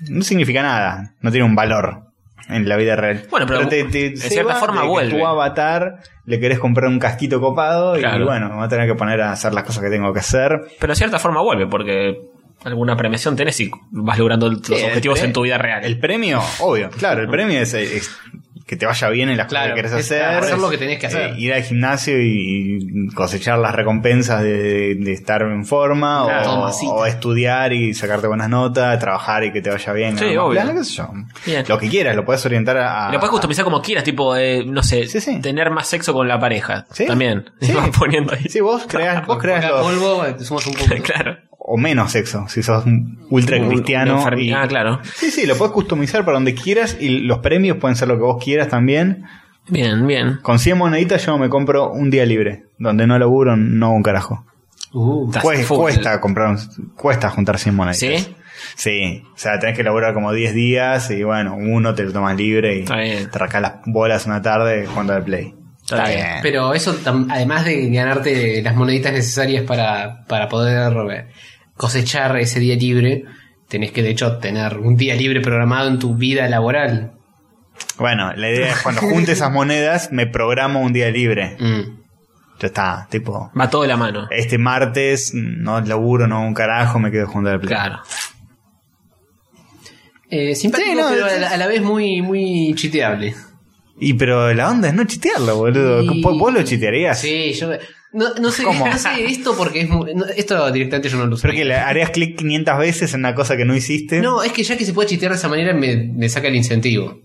Speaker 2: No significa nada, no tiene un valor en la vida real.
Speaker 4: Bueno, pero de
Speaker 2: ceba
Speaker 4: cierta forma
Speaker 2: de que
Speaker 4: vuelve.
Speaker 2: Tu avatar le querés comprar un casquito copado y
Speaker 4: Claro.
Speaker 2: bueno, me voy a tener que poner a hacer las cosas que tengo que hacer.
Speaker 4: Pero de cierta forma vuelve, porque alguna premiación tenés y vas logrando los
Speaker 2: el
Speaker 4: objetivos
Speaker 2: pre-
Speaker 4: en tu vida real.
Speaker 2: El premio, obvio, claro, el premio es, eh, es que te vaya bien en las
Speaker 3: Claro,
Speaker 2: cosas que
Speaker 3: es
Speaker 2: querés hacer.
Speaker 3: hacer lo que tenés que
Speaker 2: eh,
Speaker 3: hacer.
Speaker 2: ir al gimnasio y y cosechar las recompensas de, de estar en forma
Speaker 3: Claro.
Speaker 2: o,
Speaker 3: Tomacita.
Speaker 2: o estudiar y sacarte buenas notas, trabajar y que te vaya bien.
Speaker 4: Sí,
Speaker 2: ganar más
Speaker 4: obvio.
Speaker 2: plata, qué sé yo.
Speaker 4: Bien.
Speaker 2: Lo que quieras, lo puedes orientar a...
Speaker 4: Y lo puedes customizar como quieras, tipo, eh, no sé,
Speaker 2: Sí, sí.
Speaker 4: tener más sexo con la pareja.
Speaker 2: Sí.
Speaker 4: También.
Speaker 2: Sí.
Speaker 4: Vas poniendo ahí.
Speaker 2: Sí, vos creas, vos creas
Speaker 3: Acá,
Speaker 2: los-
Speaker 3: polvo, eh, somos un punto.
Speaker 4: claro.
Speaker 2: o menos sexo, si sos un ultra
Speaker 4: Un-
Speaker 2: cristiano.
Speaker 4: un enfermi-
Speaker 2: y-
Speaker 4: Ah, claro.
Speaker 2: Sí, sí, lo puedes customizar para donde quieras y los premios pueden ser lo que vos quieras también.
Speaker 4: Bien, bien.
Speaker 2: Con 100 moneditas yo me compro un día libre, donde no laburo, no hago un carajo.
Speaker 3: Uh,
Speaker 4: Estás
Speaker 2: Cue-
Speaker 4: full.
Speaker 2: cuesta comprar, un- cuesta juntar 100 moneditas.
Speaker 4: ¿Sí?
Speaker 2: Sí, o sea, tenés que laburar como 10 días y bueno, uno te lo tomas libre y
Speaker 4: Está bien.
Speaker 2: te rascas las bolas una tarde jugando al play.
Speaker 4: Está bien.
Speaker 3: Pero eso, tam- además de ganarte las moneditas necesarias para, para poder eh, cosechar ese día libre, tenés que de hecho tener un día libre programado en tu vida laboral.
Speaker 2: Bueno, la idea es cuando junte esas monedas, me programo un día libre.
Speaker 3: Mm.
Speaker 2: Ya está, tipo,
Speaker 4: Va todo de la mano.
Speaker 2: este martes no laburo, no un carajo, me quedo jugando al play.
Speaker 4: Claro.
Speaker 3: Eh, simpático,
Speaker 2: Sí, no,
Speaker 3: pero a
Speaker 2: es-
Speaker 3: la, a la vez muy, muy chiteable.
Speaker 2: Y pero la onda es no chitearlo, boludo.
Speaker 3: Y-
Speaker 2: ¿Vos vos lo chitearías?
Speaker 3: Sí, yo. No, no sé,
Speaker 2: ¿Cómo?
Speaker 3: no sé esto porque es muy- no, esto directamente yo no lo uso.
Speaker 2: Pero que le harías clic 500 veces en una cosa que no hiciste.
Speaker 3: No, es que ya que se puede chitear de esa manera me, me saca el incentivo.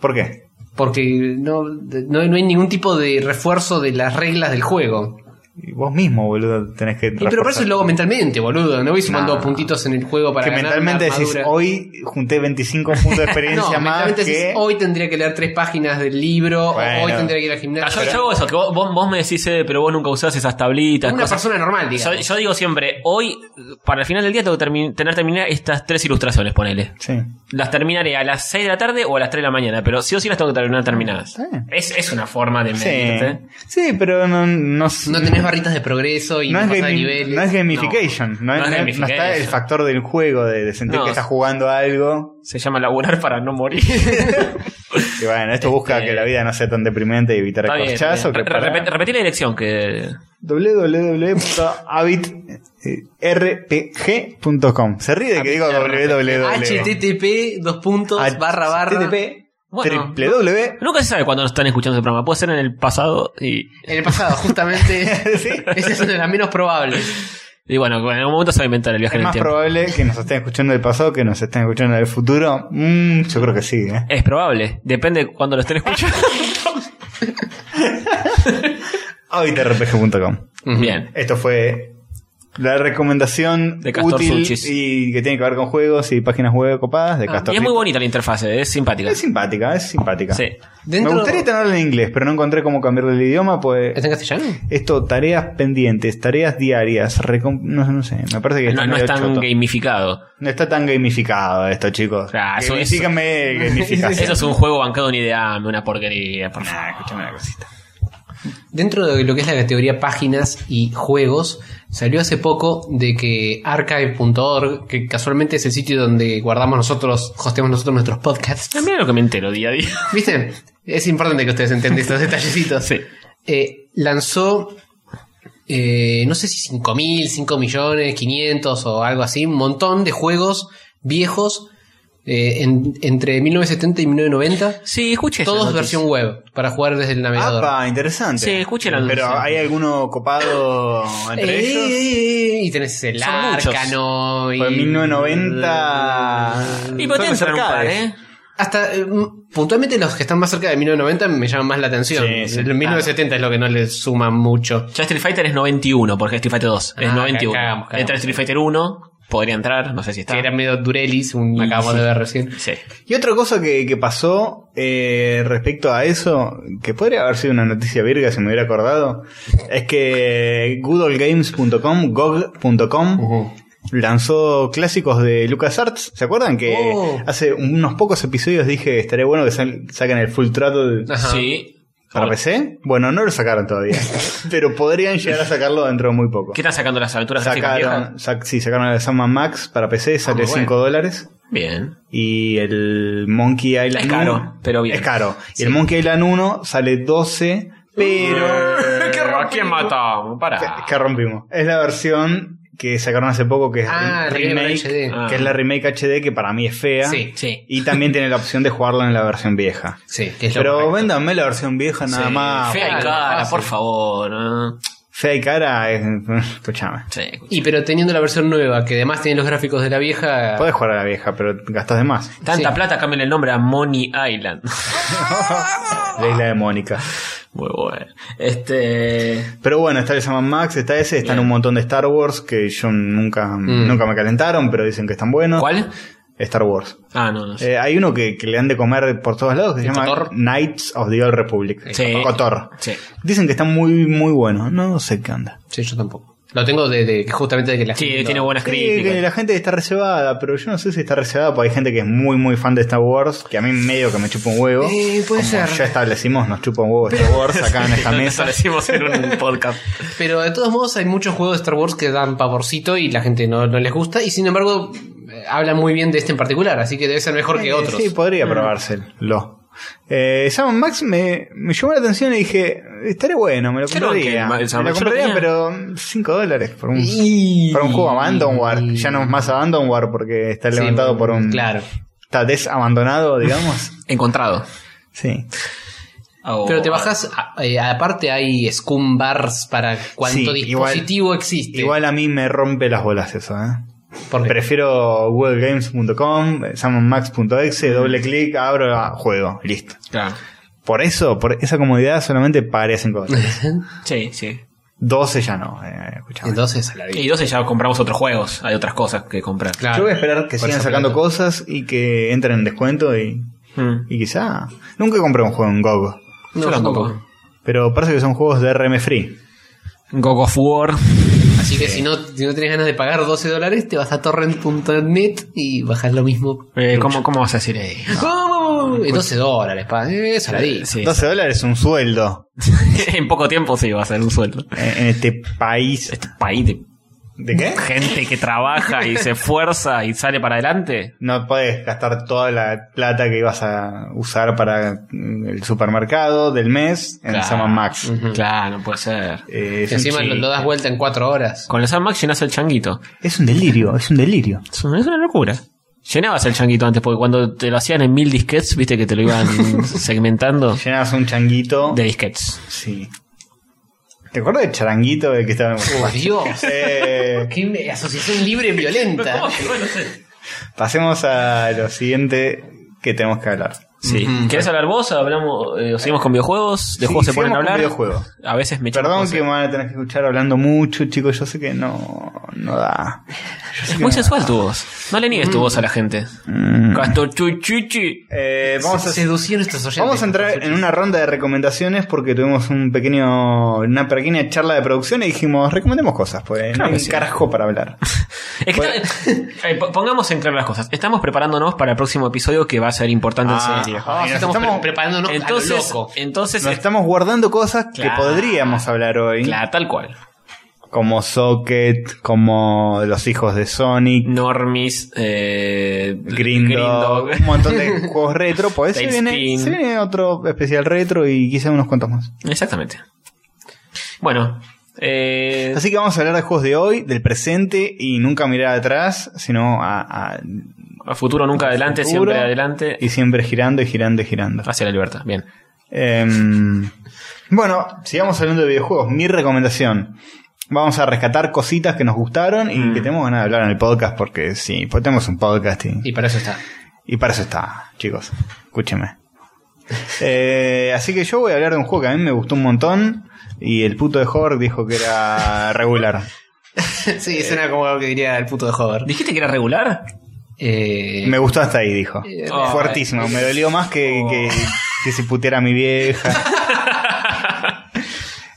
Speaker 2: ¿Por qué?
Speaker 3: Porque no, no, no hay ningún tipo de refuerzo de las reglas del juego.
Speaker 2: Y Vos mismo, boludo, tenés que.
Speaker 3: Y pero para eso es
Speaker 2: reforzar.
Speaker 3: luego mentalmente, boludo. No voy sumando
Speaker 2: No.
Speaker 3: puntitos en el juego para
Speaker 2: que
Speaker 3: ganar
Speaker 2: mentalmente
Speaker 3: una
Speaker 2: decís,
Speaker 3: armadura.
Speaker 2: hoy junté 25 puntos de
Speaker 3: no,
Speaker 2: experiencia más
Speaker 3: mentalmente decís,
Speaker 2: que...
Speaker 3: hoy tendría que leer tres páginas del libro,
Speaker 2: Bueno.
Speaker 3: o hoy tendría que ir al
Speaker 4: Ah,
Speaker 3: gimnasio.
Speaker 4: Yo, yo hago eso, que vos, vos- vos me decís, eh, pero vos nunca usás esas tablitas.
Speaker 3: una
Speaker 4: cosas.
Speaker 3: persona normal,
Speaker 4: Yo,
Speaker 3: digamos.
Speaker 4: yo digo siempre, hoy, para el final del día, tengo que termi- tener terminadas estas tres ilustraciones, ponele.
Speaker 2: Sí.
Speaker 4: Las terminaré a las 6 de la tarde o a las 3 de la mañana, pero sí o sí las tengo que terminar terminadas.
Speaker 2: Ah, Está bien.
Speaker 4: Es, es una forma de medirte.
Speaker 2: Sí. Sí, pero no, no,
Speaker 3: No tenés barritas de progreso y
Speaker 2: no
Speaker 3: no,
Speaker 2: es,
Speaker 3: pasás de
Speaker 2: gami-
Speaker 3: niveles.
Speaker 2: no es gamification. No, es-
Speaker 4: no es
Speaker 2: no es- no está el
Speaker 4: gamification.
Speaker 2: factor del juego, de, de sentir
Speaker 4: No.
Speaker 2: que estás jugando a algo.
Speaker 4: Se llama laburar para no morir.
Speaker 2: Y bueno, esto busca
Speaker 4: Este-
Speaker 2: que la vida no sea tan deprimente y evitar
Speaker 4: Está
Speaker 2: el
Speaker 4: bien,
Speaker 2: corchazo.
Speaker 4: está bien.
Speaker 2: que
Speaker 4: Re-
Speaker 2: para-
Speaker 4: repet- repetí la dirección que.
Speaker 2: www.habitrpg.com. Se ríe de que digo
Speaker 4: Ah,
Speaker 2: www.
Speaker 3: http dos puntos
Speaker 2: Ah,
Speaker 3: barra barra
Speaker 2: http,
Speaker 4: Bueno,
Speaker 2: triple W.
Speaker 4: nunca se sabe cuándo están escuchando ese programa. Puede ser en el pasado y.
Speaker 3: en el pasado justamente
Speaker 2: Sí.
Speaker 3: esa es una de las menos probables
Speaker 4: Y bueno, en algún momento se va a inventar el viaje
Speaker 2: Es
Speaker 4: en el
Speaker 2: más
Speaker 4: tiempo.
Speaker 2: probable que nos estén escuchando del pasado que nos estén escuchando del futuro. Mm, yo creo que sí, ¿eh?
Speaker 4: Es probable, depende de cuando lo estén escuchando.
Speaker 2: Habitrpg.com.
Speaker 4: Mm. Bien.
Speaker 2: Esto fue la recomendación
Speaker 4: De Castor
Speaker 2: útil
Speaker 4: Suchis.
Speaker 2: y que tiene que ver con juegos y páginas web copadas de Castor.
Speaker 4: Ah, Y es muy
Speaker 2: Rico.
Speaker 4: bonita la interfaz, es simpática.
Speaker 2: Es simpática, es simpática.
Speaker 4: Sí.
Speaker 3: dentro
Speaker 2: Me gustaría tenerla en inglés, pero no encontré cómo cambiarle el idioma, pues...
Speaker 3: ¿Está en castellano?
Speaker 2: Esto, tareas pendientes, tareas diarias, recom- no, no sé, me parece que
Speaker 4: No,
Speaker 2: está
Speaker 4: no
Speaker 2: medio
Speaker 4: es tan
Speaker 2: choto.
Speaker 4: gamificado.
Speaker 2: No está tan gamificado esto, chicos.
Speaker 4: Ah, eso- eso-
Speaker 2: Gamifícame gamificación.
Speaker 4: Eso es un juego bancado en IDEAM, una porquería, por favor.
Speaker 2: Nah, escúchame una cosita.
Speaker 3: Dentro de lo que es la categoría páginas y juegos, salió hace poco de que archive.org, que casualmente es el sitio donde guardamos nosotros, hosteamos nosotros nuestros podcasts.
Speaker 4: Ah, Mira lo que me entero día a día.
Speaker 3: ¿Viste? Es importante que ustedes entiendan estos detallecitos.
Speaker 4: Sí.
Speaker 3: Eh, lanzó, eh, no sé si 5.000, 5 millones, 500 o algo así, un montón de juegos viejos eh, en- entre 1970 y 1990.
Speaker 4: Sí, escuche esa
Speaker 3: Todos
Speaker 4: noticia.
Speaker 3: versión web para jugar desde el navegador.
Speaker 2: Apa, interesante.
Speaker 4: Sí, escuche la
Speaker 2: Pero
Speaker 4: noticia.
Speaker 2: ¿hay alguno copado entre
Speaker 3: Eh,
Speaker 2: ellos?
Speaker 3: eh, eh, Y tenés el
Speaker 4: Son
Speaker 3: Arcano y...
Speaker 2: Pues en 1990.
Speaker 3: pues
Speaker 4: Y pero
Speaker 2: Son
Speaker 4: tienen que ser un par,
Speaker 2: arcades.
Speaker 4: ¿eh?
Speaker 3: Hasta eh, mm, puntualmente los que están más cerca de 1990 me llaman más la atención.
Speaker 2: Sí, sí,
Speaker 3: el 1970 es lo que no les suma mucho.
Speaker 4: Ya Street Fighter es 91, porque Street Fighter 2 es
Speaker 3: Ah,
Speaker 4: 91.
Speaker 3: cagamos, cagamos.
Speaker 4: Entra Street Fighter 1, podría entrar, no sé si está.
Speaker 3: Que era medio Durelis, un
Speaker 4: Y
Speaker 3: acabamos
Speaker 4: sí.
Speaker 3: de ver recién.
Speaker 4: Sí.
Speaker 2: Y otra cosa que, que pasó eh, respecto a eso, que podría haber sido una noticia virga si me hubiera acordado, es que goodolgames.com,
Speaker 3: Uh.
Speaker 2: gog.com, lanzó clásicos de LucasArts. ¿Se acuerdan que
Speaker 3: Oh.
Speaker 2: hace unos pocos episodios dije estaría bueno que sal- saquen el full trato de,
Speaker 3: Ajá.
Speaker 4: Sí.
Speaker 2: para PC? Bueno, no lo sacaron todavía, pero podrían llegar a sacarlo dentro de muy poco.
Speaker 4: ¿Qué están sacando las aventuras gráficas viejas?
Speaker 2: Sacaron, sac- sí, sacaron el Sandman Max para PC, sale
Speaker 4: Ah, muy bueno.
Speaker 2: 5 dólares.
Speaker 4: Bien.
Speaker 2: Y el Monkey Island
Speaker 4: Es caro,
Speaker 2: 1,
Speaker 4: pero bien. Uh.
Speaker 2: Es caro. Y el Monkey Island 1 sale 12, pero.
Speaker 4: Eh, ¿A quién matamos?
Speaker 2: que,
Speaker 3: Ah.
Speaker 4: Para.
Speaker 2: que rompimos. Es la versión que sacaron hace poco, que es
Speaker 3: Ah,
Speaker 2: el
Speaker 3: remake
Speaker 2: remake,
Speaker 4: HD.
Speaker 2: que es la remake HD, que para mí es fea.
Speaker 3: Sí,
Speaker 4: Sí.
Speaker 2: Y también tiene la opción de jugarlo en la versión vieja.
Speaker 3: sí, que es lo
Speaker 2: Pero
Speaker 3: correcto.
Speaker 2: véndanme la versión vieja nada
Speaker 4: Sí,
Speaker 2: más.
Speaker 4: Fea y
Speaker 3: Claro,
Speaker 4: cara,
Speaker 3: Ah, fácil.
Speaker 4: por favor. ¿no?
Speaker 2: Fea y cara, es- escúchame.
Speaker 4: Sí.
Speaker 3: Y pero teniendo la versión nueva, que además tiene los gráficos de la vieja...
Speaker 2: Podés jugar a la vieja, pero gastas de más.
Speaker 4: Tanta
Speaker 3: Sí.
Speaker 4: plata, cambien el nombre a Money Island.
Speaker 2: La isla de Mónica.
Speaker 4: Muy bueno. Este.
Speaker 2: Pero bueno, está el Saman Max, está ese, están un montón de Star Wars que yo nunca,
Speaker 3: Mm.
Speaker 2: nunca me calentaron, pero dicen que están buenos.
Speaker 4: ¿Cuál?
Speaker 2: Star Wars.
Speaker 4: Ah, no, no sé.
Speaker 2: Eh, hay uno que, que le han de comer por todos lados que se llama
Speaker 3: Cotor?
Speaker 2: Knights of the Old Republic.
Speaker 4: Sí.
Speaker 2: Cotor.
Speaker 4: Sí.
Speaker 2: Dicen que está muy, muy bueno. No sé qué onda.
Speaker 3: Sí, yo tampoco. Lo tengo de, de- justamente de que la
Speaker 4: Sí,
Speaker 3: gente lo-
Speaker 4: tiene buenas
Speaker 2: Sí,
Speaker 4: críticas.
Speaker 2: que la gente está reservada, pero yo no sé si está reservada porque hay gente que es muy, muy fan de Star Wars, que a mí medio que me chupa un huevo.
Speaker 3: Eh, puede
Speaker 2: Como
Speaker 3: ser.
Speaker 2: Ya establecimos, nos chupa un huevo Star Wars acá en esta
Speaker 4: Lo
Speaker 2: mesa.
Speaker 4: establecimos en un podcast.
Speaker 3: Pero de todos modos hay muchos juegos de Star Wars que dan pavorcito y la gente no, no les gusta. Y sin embargo, eh, hablan muy bien de este en particular, así que debe ser mejor que
Speaker 2: Eh,
Speaker 3: otros.
Speaker 2: Sí, podría probárselo. Eh, Sam Max me, me llamó la atención y dije, estaré bueno, me lo
Speaker 4: Creo que
Speaker 2: compraría.
Speaker 4: el Ma- el Sam
Speaker 2: me lo
Speaker 4: Max- yo lo
Speaker 2: compraría,
Speaker 4: tenía.
Speaker 2: pero 5 dólares por un,
Speaker 3: Y-
Speaker 2: para un juego Abandonware. Ya no es más Abandonware porque está
Speaker 3: Sí,
Speaker 2: levantado por un...
Speaker 3: Claro.
Speaker 2: Está desabandonado, digamos.
Speaker 4: Encontrado.
Speaker 2: sí.
Speaker 4: Ah,
Speaker 3: Pero te bajas, a- eh, aparte hay scum bars para cuánto
Speaker 2: Sí, igual-
Speaker 3: dispositivo existe.
Speaker 2: Igual a mí me rompe las bolas eso, ¿eh?
Speaker 3: Porque
Speaker 2: Prefiero googlegames.com, samonmax.exe, doble clic, abro, ah, juego, listo.
Speaker 4: Claro.
Speaker 2: Por eso, por esa comodidad solamente pagué 5 dólares.
Speaker 4: Sí, sí.
Speaker 2: 12 ya no, eh, escuchame.
Speaker 3: entonces a la vida.
Speaker 4: Y 12 ya compramos otros juegos. Hay otras cosas que comprar.
Speaker 3: Claro.
Speaker 2: Yo voy a esperar que
Speaker 3: Por
Speaker 2: sigan
Speaker 3: eso
Speaker 2: sacando
Speaker 3: plata.
Speaker 2: cosas y que entren en descuento y,
Speaker 4: Mm.
Speaker 2: y quizá. Nunca compré un juego en GOG,
Speaker 3: No,
Speaker 4: Yo
Speaker 3: yo
Speaker 4: tampoco.
Speaker 3: tampoco.
Speaker 2: pero parece que son juegos de RM Free.
Speaker 4: God of War. eh,
Speaker 3: Así que si no, si no tenés ganas de pagar 12 dólares, te vas a torrent.net y bajas lo mismo.
Speaker 4: Eh, ¿cómo, ¿Cómo vas a decir ahí?
Speaker 3: ¡Vamos! Eh, 12 dólares, pa. Eh, Eso la di.
Speaker 4: Sí.
Speaker 2: 12 dólares es un sueldo
Speaker 4: en poco tiempo sí va a ser un sueldo.
Speaker 2: eh, en este país.
Speaker 4: Este país de
Speaker 2: ¿De qué?
Speaker 4: gente que trabaja y se esfuerza y sale para adelante.
Speaker 2: No puedes gastar toda la plata que ibas a usar para mm, el supermercado del mes en
Speaker 4: Claro.
Speaker 2: Saman Max.
Speaker 3: Ujú.
Speaker 4: Claro, no puede ser.
Speaker 2: Eh, es,
Speaker 3: Y
Speaker 2: un
Speaker 3: encima lo,
Speaker 2: chiste.
Speaker 3: lo das vuelta en 4 horas.
Speaker 4: Con el San Max llenas el changuito.
Speaker 2: es un delirio, es un delirio.
Speaker 4: Es una es una locura. Llenabas el changuito antes porque cuando te lo hacían en mil disquets, viste que te lo iban segmentando
Speaker 2: Llenabas un changuito.
Speaker 4: de disquets.
Speaker 2: Sí. ¿Te acuerdas del charanguito del que estaba en
Speaker 3: ¡Por Dios!
Speaker 2: Eh,
Speaker 3: ¡Qué me- asociación libre violenta!
Speaker 2: pasemos a lo siguiente que tenemos que hablar.
Speaker 4: Sí.
Speaker 3: Ujú.
Speaker 4: ¿Querés hablar vos? ¿Hablamos, eh, o ¿Seguimos con videojuegos?
Speaker 2: Mm, Sí,
Speaker 4: ¿De juegos se
Speaker 2: sigamos
Speaker 4: ponen a
Speaker 2: con
Speaker 4: hablar?
Speaker 2: videojuegos.
Speaker 4: A veces me echan
Speaker 2: Perdón
Speaker 4: cosas.
Speaker 2: que me van a tener que escuchar hablando mucho, chicos. Yo sé que no, no da. Yo sé que
Speaker 4: Muy
Speaker 2: no
Speaker 4: sensual tu voz. No le niegues tu voz a la gente.
Speaker 2: da. Mm.
Speaker 4: Castor chuchichi.
Speaker 2: Eh, vamos a
Speaker 3: Seducir a nuestros oyentes.
Speaker 2: Vamos a entrar en una ronda de recomendaciones porque tuvimos un pequeño, una pequeña charla de producción y dijimos, recomendemos cosas, pues no
Speaker 4: Claro
Speaker 2: hay
Speaker 4: que
Speaker 2: un
Speaker 4: sí.
Speaker 2: carajo para hablar.
Speaker 4: Es que está- eh, po- pongamos en claro las cosas. Estamos preparándonos para el próximo episodio que va a ser importante
Speaker 2: Ah,
Speaker 4: en serio.
Speaker 3: Ay,
Speaker 2: ah, nos
Speaker 3: nos estamos,
Speaker 2: estamos-
Speaker 3: pre- preparándonos a
Speaker 4: Entonces,
Speaker 3: lo loco.
Speaker 4: entonces
Speaker 2: Nos estamos guardando cosas
Speaker 4: Claro.
Speaker 2: que podríamos hablar hoy,
Speaker 4: claro, tal cual.
Speaker 2: como Socket, como los hijos de
Speaker 4: Mm.
Speaker 2: Sonic,
Speaker 4: Normis, eh,
Speaker 2: Green Dog, un montón de juegos retro, pues se viene,
Speaker 4: Tailspin.
Speaker 2: se viene otro especial retro y quizá unos cuantos más.
Speaker 4: Exactamente. Bueno, eh,
Speaker 2: Así que vamos a hablar de juegos de hoy, del presente y nunca mirar atrás, sino a- a-
Speaker 4: a futuro nunca adelante,
Speaker 2: futuro.
Speaker 4: siempre adelante.
Speaker 2: y siempre girando y girando y girando.
Speaker 4: Hacia la libertad, bien.
Speaker 2: Em, bueno, sigamos hablando de videojuegos. Mi recomendación. Vamos a rescatar cositas que nos gustaron
Speaker 4: Mm.
Speaker 2: y que tenemos ganas de hablar en el podcast porque sí, pues tenemos un podcast y,
Speaker 3: Y para eso está.
Speaker 2: y para eso está, chicos. Escúchenme. Eh, así que yo voy a hablar de un juego que a mí me gustó un montón y el puto de Hover dijo que era regular.
Speaker 3: sí, suena como algo que diría el puto de Hover.
Speaker 4: ¿Dijiste que era regular?
Speaker 3: Eh,
Speaker 2: Me gustó hasta ahí, dijo.
Speaker 4: Oh,
Speaker 2: Fuertísimo, me dolió más que, que, que si puteara a mi vieja.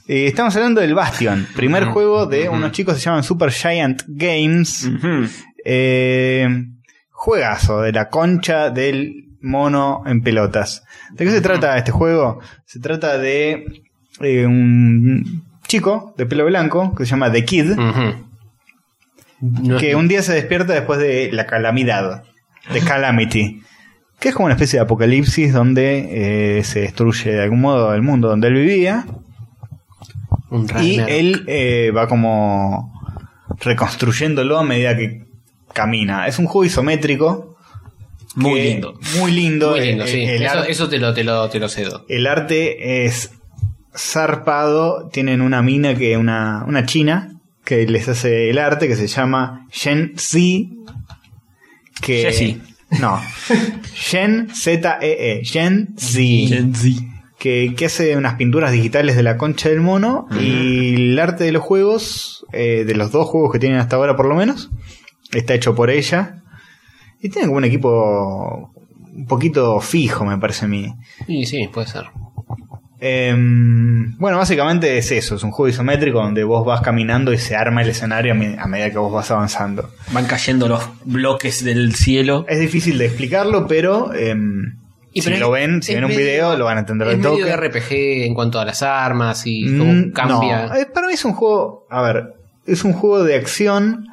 Speaker 2: Eh, estamos hablando del Bastion, primer juego de unos chicos que se llaman Super Giant Games. Eh, juegazo de la concha del mono en pelotas. ¿De qué se trata este juego? Se trata de eh, un chico de pelo blanco que se llama The Kid
Speaker 3: ujú. No-
Speaker 2: que un día se despierta después de la calamidad, de Calamity, que es como una especie de apocalipsis donde eh, se destruye de algún modo el mundo donde él vivía
Speaker 3: un
Speaker 2: y
Speaker 3: Ragnar.
Speaker 2: él eh, va como reconstruyéndolo a medida que camina. Es un juego isométrico.
Speaker 4: Muy
Speaker 2: que-
Speaker 4: lindo.
Speaker 2: Muy lindo.
Speaker 3: Muy lindo,
Speaker 2: Eh,
Speaker 3: sí.
Speaker 2: el
Speaker 3: Eso,
Speaker 2: ar-
Speaker 3: eso te, lo, te, lo, te lo cedo.
Speaker 2: el arte es zarpado. Tienen una mina que una, una china que les hace el arte que se llama Shen Zi. Que,
Speaker 4: Jessie.
Speaker 2: No. E Shen Z-E-E. Shen Zi. Que, que hace unas pinturas digitales de la concha del mono. Y el arte de los juegos, eh, de los dos juegos que tienen hasta ahora por lo menos, está hecho por ella. Y tienen como un equipo un poquito fijo, me parece a mí.
Speaker 3: Y sí, puede ser.
Speaker 2: Em, bueno, básicamente es eso, es un juego isométrico donde vos vas caminando y se arma el escenario a me- a medida que vos vas avanzando.
Speaker 4: Van cayendo los bloques del cielo.
Speaker 2: Es difícil de explicarlo, pero em,
Speaker 3: Y
Speaker 2: si
Speaker 3: pero es-
Speaker 2: lo ven, si
Speaker 3: es
Speaker 2: ven un
Speaker 3: medio-
Speaker 2: video, lo van a entender
Speaker 3: Es
Speaker 2: al
Speaker 3: medio
Speaker 2: toque.
Speaker 3: de RPG en cuanto a las armas y cómo
Speaker 2: Mm,
Speaker 3: cambia.
Speaker 2: no, eh, para mí es un juego, a ver, es un juego de acción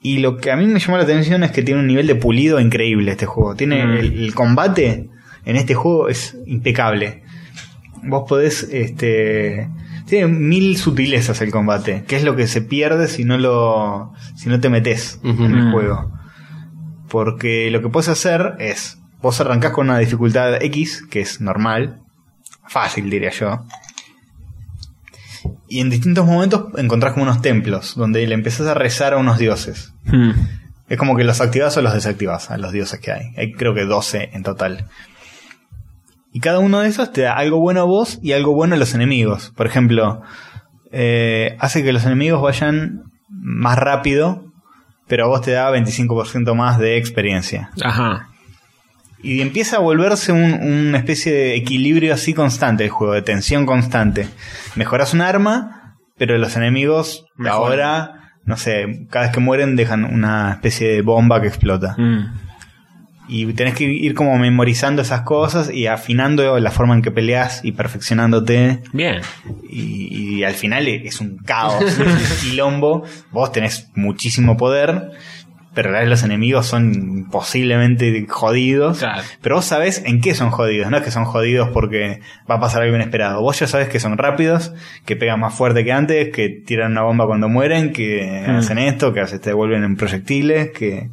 Speaker 2: y lo que a mí me llamó la atención es que tiene un nivel de pulido increíble este juego. Tiene
Speaker 4: Mm.
Speaker 2: el, el combate en este juego es impecable. Vos podés, este, tiene mil sutilezas el combate, que es lo que se pierde si no lo, si no te metes
Speaker 3: Ujú.
Speaker 2: en
Speaker 4: Mm.
Speaker 2: el juego. Porque lo que podés hacer es, vos arrancás con una dificultad X, que es normal, fácil diría yo. Y en distintos momentos encontrás como unos templos, donde le empezás a rezar a unos dioses.
Speaker 4: Hmm.
Speaker 2: Es como que los activás o los desactivás a los dioses que hay. Hay creo que 12 en total. Y cada uno de esos te da algo bueno a vos y algo bueno a los enemigos. Por ejemplo, eh, hace que los enemigos vayan más rápido, pero a vos te da 25% más de experiencia.
Speaker 4: Ajá.
Speaker 2: Y empieza a volverse un- una especie de equilibrio así constante el juego, de tensión constante. Mejoras un arma, pero los enemigos
Speaker 4: Mejoran.
Speaker 2: ahora, no sé, cada vez que mueren dejan una especie de bomba que explota.
Speaker 4: Hmm.
Speaker 2: Y tenés que ir como memorizando esas cosas y afinando la forma en que peleas y perfeccionándote.
Speaker 4: Bien.
Speaker 2: Y, y al final e, es un caos, es un quilombo. Vos tenés muchísimo poder, pero a la vez los enemigos son posiblemente jodidos.
Speaker 4: Claro.
Speaker 2: Pero vos sabés en qué son jodidos, no es que son jodidos porque va a pasar algo inesperado. Vos ya sabés que son rápidos, que pegan más fuerte que antes, que tiran una bomba cuando mueren, que
Speaker 4: Mm.
Speaker 2: hacen esto, que se te devuelven en proyectiles, que...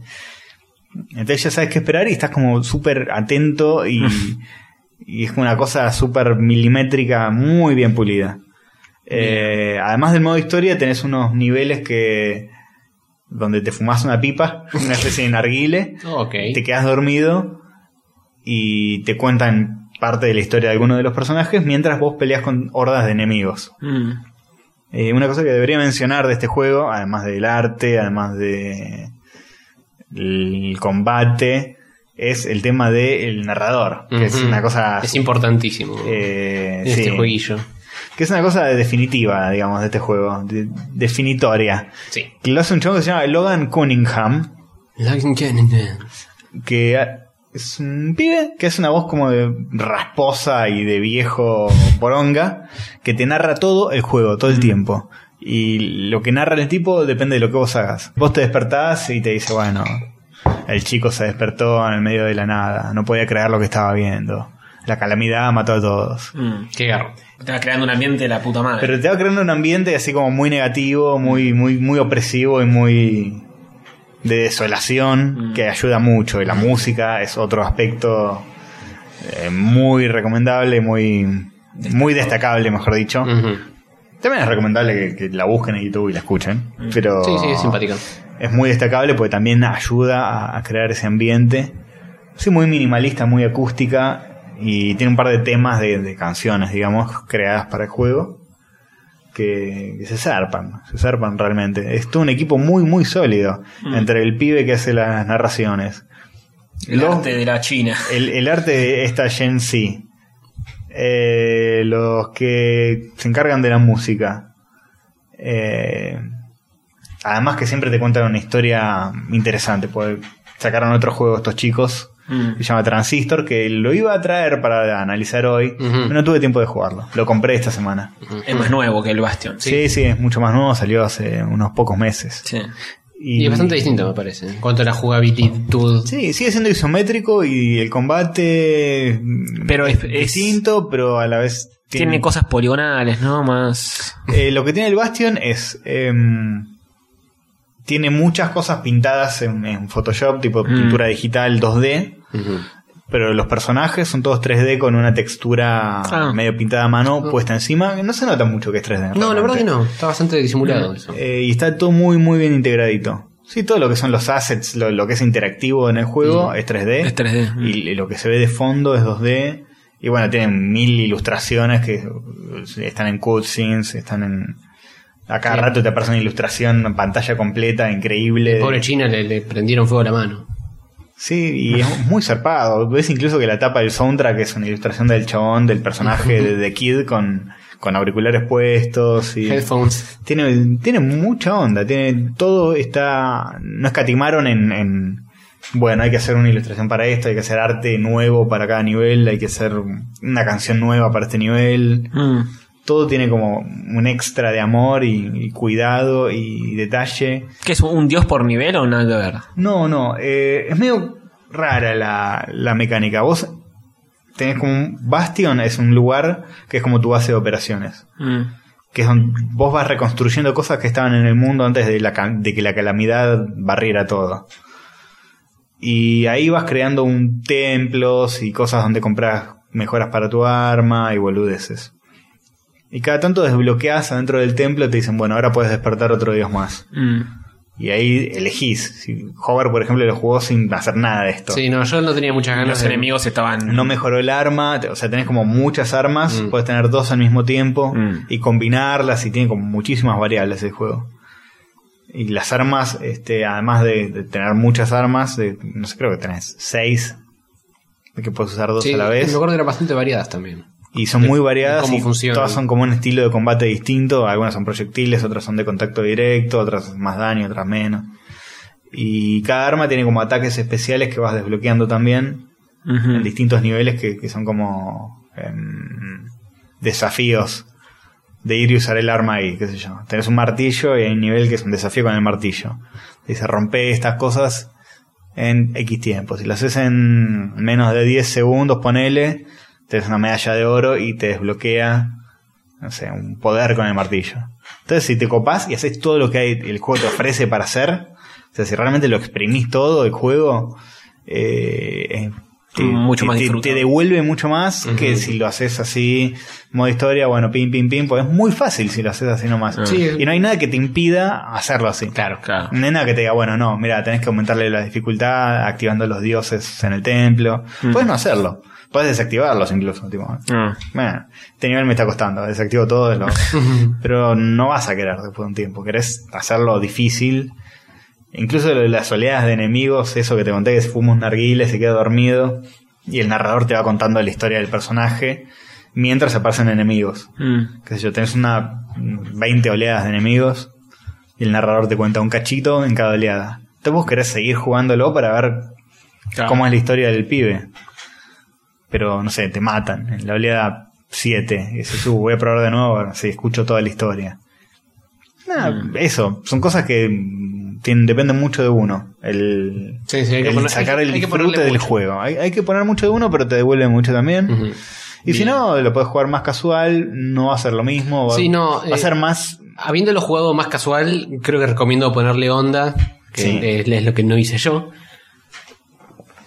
Speaker 2: Entonces ya sabes qué esperar y estás como súper atento y, y es como una cosa súper milimétrica, muy bien pulida. Eh, además del modo historia tenés unos niveles que... donde te fumás una pipa, una especie de narguile
Speaker 3: Ok.
Speaker 2: te quedas dormido y te cuentan parte de la historia de alguno de los personajes mientras vos peleas con hordas de enemigos.
Speaker 4: Hmm.
Speaker 2: Eh, una cosa que debería mencionar de este juego, además del arte, además de el combate, es el tema del narrador, que es
Speaker 3: Ujú.
Speaker 2: una cosa
Speaker 3: Es importantísimo.
Speaker 2: eh,
Speaker 3: en este
Speaker 2: sí,
Speaker 3: jueguillo.
Speaker 2: que es una cosa definitiva, digamos, de este juego, de- definitoria.
Speaker 3: Sí.
Speaker 2: Que lo hace un chavo que se llama Logan Cunningham, que a- es un pibe que hace una voz como de rasposa y de viejo poronga, que te narra todo el juego, todo el tiempo. Y lo que narra el tipo depende de lo que vos hagas. Vos te despertás y te dice, bueno, el chico se despertó en el medio de la nada, no podía creer lo que estaba viendo. La calamidad mató a todos.
Speaker 4: Hmm.
Speaker 3: Qué garro.
Speaker 4: Te va creando un ambiente de la puta madre.
Speaker 2: Pero te va creando un ambiente así como muy negativo, muy, muy, muy opresivo y muy de desolación,
Speaker 4: Mm.
Speaker 2: que ayuda mucho. Y la música es otro aspecto eh, muy recomendable, muy, muy destacable, mejor dicho.
Speaker 3: Ujú.
Speaker 2: También es recomendable que, que la busquen en YouTube y la escuchen. Pero
Speaker 3: Sí, sí, es simpático.
Speaker 2: es muy destacable porque también ayuda a, a crear ese ambiente. Sí, muy minimalista, muy acústica. Y tiene un par de temas de, de canciones, digamos, creadas para el juego. Que, que se zarpan, se zarpan realmente. Es todo un equipo muy, muy sólido. Entre el pibe que hace las narraciones.
Speaker 4: el
Speaker 2: los-
Speaker 4: arte de la China.
Speaker 2: el, el arte de esta Gen Z. Eh, los que se encargan de la música. Eh, además que siempre te cuentan una historia interesante. Porque sacaron otro juego estos chicos.
Speaker 4: Hmm.
Speaker 2: Que se llama Transistor. Que lo iba a traer para analizar hoy.
Speaker 3: Ujú.
Speaker 2: pero no tuve tiempo de jugarlo. Lo compré esta semana.
Speaker 4: Es más nuevo que el Bastion.
Speaker 2: Sí, sí, es mucho más nuevo. Salió hace unos pocos meses.
Speaker 4: Sí.
Speaker 2: Y,
Speaker 3: Y es bastante distinto, me parece. En cuanto a la jugabilidad.
Speaker 2: Sí, sigue siendo isométrico y el combate mm,
Speaker 4: Pero es- es-
Speaker 2: distinto, pero a la vez
Speaker 4: Tiene, cosas poligonales, ¿no? Más.
Speaker 2: Eh, lo que tiene el Bastion es. em, tiene muchas cosas pintadas en, en Photoshop, tipo
Speaker 4: Mm.
Speaker 2: pintura digital 2D.
Speaker 3: Ujú.
Speaker 2: Pero los personajes son todos 3D con una textura
Speaker 4: Ah.
Speaker 2: medio pintada a mano puesta encima. No se nota mucho que es
Speaker 3: No,
Speaker 2: 3D.
Speaker 3: la
Speaker 2: realmente.
Speaker 3: verdad que no. Está bastante disimulado eso.
Speaker 2: Eh, y está todo muy, muy bien integradito. Sí, todo lo que son los assets, lo, lo que es interactivo en el juego es 3D.
Speaker 4: Es 3D.
Speaker 2: Y l- lo que se ve de fondo es 2D. Y bueno, tienen mil ilustraciones que uh, están en cutscenes, están en... A cada
Speaker 3: Sí.
Speaker 2: rato te aparece una ilustración en pantalla completa, increíble.
Speaker 3: Pobre China le, le prendieron fuego a la mano.
Speaker 2: Sí, y es muy zarpado. Ves incluso que la tapa del soundtrack es una ilustración del chabón, del personaje de The Kid con, con auriculares puestos. Y
Speaker 3: Headphones.
Speaker 2: tiene, tiene mucha onda. Tiene, todo está. No escatimaron en, en. Bueno, hay que hacer una ilustración para esto, hay que hacer arte nuevo para cada nivel, hay que hacer una canción nueva para este nivel.
Speaker 4: Mm.
Speaker 2: Todo tiene como un extra de amor y, y cuidado y detalle.
Speaker 4: ¿Qué es un dios por nivel o nada que ver?
Speaker 2: No, no. eh, es medio rara la, la mecánica. Vos tenés como un bastion, es un lugar que es como tu base de operaciones.
Speaker 4: Mm.
Speaker 2: Que es donde vos vas reconstruyendo cosas que estaban en el mundo antes de, la, ca- de que la calamidad barriera todo. Y ahí vas creando un templos y cosas donde compras mejoras para tu arma y boludeces. Y cada tanto desbloqueas adentro del templo y te dicen, bueno, ahora puedes despertar otro dios más.
Speaker 4: Mm.
Speaker 2: Y ahí elegís. Si Hover, por ejemplo, lo jugó sin hacer nada de esto.
Speaker 3: Sí, no, yo no tenía muchas ganas
Speaker 4: Los
Speaker 3: de...
Speaker 4: enemigos estaban.
Speaker 2: No mejoró el arma, te- o sea, tenés como muchas armas,
Speaker 3: Mm.
Speaker 2: puedes tener dos al mismo tiempo
Speaker 4: Mm.
Speaker 2: y combinarlas y tiene como muchísimas variables el juego. Y las armas, este, además de, de tener muchas armas, de- no sé, creo que tenés seis que puedes usar dos
Speaker 3: Sí,
Speaker 2: a la vez.
Speaker 3: Me acuerdo que eran bastante variadas también.
Speaker 2: Y son muy variadas
Speaker 3: cómo
Speaker 2: y
Speaker 3: funcionan.
Speaker 2: todas son como un estilo de combate distinto. Algunas son proyectiles, otras son de contacto directo, otras más daño, otras menos. Y cada arma tiene como ataques especiales que vas desbloqueando también
Speaker 4: Ujú.
Speaker 2: en distintos niveles que, que son como em, desafíos de ir y usar el arma ahí, qué sé yo. Tenés un martillo y hay un nivel que es un desafío con el martillo. Dice, rompe estas cosas en X tiempo. Si lo haces en menos de 10 segundos, ponele, tenés una medalla de oro y te desbloquea, no sé, un poder con el martillo. Entonces, si te copás y haces todo lo que hay- el juego te ofrece para hacer, o sea, si realmente lo exprimís todo, el juego, eh, eh,
Speaker 4: Mucho más
Speaker 2: te-
Speaker 4: disfruto.
Speaker 2: te devuelve mucho más que si lo haces así, modo historia, bueno, pim, pim, pim, pues es muy fácil si lo haces así nomás.
Speaker 3: Sí.
Speaker 2: Y no hay nada que te impida hacerlo así.
Speaker 3: Claro.
Speaker 4: Ah. Claro.
Speaker 2: No hay nada que te diga, bueno, no, mira, tenés que aumentarle la dificultad activando los dioses en el templo. Puedes no hacerlo. Puedes desactivarlos incluso. Tipo,
Speaker 4: Mm.
Speaker 2: bueno, este nivel me está costando, desactivo todo. es lo- Pero no vas a querer después de un tiempo. Querés hacerlo difícil. Incluso lo de las oleadas de enemigos, eso que te conté que se fuma un narguile, se queda dormido. Y el narrador te va contando la historia del personaje mientras aparecen enemigos
Speaker 4: Mm.
Speaker 2: qué sé yo, tenés una 20 oleadas de enemigos y el narrador te cuenta un cachito en cada oleada. Entonces vos querés seguir jugándolo para ver
Speaker 4: Claro.
Speaker 2: cómo es la historia del pibe. Pero no sé, te matan en la oleada 7. Y dices, "Uh, voy a probar de nuevo, a ver si escucho toda la historia. Nada, Eso, son cosas que mm, tienen- dependen mucho de uno. El,
Speaker 3: Sí, sí, hay que
Speaker 2: el
Speaker 3: poner-
Speaker 2: sacar
Speaker 3: hay-
Speaker 2: el
Speaker 3: hay que
Speaker 2: disfrute
Speaker 3: ponerle
Speaker 2: del
Speaker 3: mucho.
Speaker 2: juego. Hay, hay que poner mucho de uno, pero te devuelve mucho también.
Speaker 3: Ujú.
Speaker 2: Y si
Speaker 3: Bien.
Speaker 2: no, lo puedes jugar más casual, no va a ser lo mismo. Va,
Speaker 3: Sí, no,
Speaker 2: va
Speaker 3: eh,
Speaker 2: a ser más.
Speaker 3: Habiéndolo jugado más casual, creo que recomiendo ponerle onda, que
Speaker 2: Sí.
Speaker 3: es, es lo que no hice yo.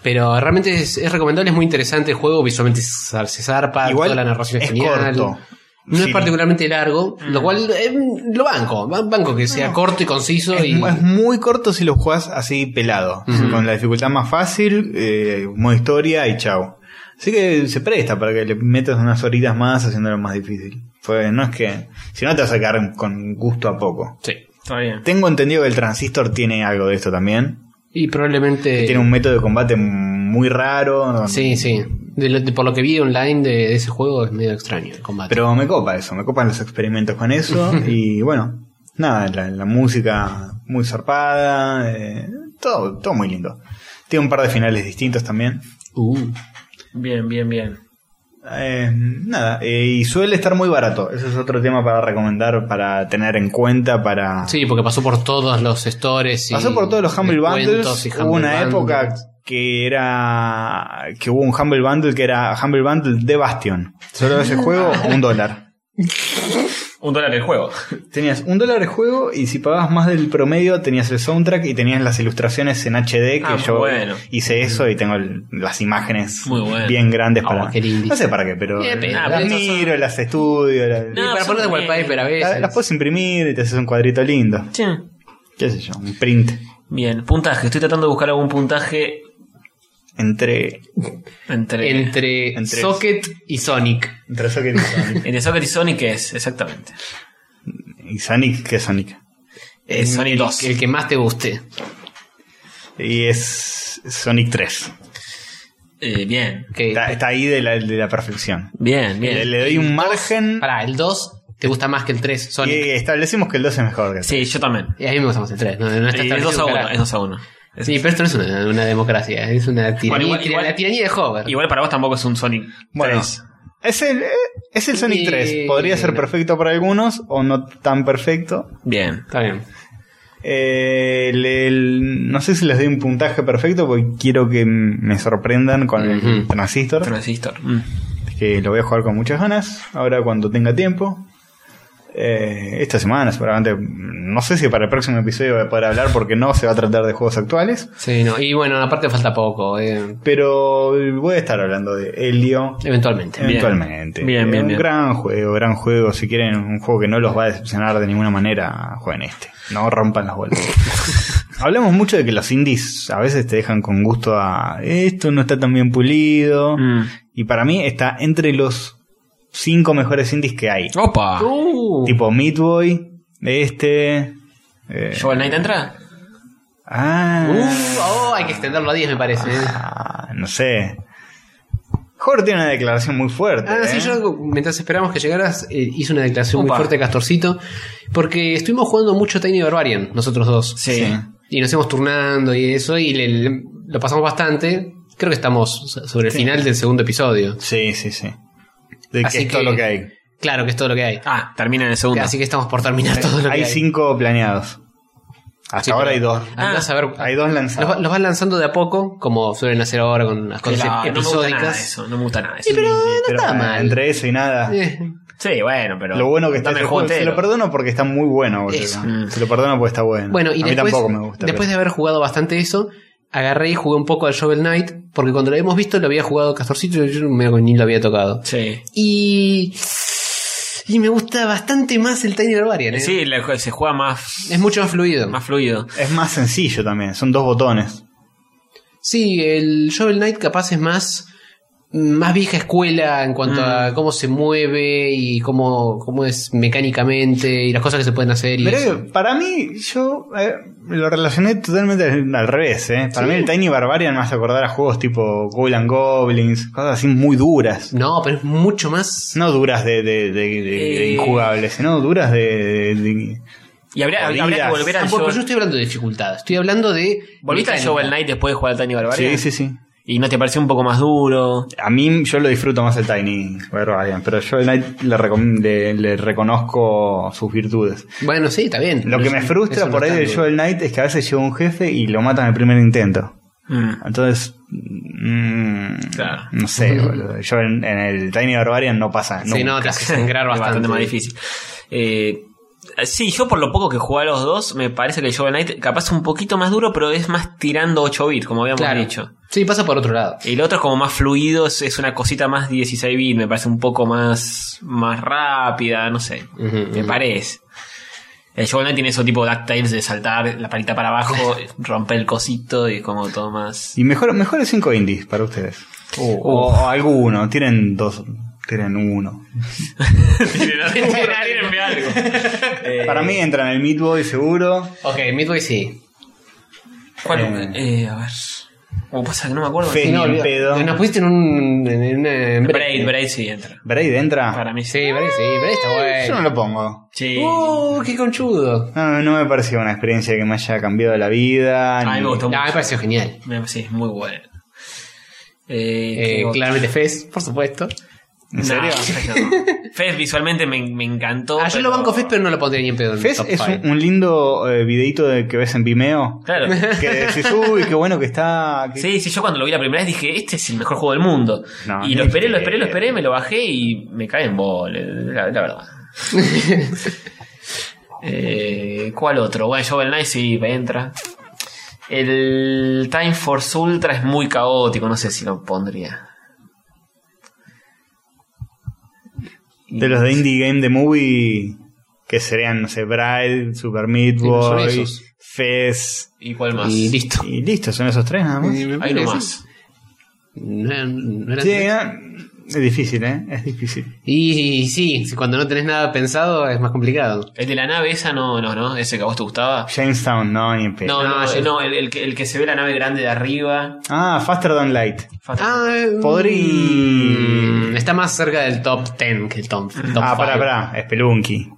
Speaker 3: Pero realmente es, es recomendable, es muy interesante el juego, visualmente se zar- se zarpa,
Speaker 2: Igual
Speaker 3: toda la narración es,
Speaker 2: es
Speaker 3: genial.
Speaker 2: corto.
Speaker 3: No
Speaker 2: Sí.
Speaker 3: es particularmente largo, lo cual eh, lo banco, ba- banco que sea corto y conciso
Speaker 2: Es,
Speaker 3: y
Speaker 2: es muy corto si lo jugás así pelado. Con la dificultad más fácil, eh, modo historia y chau. Así que se presta para que le metas unas horitas más haciéndolo más difícil. Pues no es que. Si no te vas a quedar con gusto a poco.
Speaker 3: sí.
Speaker 4: Está bien.
Speaker 2: Tengo entendido que el transistor tiene algo de esto también.
Speaker 3: Y probablemente
Speaker 2: Tiene un método de combate muy raro. no-
Speaker 3: Sí, sí. De lo- de- por lo que vi online de, de ese juego es medio extraño el combate.
Speaker 2: Pero me copa eso, me copan los experimentos con eso. y bueno, nada, la, la música muy zarpada, eh, todo, todo muy lindo. Tiene un par de finales distintos también.
Speaker 3: Uh.
Speaker 4: Bien, bien, bien.
Speaker 2: Eh, nada, eh, y suele estar muy barato. Ese es otro tema para recomendar, para tener en cuenta, para...
Speaker 3: Sí, porque pasó por todos los stores. Y
Speaker 2: Pasó por todos los Humble
Speaker 3: descuentos
Speaker 2: Bundles.
Speaker 3: y
Speaker 2: hubo
Speaker 3: Humble
Speaker 2: una
Speaker 3: Bundles.
Speaker 2: época que era... que hubo un Humble Bundle que era Humble Bundle de Bastion. Solo ese juego, un dólar.
Speaker 4: Un dólar el juego.
Speaker 2: Tenías un dólar de juego y si pagabas más del promedio tenías el soundtrack y tenías las ilustraciones en HD que
Speaker 4: Ah,
Speaker 2: yo
Speaker 4: bueno.
Speaker 2: hice eso y tengo el- las imágenes
Speaker 4: Muy bueno. Ah,
Speaker 2: bien grandes para
Speaker 3: Ah, qué lindo.
Speaker 2: no sé para qué pero
Speaker 3: Bien, pero
Speaker 2: las
Speaker 3: esas
Speaker 2: miro las estudio las,
Speaker 3: Y
Speaker 4: No,
Speaker 3: para
Speaker 4: son
Speaker 3: poner de
Speaker 4: bien.
Speaker 3: wallpaper a
Speaker 2: las-
Speaker 3: veces.
Speaker 2: las puedes imprimir y te haces un cuadrito lindo
Speaker 4: Sí.
Speaker 2: qué sé yo un print
Speaker 4: Bien, puntaje. Estoy tratando de buscar algún puntaje
Speaker 2: entre
Speaker 4: entre.
Speaker 3: entre,
Speaker 2: Entre-
Speaker 3: Socket y Sonic.
Speaker 2: entre Socket y Sonic
Speaker 4: entre Soccer y Sonic, ¿qué es? Exactamente.
Speaker 2: y Sonic que es Sonic
Speaker 4: Eh, Sonic 2.
Speaker 3: El que más te guste.
Speaker 2: y es Sonic 3.
Speaker 4: Eh, bien.
Speaker 3: Que-
Speaker 2: Está, está ahí de la, de la perfección. Le,
Speaker 4: Bien, bien.
Speaker 2: le doy un margen
Speaker 3: Pará, el 2 te gusta más que el 3,
Speaker 2: y
Speaker 3: Sonic.
Speaker 2: establecimos que el 2 es mejor que el
Speaker 4: Sí, yo también.
Speaker 3: Y a mí me gusta más el 3. No, no está
Speaker 4: Eh, Es
Speaker 3: establecido
Speaker 4: 2 a 1,
Speaker 3: carajo.
Speaker 4: es 2 a 1.
Speaker 3: Sí, pero esto no es una, una democracia, es una tiranía.
Speaker 4: Bueno, igual-
Speaker 3: tira-
Speaker 4: igual-
Speaker 3: la tiranía de Hover.
Speaker 4: Igual para vos tampoco es un Sonic
Speaker 2: Bueno.
Speaker 4: 3.
Speaker 2: Es el, eh, es el Sonic
Speaker 3: Y-
Speaker 2: 3. Podría ser perfecto para algunos o no tan perfecto.
Speaker 4: Bien.
Speaker 3: Está bien.
Speaker 2: Eh, le- el- no sé si les doy un puntaje perfecto porque quiero que m- me sorprendan con el
Speaker 3: Ujú.
Speaker 2: transistor.
Speaker 4: Transistor. Mm.
Speaker 2: Que lo voy a jugar con muchas ganas. Ahora cuando tenga tiempo. Eh, esta semana seguramente. No sé si para el próximo episodio voy a poder hablar porque no se va a tratar de juegos actuales.
Speaker 3: Sí, no. Y bueno, aparte falta poco, eh,
Speaker 2: Pero voy a estar hablando de Helio.
Speaker 3: eventualmente.
Speaker 4: Bien.
Speaker 2: Eventualmente.
Speaker 4: Bien, bien,
Speaker 2: un
Speaker 4: bien.
Speaker 2: gran juego, gran juego. Si quieren un juego que no los va a decepcionar de ninguna manera, jueguen este. No rompan las bolas. Hablamos mucho de que los indies a veces te dejan con gusto a esto no está tan bien pulido.
Speaker 4: Mm.
Speaker 2: Y para mí está entre los cinco mejores indies que hay.
Speaker 4: ¡Opa!
Speaker 3: Uh,
Speaker 2: Eh. Tipo Meat Boy, este. eh,
Speaker 4: ¿Shovel Knight entra?
Speaker 2: ah,
Speaker 3: uh, oh, hay que extenderlo a 10, me parece. eh.
Speaker 2: ah, no sé. Jorge tiene una declaración muy fuerte.
Speaker 3: Ah, sí,
Speaker 2: ¿eh?
Speaker 3: yo mientras esperábamos que llegaras eh, hice una declaración
Speaker 4: Opa.
Speaker 3: muy fuerte de Castorcito, porque estuvimos jugando mucho Tiny Barbarian, nosotros dos.
Speaker 4: Sí.
Speaker 2: Sí.
Speaker 3: Y nos íbamos turnando y eso, y le- le- lo pasamos bastante. Creo que estamos so- sobre el final del segundo episodio.
Speaker 2: Sí, sí, sí. De
Speaker 3: Así
Speaker 2: que es todo
Speaker 3: que-
Speaker 2: lo que hay.
Speaker 3: Claro que es todo lo que hay.
Speaker 4: Ah, termina en el segundo.
Speaker 3: Así que estamos por terminar todo lo que hay.
Speaker 2: Hay cinco planeados. Hasta
Speaker 3: Sí,
Speaker 2: ahora
Speaker 3: pero-
Speaker 2: hay dos.
Speaker 3: Andás Ah, a ver-
Speaker 4: Ah,
Speaker 2: Hay dos lanzados.
Speaker 3: Los, va- los vas lanzando de a poco, como suelen hacer ahora con las
Speaker 4: Claro,
Speaker 3: cosas
Speaker 4: eh, no me gusta nada
Speaker 3: episódicas.
Speaker 4: eso. No me gusta nada eso.
Speaker 3: Sí, pero no
Speaker 2: Pero,
Speaker 3: está
Speaker 2: eh,
Speaker 3: mal.
Speaker 2: Entre eso y nada.
Speaker 3: Eh,
Speaker 4: Sí, bueno, pero.
Speaker 2: Lo bueno que está
Speaker 4: dame
Speaker 2: ese
Speaker 4: el juego
Speaker 2: juego. Se lo
Speaker 4: entero.
Speaker 2: perdono porque está muy bueno, boludo.
Speaker 3: Eso.
Speaker 4: Mm.
Speaker 2: Se lo perdono porque está bueno.
Speaker 3: Bueno, y
Speaker 2: a mí
Speaker 3: después,
Speaker 2: tampoco me gusta.
Speaker 3: después de haber jugado bastante eso, agarré y jugué un poco al Shovel Knight, porque cuando lo habíamos visto lo había jugado Castorcito y yo medio que ni lo había tocado.
Speaker 4: Sí.
Speaker 3: Y. Y me gusta bastante más el Tiny Barbarian. ¿eh?
Speaker 4: Sí, la- se juega más,
Speaker 3: Es mucho más fluido.
Speaker 4: más fluido.
Speaker 2: pero Es más sencillo también. Son dos botones.
Speaker 3: Sí, el Shovel Knight capaz es más. Más vieja escuela en cuanto
Speaker 4: Mm.
Speaker 3: a cómo se mueve y cómo, cómo es mecánicamente y las cosas que se pueden hacer. Y
Speaker 2: Pero
Speaker 3: eso.
Speaker 2: para mí, yo eh, lo relacioné totalmente al al revés. ¿eh? Para mí, el Tiny Barbarian me hace acordar a juegos tipo Ghoul and Goblins, cosas así muy duras.
Speaker 3: No, pero es mucho más.
Speaker 2: No duras de, de- de- de- de
Speaker 4: Eh.
Speaker 2: injugables, sino duras de- de- de
Speaker 4: Y habría,
Speaker 2: Jodidas.
Speaker 4: habría que volver
Speaker 3: Ah,
Speaker 4: al
Speaker 2: pues,
Speaker 3: porque yo
Speaker 4: Shovel-
Speaker 3: estoy hablando de dificultad, estoy hablando de.
Speaker 4: ¿Volviste al
Speaker 3: mecánica.
Speaker 4: Shovel Knight después de jugar al Tiny
Speaker 2: Sí,
Speaker 4: Barbarian?
Speaker 2: sí, sí.
Speaker 4: ¿Y no te pareció un poco más duro?
Speaker 2: A mí yo lo disfruto más el Tiny Barbarian, pero yo el Knight le, recom- le- le reconozco sus virtudes.
Speaker 3: Bueno, sí, está bien.
Speaker 2: Lo que me
Speaker 3: Eso-
Speaker 2: frustra
Speaker 3: eso no
Speaker 2: por ahí
Speaker 3: está
Speaker 2: del
Speaker 3: bien.
Speaker 2: Joel Knight es que a veces llega un jefe y lo mata en el primer intento.
Speaker 4: Mm.
Speaker 2: Entonces, mm,
Speaker 4: Claro.
Speaker 2: no sé, boludo. Yo en, en el Tiny Barbarian no pasa.
Speaker 3: Sí,
Speaker 2: nunca.
Speaker 3: no, te hace sangrar
Speaker 4: Es
Speaker 3: bastante.
Speaker 4: más difícil. Eh, sí, yo por lo poco que jugué a los dos, me parece que el Shovel Knight capaz un poquito más duro, pero es más tirando 8 bits, como habíamos
Speaker 3: Claro.
Speaker 4: dicho.
Speaker 3: Sí, pasa por otro lado.
Speaker 4: El otro es como más fluido, es, es una cosita más 16 bits, me parece un poco más, más rápida, no sé.
Speaker 3: Ujú,
Speaker 4: me
Speaker 3: ujú.
Speaker 4: parece. El Shovel Knight tiene eso tipo DuckTales de saltar la palita para abajo, romper el cosito y como todo más.
Speaker 2: Y mejor, mejores cinco indies para ustedes. O, o alguno. Tienen dos. Tienen uno.
Speaker 4: Tírenme algo. Eh,
Speaker 2: Para mí entran el Meat Boy seguro.
Speaker 3: Ok, Midway sí.
Speaker 4: ¿Cuál? Eh, a ver. ¿Cómo pasa que no me acuerdo?
Speaker 2: Fe- Es ni en
Speaker 3: olvida-
Speaker 2: pedo.
Speaker 3: Nos pusiste en un. En, una- en
Speaker 4: Braid, Braid sí entra.
Speaker 2: Braid entra.
Speaker 4: Para mí sí.
Speaker 3: Sí, Braid sí, Braid está
Speaker 2: Eh, Yo no
Speaker 3: bueno.
Speaker 2: lo pongo.
Speaker 4: Sí.
Speaker 3: Uh, qué conchudo.
Speaker 2: No, no me pareció una experiencia que me haya cambiado la vida.
Speaker 4: Ah,
Speaker 2: ni-
Speaker 4: me
Speaker 3: Ah,
Speaker 4: gustó
Speaker 3: me
Speaker 4: mucho.
Speaker 3: pareció genial.
Speaker 4: Me- Sí, es muy bueno. Eh,
Speaker 3: Eh,
Speaker 4: ¿qué otro?
Speaker 3: claramente Fez, por supuesto.
Speaker 2: ¿En serio?
Speaker 4: Fez visualmente me, me encantó.
Speaker 3: Ah, yo lo
Speaker 4: pero-
Speaker 3: banco Fez, pero no lo pondría ni en pedo. en el
Speaker 2: Fez
Speaker 3: top
Speaker 2: es
Speaker 3: five.
Speaker 2: un, un lindo eh, videito de- que ves en Vimeo.
Speaker 4: Claro.
Speaker 2: Que decís, uy, qué bueno que está. que-
Speaker 4: Sí, sí, yo cuando lo vi la primera vez dije, este es el mejor juego del mundo.
Speaker 2: No,
Speaker 4: y
Speaker 2: no
Speaker 4: lo esperé, lo
Speaker 2: es
Speaker 4: esperé, lo
Speaker 2: que-
Speaker 4: esperé, me lo bajé y me cae en bol, la, la verdad. Eh, ¿Cuál otro? Bueno, Shovel Knight sí, entra. El Time Force Ultra es muy caótico, no sé si lo pondría.
Speaker 2: De los de Indie Game de Movie. Que serían, no sé, Bride, Super Meat
Speaker 3: Sí, son
Speaker 2: Boy,
Speaker 3: esos.
Speaker 2: Fez.
Speaker 4: ¿Y cuál más?
Speaker 3: Y listo.
Speaker 2: Y listo, son esos tres nada más.
Speaker 3: Y me
Speaker 4: Hay
Speaker 3: parece-
Speaker 4: uno más.
Speaker 3: No eran- no eran-
Speaker 2: Sí, eh, es difícil, ¿eh? Es difícil.
Speaker 3: Y, y sí, si cuando no tenés nada pensado es más complicado.
Speaker 4: El de la nave esa no, no, no, ese que a vos te gustaba.
Speaker 2: Jamestown, no, ni en pedo.
Speaker 4: No, no,
Speaker 3: No, yo-
Speaker 4: no, el, el que, el que se ve la nave grande de arriba.
Speaker 2: Ah, Faster Than Light.
Speaker 3: Ah, eh,
Speaker 2: Podrí-
Speaker 3: mm, Está más cerca del top 10 que el top, el top
Speaker 2: ah, pará,
Speaker 3: five.
Speaker 2: pará. Spelunky.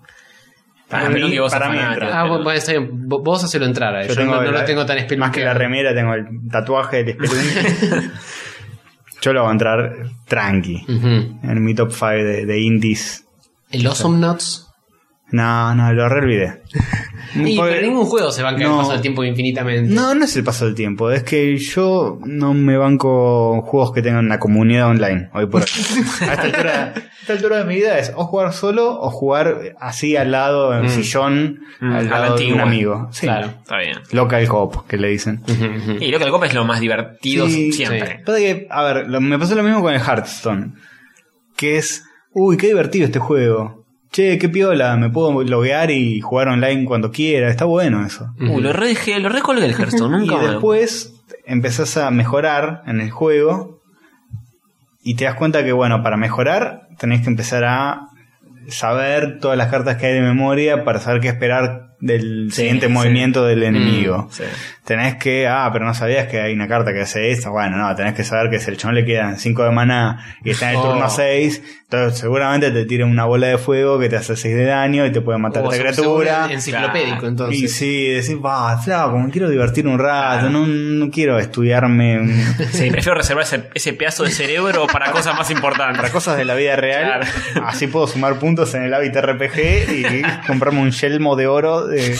Speaker 4: Para
Speaker 2: mí-
Speaker 4: mí, que vos
Speaker 2: para
Speaker 4: sos
Speaker 2: mí
Speaker 4: fanático.
Speaker 2: entra.
Speaker 3: Ah, bueno, bueno, está bien. Vo- Vos hacelo entrar. a él. Yo, no, no
Speaker 2: la-
Speaker 3: lo tengo tan
Speaker 2: Más que la
Speaker 3: espelunqueado.
Speaker 2: remera, tengo el tatuaje del Spelunky. Yo lo voy a entrar tranqui.
Speaker 3: Ujú.
Speaker 2: En mi top 5 de, de indies.
Speaker 3: El Awesome Nuts.
Speaker 2: No, no, lo re olvidé.
Speaker 3: Y
Speaker 2: Porque-
Speaker 3: pero ningún juego se va a caer
Speaker 2: No.
Speaker 3: paso del tiempo infinitamente.
Speaker 2: No, no es el paso del tiempo. Es que yo no me banco juegos que tengan una comunidad online hoy por hoy. a, esta altura, a esta altura de mi vida es o jugar solo o jugar así al lado, en
Speaker 3: Mm.
Speaker 2: sillón,
Speaker 4: Mm, a
Speaker 2: al
Speaker 4: la
Speaker 2: lado de un
Speaker 4: antigua.
Speaker 2: amigo. Sí.
Speaker 3: Claro.
Speaker 4: Está bien.
Speaker 2: Local Hop, que le dicen.
Speaker 3: Ujú, ujú.
Speaker 4: Y lo que el copa es lo más divertido
Speaker 2: Sí,
Speaker 4: siempre.
Speaker 2: Pasa que, a ver, lo- me pasó lo mismo con el Hearthstone. Que es, uy, qué divertido este juego. Che, qué piola, me puedo loguear y jugar online cuando quiera. Está bueno eso.
Speaker 4: Uh, lo re dejé, lo recolgué el Hearthstone, nunca
Speaker 2: y
Speaker 4: más.
Speaker 2: después empezás a mejorar en el juego y te das cuenta que, bueno, para mejorar tenés que empezar a saber todas las cartas que hay de memoria para saber qué esperar del
Speaker 4: Sí,
Speaker 2: siguiente
Speaker 4: sí. Mm,
Speaker 2: movimiento del enemigo.
Speaker 4: Sí.
Speaker 2: Tenés que, ah, pero no sabías que hay una carta que hace esto. Bueno, no, tenés que saber que si el chon le quedan 5 de maná y está en el
Speaker 3: Oh.
Speaker 2: turno 6, entonces seguramente te tiran una bola de fuego que te hace 6 de daño y te puede matar
Speaker 3: Oh,
Speaker 2: esta
Speaker 3: se-
Speaker 2: criatura.
Speaker 3: se- Enciclopédico,
Speaker 4: Claro.
Speaker 2: Y
Speaker 3: entonces.
Speaker 2: sí, decís, va, flaco, me quiero divertir un rato, no, no quiero estudiarme mm,
Speaker 4: Sí, prefiero reservar ese, ese pedazo de cerebro para cosas más importantes.
Speaker 2: para cosas de la vida real.
Speaker 4: Claro.
Speaker 2: Así puedo sumar puntos en el hábitat RPG y comprarme un yelmo de oro. eh, de-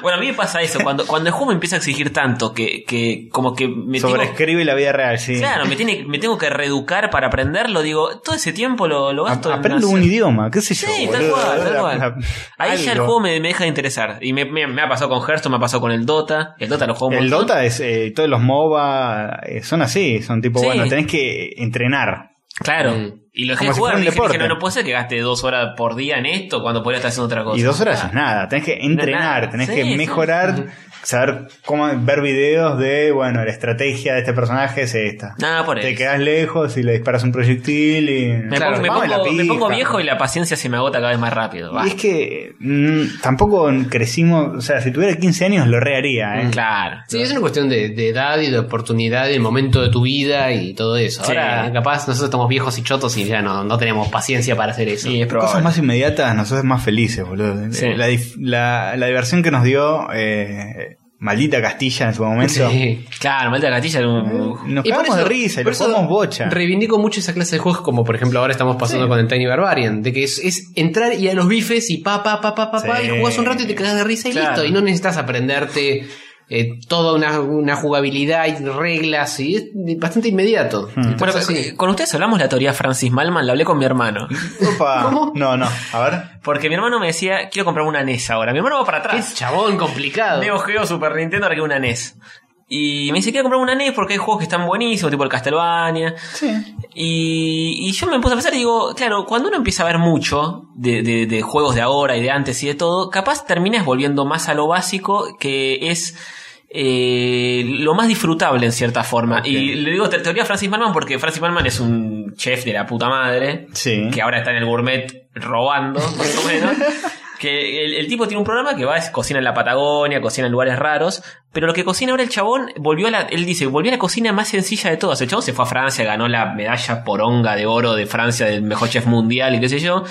Speaker 4: Bueno, a mí me pasa eso, cuando, cuando el juego me empieza a exigir tanto que, que como que me tengo-
Speaker 2: sobreescribe la vida real, sí.
Speaker 4: Claro, me, tiene, me tengo que reeducar para aprenderlo. Digo, todo ese tiempo lo, lo
Speaker 2: A-
Speaker 4: gasto en
Speaker 2: Aprendo
Speaker 4: hacer-
Speaker 2: un idioma, qué sé yo.
Speaker 4: Sí, tal
Speaker 2: boludo,
Speaker 4: cual, tal
Speaker 2: la-
Speaker 4: cual.
Speaker 2: la-
Speaker 4: Ahí ya el
Speaker 2: algo.
Speaker 4: juego me, me deja de interesar. Y me, me- me ha pasado con Hearthstone, me ha pasado con el Dota. El Dota lo juego un
Speaker 2: El
Speaker 4: montón.
Speaker 2: Dota es, eh, todos los MOBA eh, son así, son tipo,
Speaker 4: Sí.
Speaker 2: bueno, tenés que entrenar.
Speaker 4: Claro.
Speaker 3: Mm.
Speaker 4: Y lo dejé
Speaker 2: Como si
Speaker 4: jugar.
Speaker 2: fuera un
Speaker 4: dije, dije,
Speaker 2: deporte.
Speaker 4: no, no puede ser que gaste dos horas por día en esto cuando podría estar haciendo otra cosa.
Speaker 2: Y dos horas es nada, tenés que entrenar,
Speaker 4: nada.
Speaker 2: tenés
Speaker 4: Sí,
Speaker 2: que
Speaker 4: sí.
Speaker 2: mejorar, saber cómo ver videos de, bueno, la estrategia de este personaje es esta.
Speaker 4: Nada por
Speaker 2: Te
Speaker 4: eso.
Speaker 2: quedas lejos y le disparas un proyectil y...
Speaker 4: Me,
Speaker 3: Claro,
Speaker 4: pongo, me
Speaker 2: vamos a la
Speaker 4: pongo- me
Speaker 2: pija.
Speaker 4: pongo viejo y la paciencia se me agota cada vez más rápido. Va.
Speaker 2: Y es que mm, tampoco crecimos, o sea, si tuviera 15 años lo rearía, ¿eh?
Speaker 4: Mm, Claro.
Speaker 3: Sí, es una cuestión de, de edad y de oportunidad, del momento de tu vida y todo eso.
Speaker 4: Sí.
Speaker 3: Ahora, capaz, nosotros estamos viejos y chotos y ya no, no tenemos paciencia para hacer eso.
Speaker 4: Y es
Speaker 2: Cosas
Speaker 4: probable.
Speaker 2: más inmediatas nos hacen más felices, boludo.
Speaker 4: Sí.
Speaker 2: La, dif- la- la diversión que nos dio eh, Maldita Castilla en su momento.
Speaker 3: Sí.
Speaker 4: Claro, Malta Castilla era un...
Speaker 2: Nos
Speaker 3: Y por
Speaker 2: cagamos de
Speaker 3: eso-
Speaker 2: risa y
Speaker 3: por
Speaker 2: lo
Speaker 3: eso
Speaker 2: jugamos bocha.
Speaker 3: Reivindico mucho esa clase de juegos, como por ejemplo ahora estamos pasando con el Tiny Barbarian, de que es, es entrar y a los bifes y pa, pa, pa, pa, pa, pa,
Speaker 2: Sí.
Speaker 3: y jugás un rato y te quedás de risa y
Speaker 4: Claro.
Speaker 3: listo. Y no necesitas aprenderte eh, toda una, una jugabilidad y reglas, y es bastante inmediato.
Speaker 2: Hmm.
Speaker 3: Entonces,
Speaker 4: Bueno, eh,
Speaker 3: sí.
Speaker 4: con ustedes hablamos la teoría Francis Malman, la hablé con mi hermano.
Speaker 2: Opa. No, no, a ver.
Speaker 4: Porque mi hermano me decía, quiero comprar una NES ahora. Mi hermano va para
Speaker 3: Qué
Speaker 4: atrás.
Speaker 3: chabón complicado.
Speaker 4: Neo Geo Super Nintendo arqué una NES. Y me dice, quiero comprar una NES porque hay juegos que están buenísimos, tipo el Castlevania. Y, y yo me puse a pensar y digo, claro, cuando uno empieza a ver mucho de, de- de juegos de ahora y de antes y de todo, capaz terminas volviendo más a lo básico que es eh, lo más disfrutable en cierta forma. Y le digo te- teoría a Francis Malman porque Francis Malman es un chef de la puta madre
Speaker 2: Sí.
Speaker 4: que ahora está en el gourmet robando, más o menos. Que el, el tipo tiene un programa que va, es- cocina en la Patagonia, cocina en lugares raros, pero lo que cocina ahora el chabón, volvió a la, él dice, volvió a la cocina más sencilla de todas. El chabón se fue a Francia, ganó la medalla poronga de oro de Francia del mejor chef mundial y qué sé yo.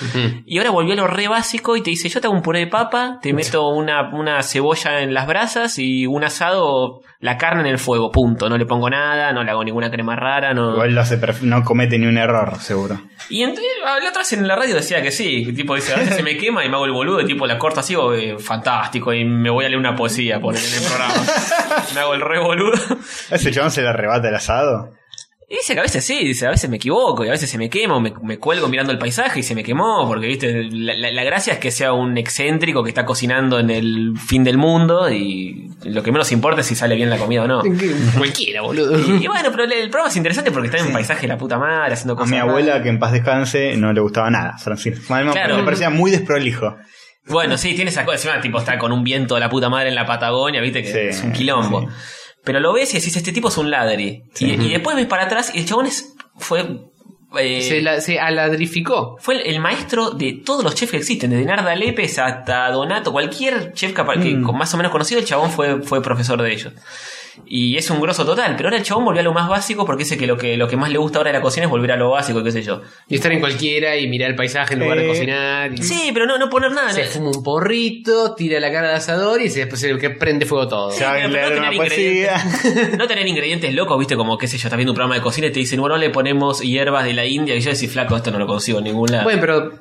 Speaker 4: Y ahora volvió a lo re básico y te dice, yo te hago un puré de papa, te meto una, una cebolla en las brasas y un asado, la carne en el fuego, punto. No le pongo nada, no le hago ninguna crema rara, no...
Speaker 2: Igual lo hace perf- no comete ni un error, seguro.
Speaker 4: Y ent- la otra vez en la radio decía que sí, que tipo dice, a veces se me quema y me hago el boludo, y tipo la corto así, o, eh, fantástico, y me voy a leer una poesía por en el programa. me hago el re boludo.
Speaker 2: ¿A ese chabón se le arrebata el asado?
Speaker 4: Y dice que a veces sí, dice, a veces me equivoco, y a veces se me quema, o me, me cuelgo mirando el paisaje y se me quemó, porque viste, la, la- la gracia es que sea un excéntrico que está cocinando en el fin del mundo, y lo que menos importa es si sale bien la comida o no.
Speaker 3: Cualquiera, boludo.
Speaker 4: Y, y bueno, pero el- el programa es interesante porque está en un paisaje de la puta madre, haciendo
Speaker 2: A
Speaker 4: cosas.
Speaker 2: mi
Speaker 4: raras.
Speaker 2: abuela, que en paz descanse, no le gustaba nada. Francis Malman
Speaker 4: Claro.
Speaker 2: pero me parecía muy desprolijo.
Speaker 4: Bueno, sí, tiene esa cosa. Encima, tipo, está con un viento de la puta madre en la Patagonia, viste, que
Speaker 2: Sí,
Speaker 4: es un quilombo. Pero lo ves y decís, este tipo es un ladri. Y, y después ves para atrás y el chabón es, fue... eh,
Speaker 3: Se, la- se aladrificó.
Speaker 4: Fue el, el maestro de todos los chefs que existen, desde Narda Lépez hasta Donato, cualquier chef capa- que con más o menos conocido, el chabón fue, fue profesor de ellos. Y es un grosso total, pero ahora el chabón volvió a lo más básico porque dice que lo que, lo que más le gusta ahora de la cocina es volver a lo básico, y qué sé yo.
Speaker 3: Y estar en cualquiera y mirar el paisaje en lugar de
Speaker 2: Eh,
Speaker 3: cocinar. y-
Speaker 4: Sí, pero no, no poner nada.
Speaker 3: Mm. Se fuma un porrito, tira la cara al asador y se, después se que prende fuego todo.
Speaker 2: Se va a
Speaker 4: pero no
Speaker 2: leer
Speaker 4: tener
Speaker 2: una poesía.
Speaker 4: ingredientes. No tener ingredientes locos, viste, como qué sé yo, estás viendo un programa de cocina y te dicen, bueno, le ponemos hierbas de la India y yo decís, flaco, esto no lo consigo en ningún lado.
Speaker 3: Bueno, pero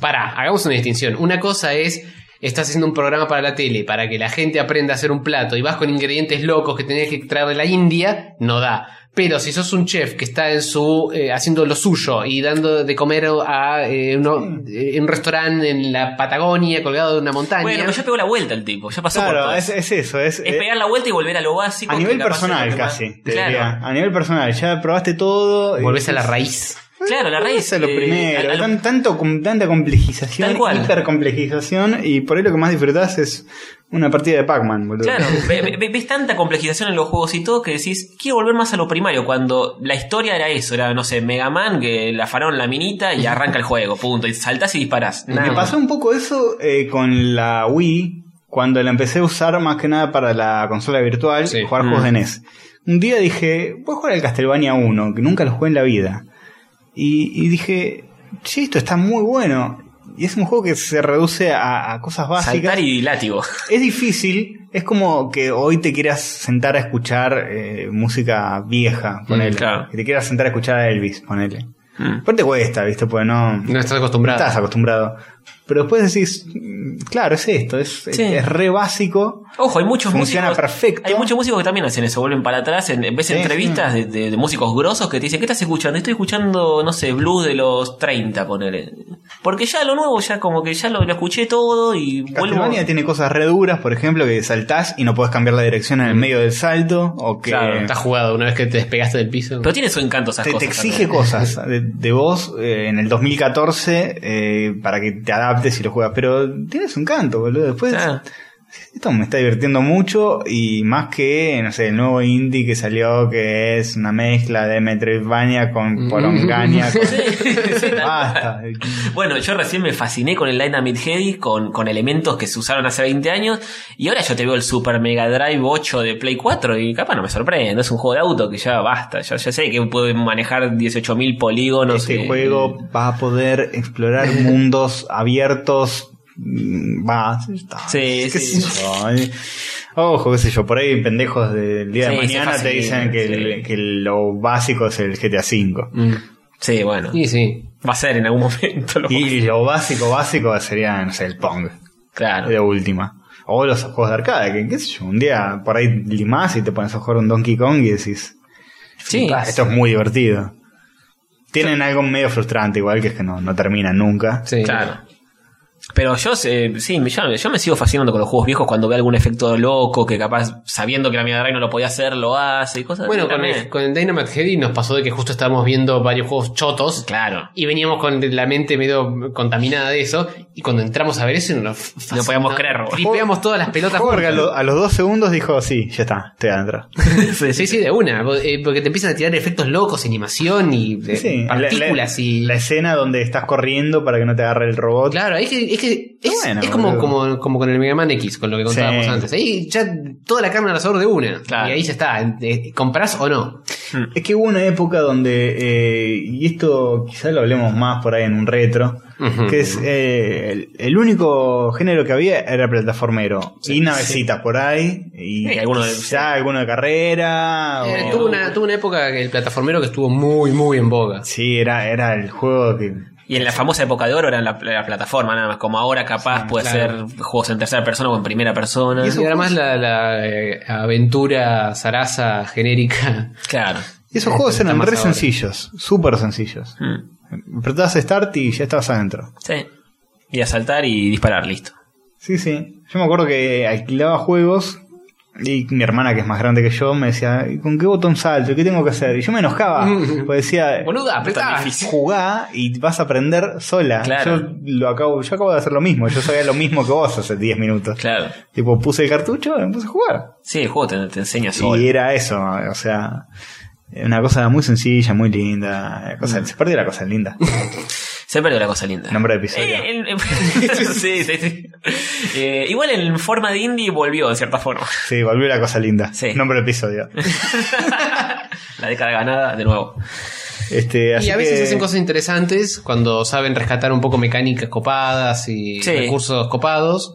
Speaker 3: pará, hagamos una distinción. Una cosa es, estás haciendo un programa para la tele, para que la gente aprenda a hacer un plato y vas con ingredientes locos que tenés que traer de la India, no da. Pero si sos un chef que está en su eh, haciendo lo suyo y dando de comer a eh, uno- eh, en un restaurante en la Patagonia colgado de una montaña.
Speaker 4: Bueno, pero ya pegó la vuelta el tipo, ya pasó por
Speaker 2: Claro,
Speaker 4: todo.
Speaker 2: es, es eso. Es, eh,
Speaker 4: Es pegar la vuelta y volver a lo básico.
Speaker 2: a
Speaker 4: que
Speaker 2: nivel
Speaker 4: capaz es lo
Speaker 2: personal
Speaker 4: que más-
Speaker 2: casi. te diría.
Speaker 4: Claro,
Speaker 2: A nivel personal. Ya probaste todo. eh, y-
Speaker 3: Volvés a la raíz.
Speaker 4: claro, la raíz.
Speaker 2: Eso es lo
Speaker 4: eh,
Speaker 2: primero.
Speaker 4: a- a lo-
Speaker 2: tan- tanto, com- tanta complejización,
Speaker 4: Tal cual.
Speaker 2: hipercomplejización. Y por ahí lo que más disfrutás es una partida de Pac-Man, boludo.
Speaker 4: Claro, ve- ve- ve- ves tanta complejización en los juegos y todo que decís, quiero volver más a lo primario, cuando la historia era eso, era, no sé, Mega Man, que la farón la minita y arranca el juego, punto, y saltás y disparás.
Speaker 3: Nada
Speaker 2: Me
Speaker 3: más.
Speaker 2: pasó un poco eso eh, con la Wii, cuando la empecé a usar más que nada para la consola virtual,
Speaker 3: Sí.
Speaker 2: jugar
Speaker 4: Mm.
Speaker 2: juegos de NES. Un día dije, voy a jugar al Castlevania 1, que nunca lo jugué en la vida. Y, y dije, che, esto está muy bueno. Y es un juego que se reduce a, a cosas básicas.
Speaker 4: Saltar y látigo.
Speaker 2: Es difícil, es como que hoy te quieras sentar a escuchar eh, música vieja, ponele.
Speaker 4: claro.
Speaker 2: Que te quieras sentar a escuchar a Elvis, ponele.
Speaker 4: Mm.
Speaker 2: Pero te cuesta, ¿viste? Porque no
Speaker 3: No estás acostumbrado.
Speaker 2: estás acostumbrado. Pero después decís, mm, claro, es esto, es,
Speaker 4: Sí.
Speaker 2: es re básico.
Speaker 4: Ojo, hay muchos
Speaker 2: Funciona
Speaker 4: músicos.
Speaker 2: perfecto.
Speaker 4: Hay muchos músicos que también hacen eso, vuelven para atrás. En, ves
Speaker 2: Sí,
Speaker 4: entrevistas De, de- de músicos grosos que te dicen, ¿qué estás escuchando? Estoy escuchando, no sé, blues de los 30, ponele. Porque ya lo nuevo, ya como que ya lo, lo escuché todo y vuelvo.
Speaker 2: Castlevania tiene cosas re duras, por ejemplo, que saltás y no podés cambiar la dirección en el medio del salto, o que
Speaker 4: Mm. Claro,
Speaker 3: Estás jugado una vez que te despegaste del piso.
Speaker 4: Pero tiene su encanto esas
Speaker 2: te, te
Speaker 4: cosas.
Speaker 2: exige
Speaker 4: también.
Speaker 2: cosas de, de vos eh, en el 2014 eh, para que te adaptes y lo juegas. Pero tienes un canto, boludo. Después,
Speaker 4: Ah,
Speaker 2: esto me está divirtiendo mucho y más que, no sé, el nuevo indie que salió, que es una mezcla de Metroidvania con
Speaker 4: Mm.
Speaker 2: Porongania. con- Basta.
Speaker 4: Bueno, yo recién me fasciné con el Dynamite Heady, con, con elementos que se usaron hace 20 años, y ahora yo te veo el Super Mega Drive 8 de Play 4 y capaz no me sorprende, es un juego de auto que ya basta, ya, ya sé que puede manejar 18.000 polígonos.
Speaker 2: Este
Speaker 4: y-
Speaker 2: juego va a poder explorar mundos abiertos. mm, Va, está.
Speaker 4: Sí,
Speaker 2: qué
Speaker 4: sí.
Speaker 2: sé yo, eh. Ojo, qué sé yo, por ahí pendejos del día de
Speaker 4: Sí, se
Speaker 2: mañana te
Speaker 4: fascina,
Speaker 2: dicen que, el-
Speaker 4: sí.
Speaker 2: que lo básico es el GTA V.
Speaker 3: Mm.
Speaker 4: Sí, bueno,
Speaker 3: Y sí.
Speaker 4: va a ser en algún momento. lo-
Speaker 2: Y lo básico, básico sería, no sé, el Pong,
Speaker 4: Claro.
Speaker 2: de última. O los juegos de arcade, que qué sé yo, un día por ahí limás y te pones a jugar un Donkey Kong y decís,
Speaker 4: Sí,
Speaker 2: "Ah, esto es muy divertido. Tienen algo medio frustrante igual, que es que no, no terminan nunca.
Speaker 3: sí.
Speaker 4: claro. Pero yo, sé- sí, yo, yo me sigo fascinando con los juegos viejos cuando veo algún efecto loco que capaz, sabiendo que la Mega Drive no lo podía hacer, lo hace y cosas
Speaker 3: Bueno,
Speaker 4: así
Speaker 3: con
Speaker 4: también.
Speaker 3: el, con el Dynamite Heady nos pasó de que justo estábamos viendo varios juegos chotos.
Speaker 4: Claro.
Speaker 3: Y veníamos con la mente medio contaminada de eso. Y cuando entramos a ver eso, nos fascinó.
Speaker 4: No podíamos creer, boludo.
Speaker 3: Tripeamos todas las pelotas.
Speaker 2: Jorge a,
Speaker 3: juntas.
Speaker 2: lo- a los dos segundos dijo, sí, ya está, estoy adentro.
Speaker 3: Sí, sí, de una. Vos, eh, Porque te empiezan a tirar efectos locos, animación y eh,
Speaker 2: Sí, la- la-
Speaker 3: partículas y.
Speaker 2: La escena donde estás corriendo para que no te agarre el robot.
Speaker 3: Claro, es que es, que
Speaker 2: Qué
Speaker 3: es,
Speaker 2: bueno,
Speaker 3: es como,
Speaker 2: boludo.
Speaker 3: como, como con el Mega Man X, con lo que contábamos
Speaker 2: Sí.
Speaker 3: antes. Ahí ya toda la carne al asador de una.
Speaker 4: Claro.
Speaker 3: Y ahí ya está. Eh, ¿Comprás o no?
Speaker 2: Es que hubo una época donde, eh, y esto quizá lo hablemos más por ahí en un retro,
Speaker 3: Ujú.
Speaker 2: que es eh, el, el único género que había era plataformero. y navecitas por ahí, y
Speaker 4: Sí, alguno de-
Speaker 2: quizá alguno de carrera.
Speaker 3: Eh,
Speaker 2: o-
Speaker 3: tuvo, una, tuvo una época que el plataformero que estuvo muy, muy en boga.
Speaker 2: Sí, era, era el juego que...
Speaker 4: Y en la famosa época de oro era la, la plataforma, nada más. Como ahora capaz puede
Speaker 3: claro.
Speaker 4: ser juegos en tercera persona o en primera persona.
Speaker 3: Y, era más la, la, eh, aventura zaraza genérica.
Speaker 4: Claro.
Speaker 2: y Esos juegos
Speaker 3: Está
Speaker 2: eran
Speaker 3: más
Speaker 2: re
Speaker 3: ahora.
Speaker 2: sencillos, súper sencillos.
Speaker 4: Mm.
Speaker 2: Apretabas Start y ya estabas adentro.
Speaker 4: Sí. Y a saltar y disparar, listo.
Speaker 2: Sí, sí. Yo me acuerdo que alquilaba juegos Y mi hermana, que es más grande que yo, me decía, "¿Y ¿con qué botón salto? ¿Qué tengo que hacer? Y yo me enojaba. Porque decía,
Speaker 3: Boluda, apretá.
Speaker 2: jugá y vas a aprender sola.
Speaker 4: Claro.
Speaker 2: Yo, lo acabo, yo acabo de hacer lo mismo. Yo sabía lo mismo que vos hace 10 minutos.
Speaker 4: Claro.
Speaker 2: Tipo, puse el cartucho y me puse a jugar.
Speaker 4: Sí, el juego te, te enseña solo.
Speaker 2: Y era eso, o sea, una cosa muy sencilla, muy linda. la cosa- Se perdió la cosa linda.
Speaker 4: Se perdió la cosa linda.
Speaker 2: Nombre de episodio.
Speaker 4: Eh, el- sí, sí, sí. Eh, igual en forma de indie volvió, de cierta forma.
Speaker 2: Sí, volvió la cosa linda.
Speaker 4: Sí.
Speaker 2: Nombre del episodio.
Speaker 4: La década ganada, de nuevo.
Speaker 2: Este, así
Speaker 3: Y a veces
Speaker 2: que-
Speaker 3: hacen cosas interesantes cuando saben rescatar un poco mecánicas copadas y
Speaker 4: Sí.
Speaker 3: recursos copados.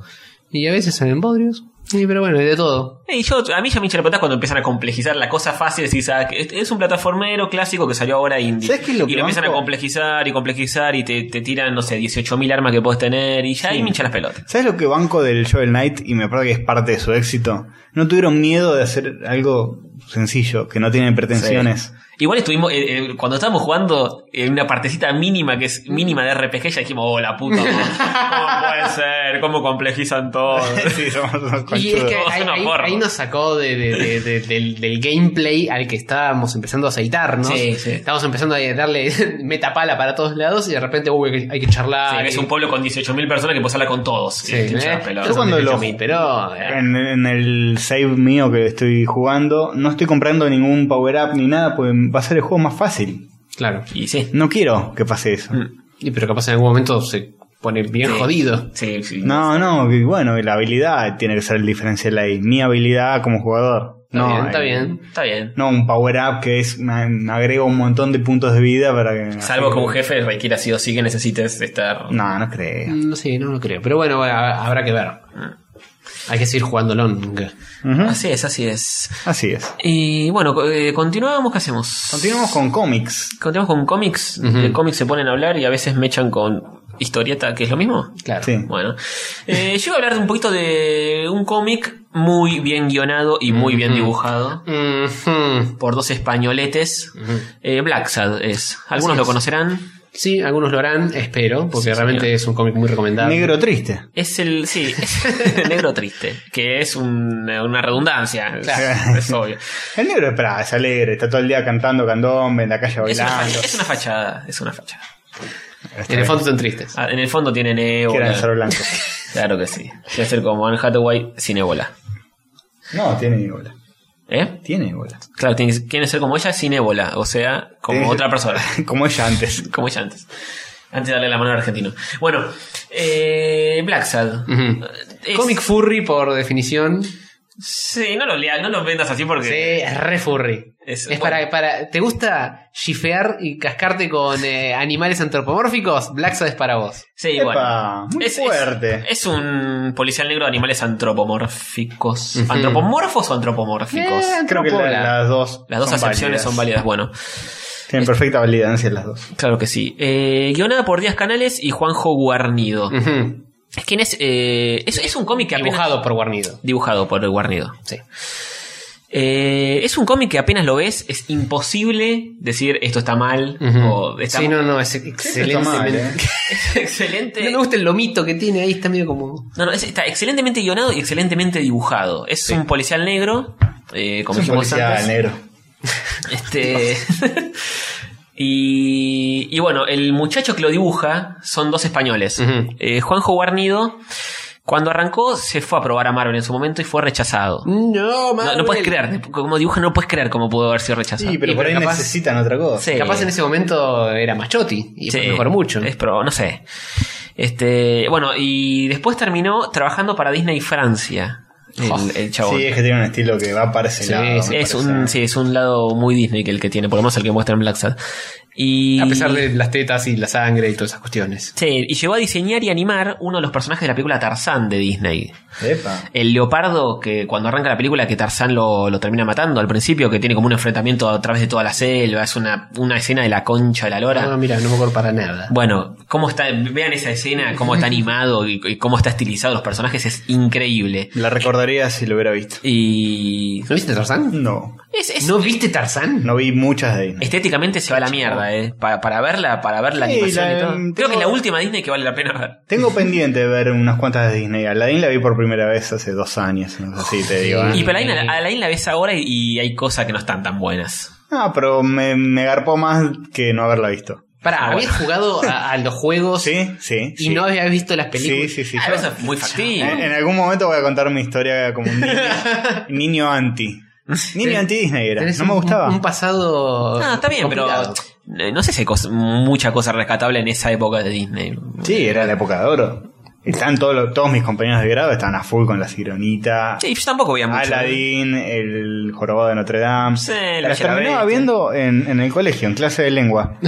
Speaker 3: Y a veces salen bodrios. Y, pero bueno, hay de todo.
Speaker 4: Eh, Y yo, a mí ya me hincha la pelota cuando empiezan a complejizar la cosa fácil. Decís, ah, que es un plataformero clásico que salió ahora indie.
Speaker 2: ¿Sabes qué es lo
Speaker 4: y
Speaker 2: que
Speaker 4: lo empiezan a
Speaker 2: banco?
Speaker 4: complejizar y complejizar y te, te tiran, no sé, 18.000 armas que puedes tener. Y ya ahí me hincha las pelotas.
Speaker 2: ¿Sabes lo que banco del Joel Knight? Y me parece que es parte de su éxito. No tuvieron miedo de hacer algo sencillo, que no tiene pretensiones.
Speaker 4: Igual estuvimos, eh, eh, cuando estábamos jugando en una partecita mínima que es mínima de RPG, ya dijimos, oh la puta, ¿cómo puede ser? ¿Cómo complejizan todo?
Speaker 2: Sí, somos unos
Speaker 3: Y es
Speaker 2: conchudos.
Speaker 3: que ahí,
Speaker 4: Una
Speaker 3: ahí-
Speaker 4: forma.
Speaker 3: ahí nos sacó de- de- de- de- del, del gameplay al que estábamos empezando a aceitarnos.
Speaker 4: Sí, sí.
Speaker 3: Estábamos empezando a darle metapala para todos lados y de repente uy, hay que- hay que charlar.
Speaker 4: Sí, Ah, es
Speaker 3: y-
Speaker 4: un pueblo con 18.000 personas que puedes hablar con todos.
Speaker 3: Sí,
Speaker 4: Y te hincha
Speaker 3: ¿eh?
Speaker 4: las pelotas.
Speaker 2: Yo cuando lo-
Speaker 3: 18.000, pero, eh,
Speaker 2: En, en el save mío que estoy jugando, no estoy comprando ningún power-up ni nada, porque va a ser el juego más fácil.
Speaker 3: Claro.
Speaker 4: Y sí.
Speaker 2: No quiero que pase eso.
Speaker 3: Y pero capaz en algún momento se pone bien
Speaker 4: Sí.
Speaker 3: jodido.
Speaker 4: Sí, sí.
Speaker 2: No, no, y bueno, y la habilidad tiene que ser el diferencial ahí. Mi habilidad como jugador.
Speaker 3: Está
Speaker 2: no,
Speaker 3: bien, está
Speaker 2: eh,
Speaker 3: bien.
Speaker 4: Está bien.
Speaker 2: No, un power-up que es, me, me agrega un montón de puntos de vida para que...
Speaker 4: Salvo que un jefe requiera sí o sí que necesites estar.
Speaker 2: No, no creo.
Speaker 3: No sé, Mm, no lo creo. Pero bueno, ha- habrá que ver. Hay que seguir jugando long.
Speaker 2: Ujú.
Speaker 4: Así es, así es.
Speaker 2: Así es.
Speaker 4: Y bueno, co- eh, continuamos, ¿qué hacemos?
Speaker 2: Continuamos con cómics.
Speaker 4: Continuamos con cómics.
Speaker 3: Ujú.
Speaker 4: De cómics se ponen a hablar y a veces me echan con historieta, que es lo mismo.
Speaker 3: Claro.
Speaker 2: Sí.
Speaker 4: Bueno, eh, yo voy a hablar de un poquito de un cómic muy bien guionado y muy bien
Speaker 3: Ujú.
Speaker 4: dibujado
Speaker 3: Ujú.
Speaker 4: por dos españoletes.
Speaker 3: Ujú.
Speaker 4: Eh, Black Sad es. Algunos
Speaker 3: Así
Speaker 4: lo
Speaker 3: es.
Speaker 4: conocerán.
Speaker 3: Sí, algunos lo harán, espero, porque
Speaker 4: Sí,
Speaker 3: realmente
Speaker 4: señor.
Speaker 3: es un cómic muy recomendable.
Speaker 2: Negro triste.
Speaker 4: Es el, sí, es el negro triste, que es un- una redundancia, es-
Speaker 2: Claro.
Speaker 4: es obvio.
Speaker 2: El negro es pra, es alegre, está todo el día cantando candombe en la calle
Speaker 4: Es una,
Speaker 2: bailando.
Speaker 4: fa- es una fachada, es una fachada.
Speaker 3: En el fondo son tristes.
Speaker 4: Ah, En el fondo tienen
Speaker 2: Que era el
Speaker 4: ébola.
Speaker 2: Cerro blanco.
Speaker 4: Claro que sí. Debe ser como Anne Hathaway sin ébola.
Speaker 2: No, tiene ébola.
Speaker 4: ¿Eh?
Speaker 2: Tiene ébola.
Speaker 4: Claro, tiene que tiene que ser como ella sin ébola, o sea, como
Speaker 2: Tiene-
Speaker 4: otra persona.
Speaker 2: Como ella antes.
Speaker 4: Como ella antes. Antes de darle la mano al argentino. Bueno, eh, Black Sad.
Speaker 3: Ujú.
Speaker 4: Es-
Speaker 3: Cómic furry por definición.
Speaker 4: Sí, no lo leas, no lo vendas así porque.
Speaker 3: Sí, es re furry.
Speaker 4: Es-
Speaker 3: Es,
Speaker 4: bueno.
Speaker 3: para, para. ¿Te gusta chifear y cascarte con eh, animales antropomórficos? Black Sad es para vos.
Speaker 4: Sí,
Speaker 2: Epa,
Speaker 4: bueno.
Speaker 2: muy fuerte.
Speaker 4: Es, un policial negro de animales antropomórficos.
Speaker 3: Ujú.
Speaker 4: ¿Antropomorfos o antropomórficos?
Speaker 3: Eh,
Speaker 2: Creo que la-
Speaker 3: antropola.
Speaker 2: las dos.
Speaker 4: Las dos acepciones son válidas. Bueno,
Speaker 2: Tienen perfecta validancia las dos.
Speaker 4: claro que sí. Eh, guionada por Díaz Canales y Juanjo Guarnido.
Speaker 3: Mm. Ujú.
Speaker 4: ¿Quién es? eh, es, es un cómic que apenas-
Speaker 3: Dibujado por Guarnido.
Speaker 4: Dibujado por el Guarnido, sí. Eh, es un cómic que apenas lo ves, es imposible decir esto está mal o está
Speaker 3: Sí, no, no, es
Speaker 2: Está mal,
Speaker 3: excelentemente.
Speaker 2: ¿eh?
Speaker 4: es excelente.
Speaker 3: No me gusta el lomito que tiene ahí, está medio como.
Speaker 4: No, no, es- está excelentemente guionado y excelentemente dibujado. Es un policial negro, eh, como
Speaker 2: Es un
Speaker 4: dijimos
Speaker 2: policía
Speaker 4: antes.
Speaker 2: negro.
Speaker 4: Este. y, y bueno, el muchacho que lo dibuja son dos españoles.
Speaker 3: Ujú.
Speaker 4: Eh, Juanjo Guarnido, cuando arrancó, se fue a probar a Marvel en su momento y fue rechazado.
Speaker 3: No,
Speaker 4: No, no puedes creer, como dibuja no puedes creer cómo pudo haber sido rechazado.
Speaker 2: Sí, pero
Speaker 3: Y
Speaker 2: por
Speaker 3: pero
Speaker 2: ahí
Speaker 3: capaz-
Speaker 2: necesitan otra cosa.
Speaker 4: Sí.
Speaker 3: Capaz en ese momento era Machotti y
Speaker 4: Sí,
Speaker 3: mejor mucho.
Speaker 4: Es pro, no sé. Este, bueno, y después terminó trabajando para Disney Francia.
Speaker 3: Jo.
Speaker 4: El, el chabón.
Speaker 2: Sí, es que tiene un estilo que va para ese
Speaker 3: Sí,
Speaker 2: lado,
Speaker 3: sí,
Speaker 2: me
Speaker 4: es
Speaker 2: parece.
Speaker 4: un, sí, es un lado muy Disney que el que tiene, por lo menos el que muestra en Black Sad. Y,
Speaker 3: A pesar de las tetas y la sangre y todas esas cuestiones.
Speaker 4: Sí, y llegó a diseñar y animar uno de los personajes de la película Tarzán de Disney.
Speaker 2: Epa.
Speaker 4: El leopardo que cuando arranca la película que Tarzán lo, lo termina matando al principio, que tiene como un enfrentamiento a través de toda la selva, es una, una escena de la concha de la lora.
Speaker 2: Ah.
Speaker 3: No, mira, no me acuerdo para nada.
Speaker 4: Bueno, cómo está, vean esa escena, cómo está animado y, y cómo está estilizado los personajes, es increíble.
Speaker 2: La recordaría si lo hubiera visto.
Speaker 4: Y.
Speaker 3: ¿No viste Tarzán?
Speaker 2: No.
Speaker 4: es- es-
Speaker 3: ¿No viste Tarzán?
Speaker 2: No vi muchas de Disney.
Speaker 3: Este-
Speaker 4: Estéticamente se va a la mierda mierda, eh. Para, para verla, para ver la
Speaker 2: Sí,
Speaker 4: animación
Speaker 2: la-
Speaker 4: y todo. Creo
Speaker 2: tengo-
Speaker 4: que es la última Disney que vale la pena ver.
Speaker 2: Tengo pendiente de ver unas cuantas de Disney. Aladdin la vi por primera vez hace dos años, no sé si te digo. ¿eh?
Speaker 4: Y para Alain, a Alain la ves ahora y, y hay cosas que no están tan buenas.
Speaker 2: No, Ah, pero me, me garpó más que no haberla visto.
Speaker 3: Para,
Speaker 4: Ah,
Speaker 3: habías jugado a, a los juegos
Speaker 2: Sí, sí.
Speaker 3: y
Speaker 2: sí.
Speaker 3: no habías visto las
Speaker 2: Sí,
Speaker 3: películas.
Speaker 2: sí, sí.
Speaker 4: Ah,
Speaker 2: Yo-
Speaker 4: eso es muy
Speaker 2: en,
Speaker 4: factible.
Speaker 2: en algún momento voy a contar mi historia como un niño, niño anti. Niño anti Disney era.
Speaker 3: Tenés
Speaker 2: No me
Speaker 3: un-
Speaker 2: gustaba.
Speaker 3: Un pasado.
Speaker 4: Ah, está bien, pero
Speaker 3: complicado.
Speaker 4: eh, no sé si hay cos- mucha cosa rescatable en esa época de Disney.
Speaker 2: Sí, era la época de oro. Están todos, los- todos mis compañeros de grado estaban a full con la Sironita.
Speaker 4: Sí, yo tampoco veía mucho. ¿eh?
Speaker 2: Aladdin, el jorobado de Notre Dame.
Speaker 4: Sí, la
Speaker 2: las
Speaker 4: Yerba
Speaker 2: terminaba
Speaker 4: Bestia.
Speaker 2: viendo en, en el colegio, en clase de lengua.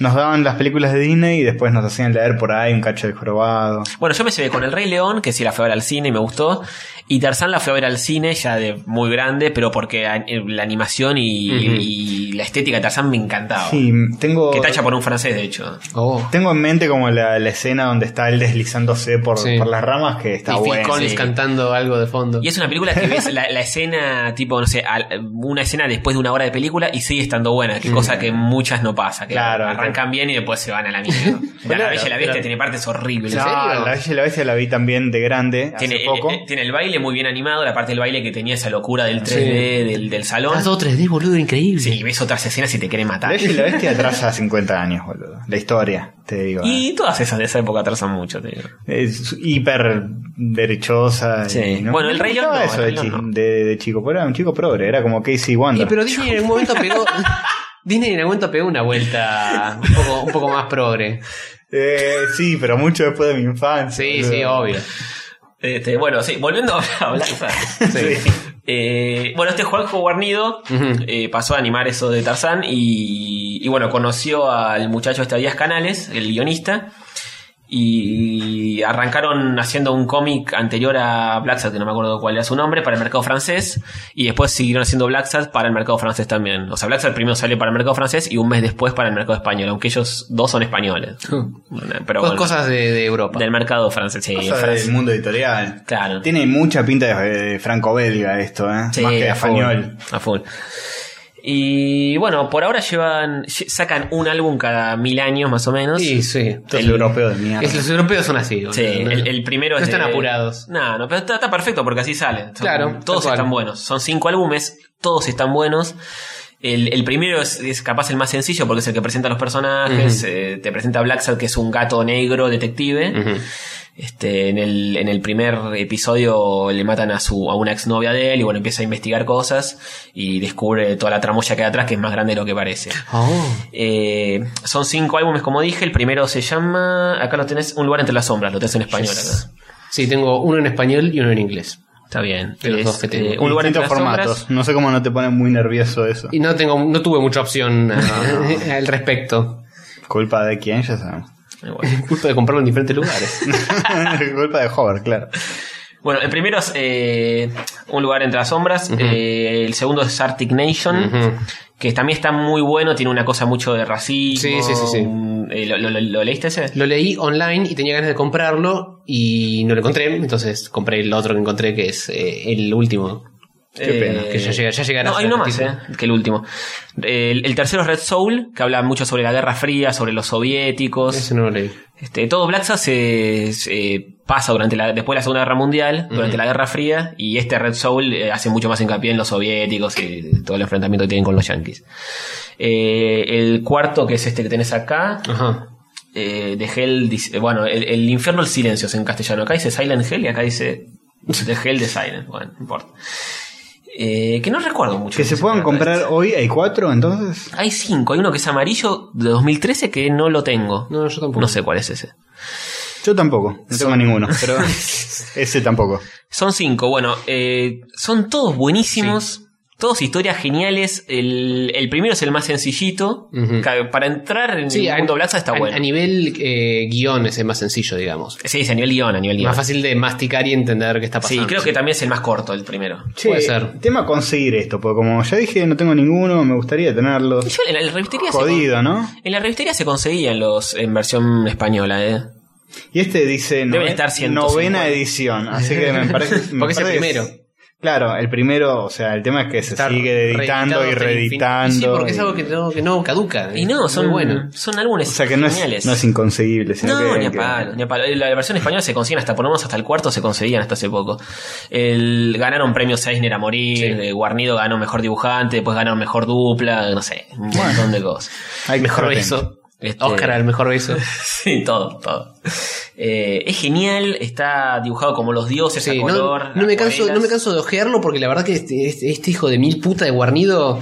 Speaker 2: Nos daban las películas de Disney y después nos hacían leer por ahí un cacho de jorobado.
Speaker 4: Bueno, yo me llevé con El Rey León, que sí la fui a ver al cine y me gustó. Y Tarzán la fui a ver al cine ya de muy grande, pero porque a- eh, la animación y,
Speaker 3: Ujú.
Speaker 4: y la estética de Tarzán me encantaba.
Speaker 2: Sí, tengo,
Speaker 4: Que está hecha por un francés, de hecho.
Speaker 3: Oh.
Speaker 2: tengo en mente como la, la escena donde está él deslizándose por,
Speaker 3: Sí.
Speaker 2: por las ramas que está
Speaker 3: y Phil
Speaker 2: bueno.
Speaker 3: Collins
Speaker 4: sí.
Speaker 3: cantando algo de fondo.
Speaker 4: Y es una película que ves la, la escena, tipo, no sé, al- una escena después de una hora de película y sigue estando buena, que cosa que muchas no pasa. Que
Speaker 2: Claro,
Speaker 4: arrancan
Speaker 2: claro.
Speaker 4: bien y después se van a la mierda. la
Speaker 2: Claro,
Speaker 4: Bella y la Bestia
Speaker 2: claro.
Speaker 4: tiene partes horribles.
Speaker 2: No,
Speaker 3: serio?
Speaker 2: la Bella y la Bestia la vi también de grande
Speaker 4: Tiene,
Speaker 2: hace poco.
Speaker 4: eh, eh, tiene el baile muy bien animado, la parte del baile que tenía esa locura del 3D, del, del salón.
Speaker 3: Has dado 3D, boludo, increíble.
Speaker 4: Sí, y ves otras escenas y te quieren
Speaker 2: la
Speaker 4: matar.
Speaker 2: Bella y la Bestia atrasa 50 años, boludo. La historia, te digo. ¿eh?
Speaker 4: Y todas esas de esa época atrasan mucho, te digo.
Speaker 2: Es hiper derechosa.
Speaker 4: Sí.
Speaker 2: y
Speaker 4: Bueno, el
Speaker 2: me
Speaker 4: Rey León
Speaker 2: gustaba
Speaker 4: no,
Speaker 2: eso
Speaker 4: el
Speaker 2: de,
Speaker 4: Rey León
Speaker 2: chi- de- de chico, pero era un chico progre, era como Casey
Speaker 3: Y,
Speaker 2: Wonder.
Speaker 3: Eh, pero Disney en algún momento pegó. Disney en algún momento pegó una vuelta un poco, un poco más progre.
Speaker 2: Eh, sí, pero mucho después de mi infancia.
Speaker 3: Sí,
Speaker 2: boludo.
Speaker 3: sí, obvio.
Speaker 4: Este, bueno, sí, volviendo a a Blanca.
Speaker 2: Sí.
Speaker 4: Eh, bueno, este Juanjo Guarnido
Speaker 3: Ujú.
Speaker 4: eh, pasó a animar eso de Tarzán y, y, bueno, conoció al muchacho este Díaz Canales, el guionista, y arrancaron haciendo un cómic anterior a Black Sabbath, que no me acuerdo cuál era su nombre, para el mercado francés, y después siguieron haciendo Black Sabbath para el mercado francés también. O sea, Black Sabbath primero salió para el mercado francés y un mes después para el mercado español, aunque ellos dos son españoles. Pero
Speaker 3: Cos-
Speaker 4: bueno,
Speaker 3: cosas de, de Europa.
Speaker 4: del mercado francés, sí,
Speaker 2: Oh. Cosa
Speaker 4: Francia.
Speaker 2: del mundo editorial.
Speaker 4: Claro.
Speaker 2: Tiene mucha pinta de, de franco-belga esto, ¿eh?
Speaker 4: Sí,
Speaker 2: Más que de
Speaker 4: a full,
Speaker 2: español.
Speaker 4: A full. Y bueno, por ahora llevan lle- sacan un álbum cada mil años más o menos.
Speaker 3: Sí, sí.
Speaker 2: Esto es
Speaker 4: El-
Speaker 2: europeo de mierda.
Speaker 3: Es- los europeos son así. boludo.
Speaker 4: Sí, el, el primero
Speaker 3: No
Speaker 4: es
Speaker 3: están
Speaker 4: de-
Speaker 3: apurados.
Speaker 4: No, no, pero está, está perfecto porque así sale. Son-
Speaker 3: Claro,
Speaker 4: Todos
Speaker 3: tal cual.
Speaker 4: están buenos. Son cinco álbumes, todos están buenos. El, el primero es, es capaz el más sencillo porque es el que presenta a los personajes. eh, te presenta a Blacksad, que es un gato negro detective.
Speaker 3: Ujú.
Speaker 4: Este, en, el, en el primer episodio le matan a su a una exnovia de él y bueno, empieza a investigar cosas y descubre toda la tramoya que hay atrás que es más grande de lo que parece.
Speaker 3: Oh.
Speaker 4: Eh, son cinco álbumes, como dije. El primero se llama. Acá lo tenés, Un lugar entre las sombras, lo tenés en español.
Speaker 3: Yes.
Speaker 4: acá.
Speaker 3: Sí, tengo uno en español y uno en inglés.
Speaker 4: Está bien.
Speaker 3: De los
Speaker 4: Es,
Speaker 3: dos que tengo.
Speaker 4: eh, un lugar entre
Speaker 2: Distintos
Speaker 4: las
Speaker 2: formatos.
Speaker 4: sombras.
Speaker 2: No sé cómo no te pone muy nervioso eso.
Speaker 3: Y no tengo, no tuve mucha opción eh, al respecto.
Speaker 2: Culpa de quién, ya sabemos.
Speaker 4: Eh, Bueno.
Speaker 3: Culpa de comprarlo en diferentes lugares.
Speaker 2: Culpa de Hover, claro.
Speaker 4: Bueno, el primero es eh, Un lugar entre las sombras. eh, el segundo es Arctic Nation.
Speaker 3: Ujú.
Speaker 4: Que también está muy bueno, tiene una cosa mucho de racismo.
Speaker 3: Sí, sí, sí, sí.
Speaker 4: un- eh, ¿lo, lo- lo- lo leíste ese?
Speaker 3: Lo leí online y tenía ganas de comprarlo y no lo encontré, entonces compré el otro que encontré que es eh, el último. Eh,
Speaker 2: Qué pena,
Speaker 3: que ya llega- ya llegará
Speaker 4: Eh, No,
Speaker 3: a
Speaker 4: hay
Speaker 3: ser
Speaker 4: uno más,
Speaker 3: noticia.
Speaker 4: eh, que el último. El, el tercero es Red Soul, que habla mucho sobre la Guerra Fría, sobre los soviéticos.
Speaker 3: Ese no lo leí.
Speaker 4: Este, todo Black Sabbath se, se pasa durante la, después de la Segunda Guerra Mundial, durante la Guerra Fría, y este Red Soul eh, hace mucho más hincapié en los soviéticos y todo el enfrentamiento que tienen con los yanquis. Eh, el cuarto, que es este que tenés acá,
Speaker 3: Ajá.
Speaker 4: eh, de Hell, dice- eh, bueno, el, el infierno del silencio es en castellano. Acá dice Silent Hell y acá dice The Hell de Silent. Bueno, no importa. Eh, que no recuerdo mucho.
Speaker 2: Que
Speaker 4: de
Speaker 2: se
Speaker 4: qué
Speaker 2: puedan
Speaker 4: trata
Speaker 2: comprar
Speaker 4: esto.
Speaker 2: hoy, hay cuatro entonces.
Speaker 4: Hay cinco, hay uno que es amarillo de 2013 que no lo tengo.
Speaker 3: No, yo tampoco.
Speaker 4: No sé cuál es ese.
Speaker 2: Yo tampoco, no tengo ninguno, pero ese tampoco.
Speaker 4: Son cinco, bueno, eh, son todos buenísimos. Todos historias geniales. El, el primero es el más sencillito.
Speaker 3: Ujú.
Speaker 4: Ca- Para entrar en
Speaker 3: Sí,
Speaker 4: el
Speaker 3: a-
Speaker 4: mundo Blaza está
Speaker 3: a,
Speaker 4: bueno.
Speaker 3: A nivel eh, guión es el más sencillo, digamos.
Speaker 4: sí, es a nivel guión, a nivel guión.
Speaker 3: Más fácil de masticar y entender qué está
Speaker 4: Sí,
Speaker 3: pasando.
Speaker 4: creo que también es el más corto, el primero.
Speaker 3: Puede ser.
Speaker 2: Tema conseguir esto, porque como ya dije, no tengo ninguno, me gustaría tenerlo.
Speaker 4: Yo en la, en la revistería se
Speaker 2: Jodido, ¿no?
Speaker 4: con- en la revistería se conseguían los en versión española, eh.
Speaker 2: Y este dice
Speaker 4: Deben
Speaker 2: nove-
Speaker 4: estar 150.
Speaker 2: novena edición, así que me parece. me
Speaker 3: Porque es el
Speaker 2: parece que
Speaker 3: primero.
Speaker 2: Claro, el primero, o sea, el tema es que se
Speaker 3: Estar
Speaker 2: sigue editando
Speaker 3: reeditado
Speaker 2: y
Speaker 3: hasta el
Speaker 2: reeditando.
Speaker 3: infinito. Y Sí, porque es algo
Speaker 2: y-
Speaker 3: que no, que no caduca.
Speaker 4: Y no,
Speaker 3: Es
Speaker 4: son,
Speaker 3: muy bueno.
Speaker 4: son
Speaker 2: O
Speaker 4: álbumes
Speaker 2: sea que no
Speaker 4: geniales.
Speaker 2: es, no es inconseguible. Sino
Speaker 4: No,
Speaker 2: que,
Speaker 4: ni a
Speaker 2: que-
Speaker 4: palo, ni a palo. La versión española se consiguen hasta, por lo menos hasta el cuarto se conseguían hasta hace poco. El, ganaron premios Eisner a morir, eh, Guarnido ganó mejor dibujante, después ganó mejor dupla, no sé, un montón de cosas.
Speaker 2: Hay que
Speaker 4: mejor
Speaker 2: estar
Speaker 4: beso. este,
Speaker 3: Oscar al mejor beso.
Speaker 4: Sí, todo, todo. Eh, es genial, está dibujado como los dioses
Speaker 3: Sí,
Speaker 4: a
Speaker 3: no,
Speaker 4: color.
Speaker 3: no me canso,
Speaker 4: acuarelas.
Speaker 3: no me canso de ojearlo porque la verdad que este, este- este hijo de mil puta de Guarnido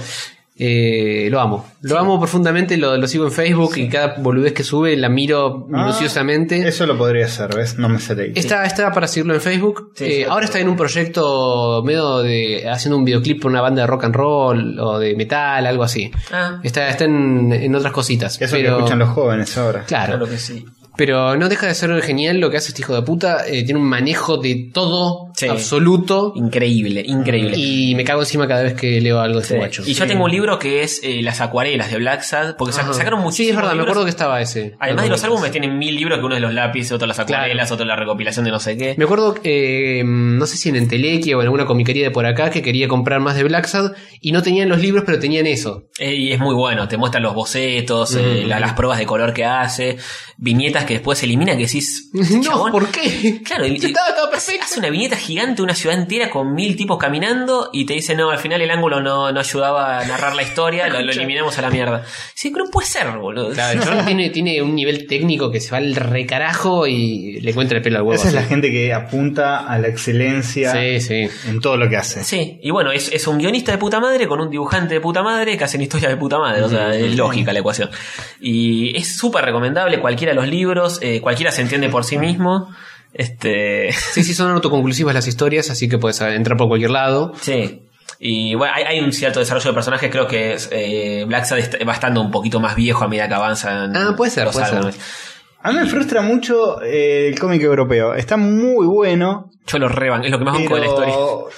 Speaker 3: eh, lo amo. Lo amo profundamente, lo, lo sigo en Facebook y cada boludez que sube la miro
Speaker 2: Ah,
Speaker 3: minuciosamente.
Speaker 2: Eso lo podría hacer, ¿ves? No me sale.
Speaker 3: Está, está para seguirlo en Facebook.
Speaker 4: Sí,
Speaker 3: Eh,
Speaker 4: sí,
Speaker 3: ahora
Speaker 4: sí.
Speaker 3: está en un proyecto medio de haciendo un videoclip por una banda de rock and roll o de metal, algo así.
Speaker 4: Ah,
Speaker 3: Está, está en, en otras cositas.
Speaker 2: Eso
Speaker 3: pero,
Speaker 2: que escuchan los jóvenes ahora.
Speaker 3: Claro.
Speaker 4: claro que sí.
Speaker 3: Pero no deja de ser genial lo que hace este hijo de puta. eh, tiene un manejo de todo
Speaker 4: Sí.
Speaker 3: absoluto.
Speaker 4: Increíble, increíble.
Speaker 3: Y me cago encima cada vez que leo algo de este
Speaker 4: Sí.
Speaker 3: guacho.
Speaker 4: Y yo tengo un libro que es eh, Las acuarelas de Black Sad, porque sac-
Speaker 3: Ajá.
Speaker 4: sacaron
Speaker 3: Sí,
Speaker 4: muchísimos
Speaker 3: es verdad, me
Speaker 4: libros.
Speaker 3: acuerdo que estaba ese.
Speaker 4: Además de los
Speaker 3: Me acuerdo que
Speaker 4: álbumes, tienen mil libros, que uno es los lápices, otro las acuarelas, otro la recopilación de no sé qué.
Speaker 3: Me acuerdo, eh, no sé si en Entelequia o en alguna comiquería de por acá, que quería comprar más de Black Sad y no tenían los libros, pero tenían eso.
Speaker 4: Eh, y es muy bueno, te muestran los bocetos, eh,
Speaker 3: Mm.
Speaker 4: la- las pruebas de color que hace, viñetas que después se eliminan, que decís... "Este
Speaker 3: no,
Speaker 4: chabón,
Speaker 3: ¿por qué?
Speaker 4: Claro, y-
Speaker 3: estaba, estaba
Speaker 4: Hace
Speaker 3: perfecto.
Speaker 4: una viñeta gigante, una ciudad entera con mil tipos caminando y te dice, no, al final el ángulo no, no ayudaba a narrar la historia, lo, lo eliminamos a la mierda. Sí, pero no puede ser, boludo.
Speaker 3: Claro, John tiene, tiene un nivel técnico que se va al recarajo y le encuentra el pelo al huevo.
Speaker 2: Esa es la
Speaker 3: así.
Speaker 2: gente que apunta a la excelencia
Speaker 3: Sí, sí.
Speaker 2: en todo lo que hace.
Speaker 4: Sí, y bueno, es, es un guionista de puta madre con un dibujante de puta madre que hacen historias de puta madre, o sea, es lógica la ecuación. Y es súper recomendable, cualquiera de los libros, eh, cualquiera se entiende por sí mismo. Este,
Speaker 3: Sí, sí, son autoconclusivas las historias, así que puedes entrar por cualquier lado.
Speaker 4: sí. Y bueno, hay, hay un cierto desarrollo de personajes, creo que eh, Black Sad est- va estando un poquito más viejo a medida que avanzan
Speaker 3: Ah, puede ser,
Speaker 4: los
Speaker 3: puede ser.
Speaker 4: álbumes.
Speaker 2: A mí me frustra mucho eh, el cómic europeo. Está muy bueno,
Speaker 4: Yo lo reban, es lo que más banco de la historia.
Speaker 2: pero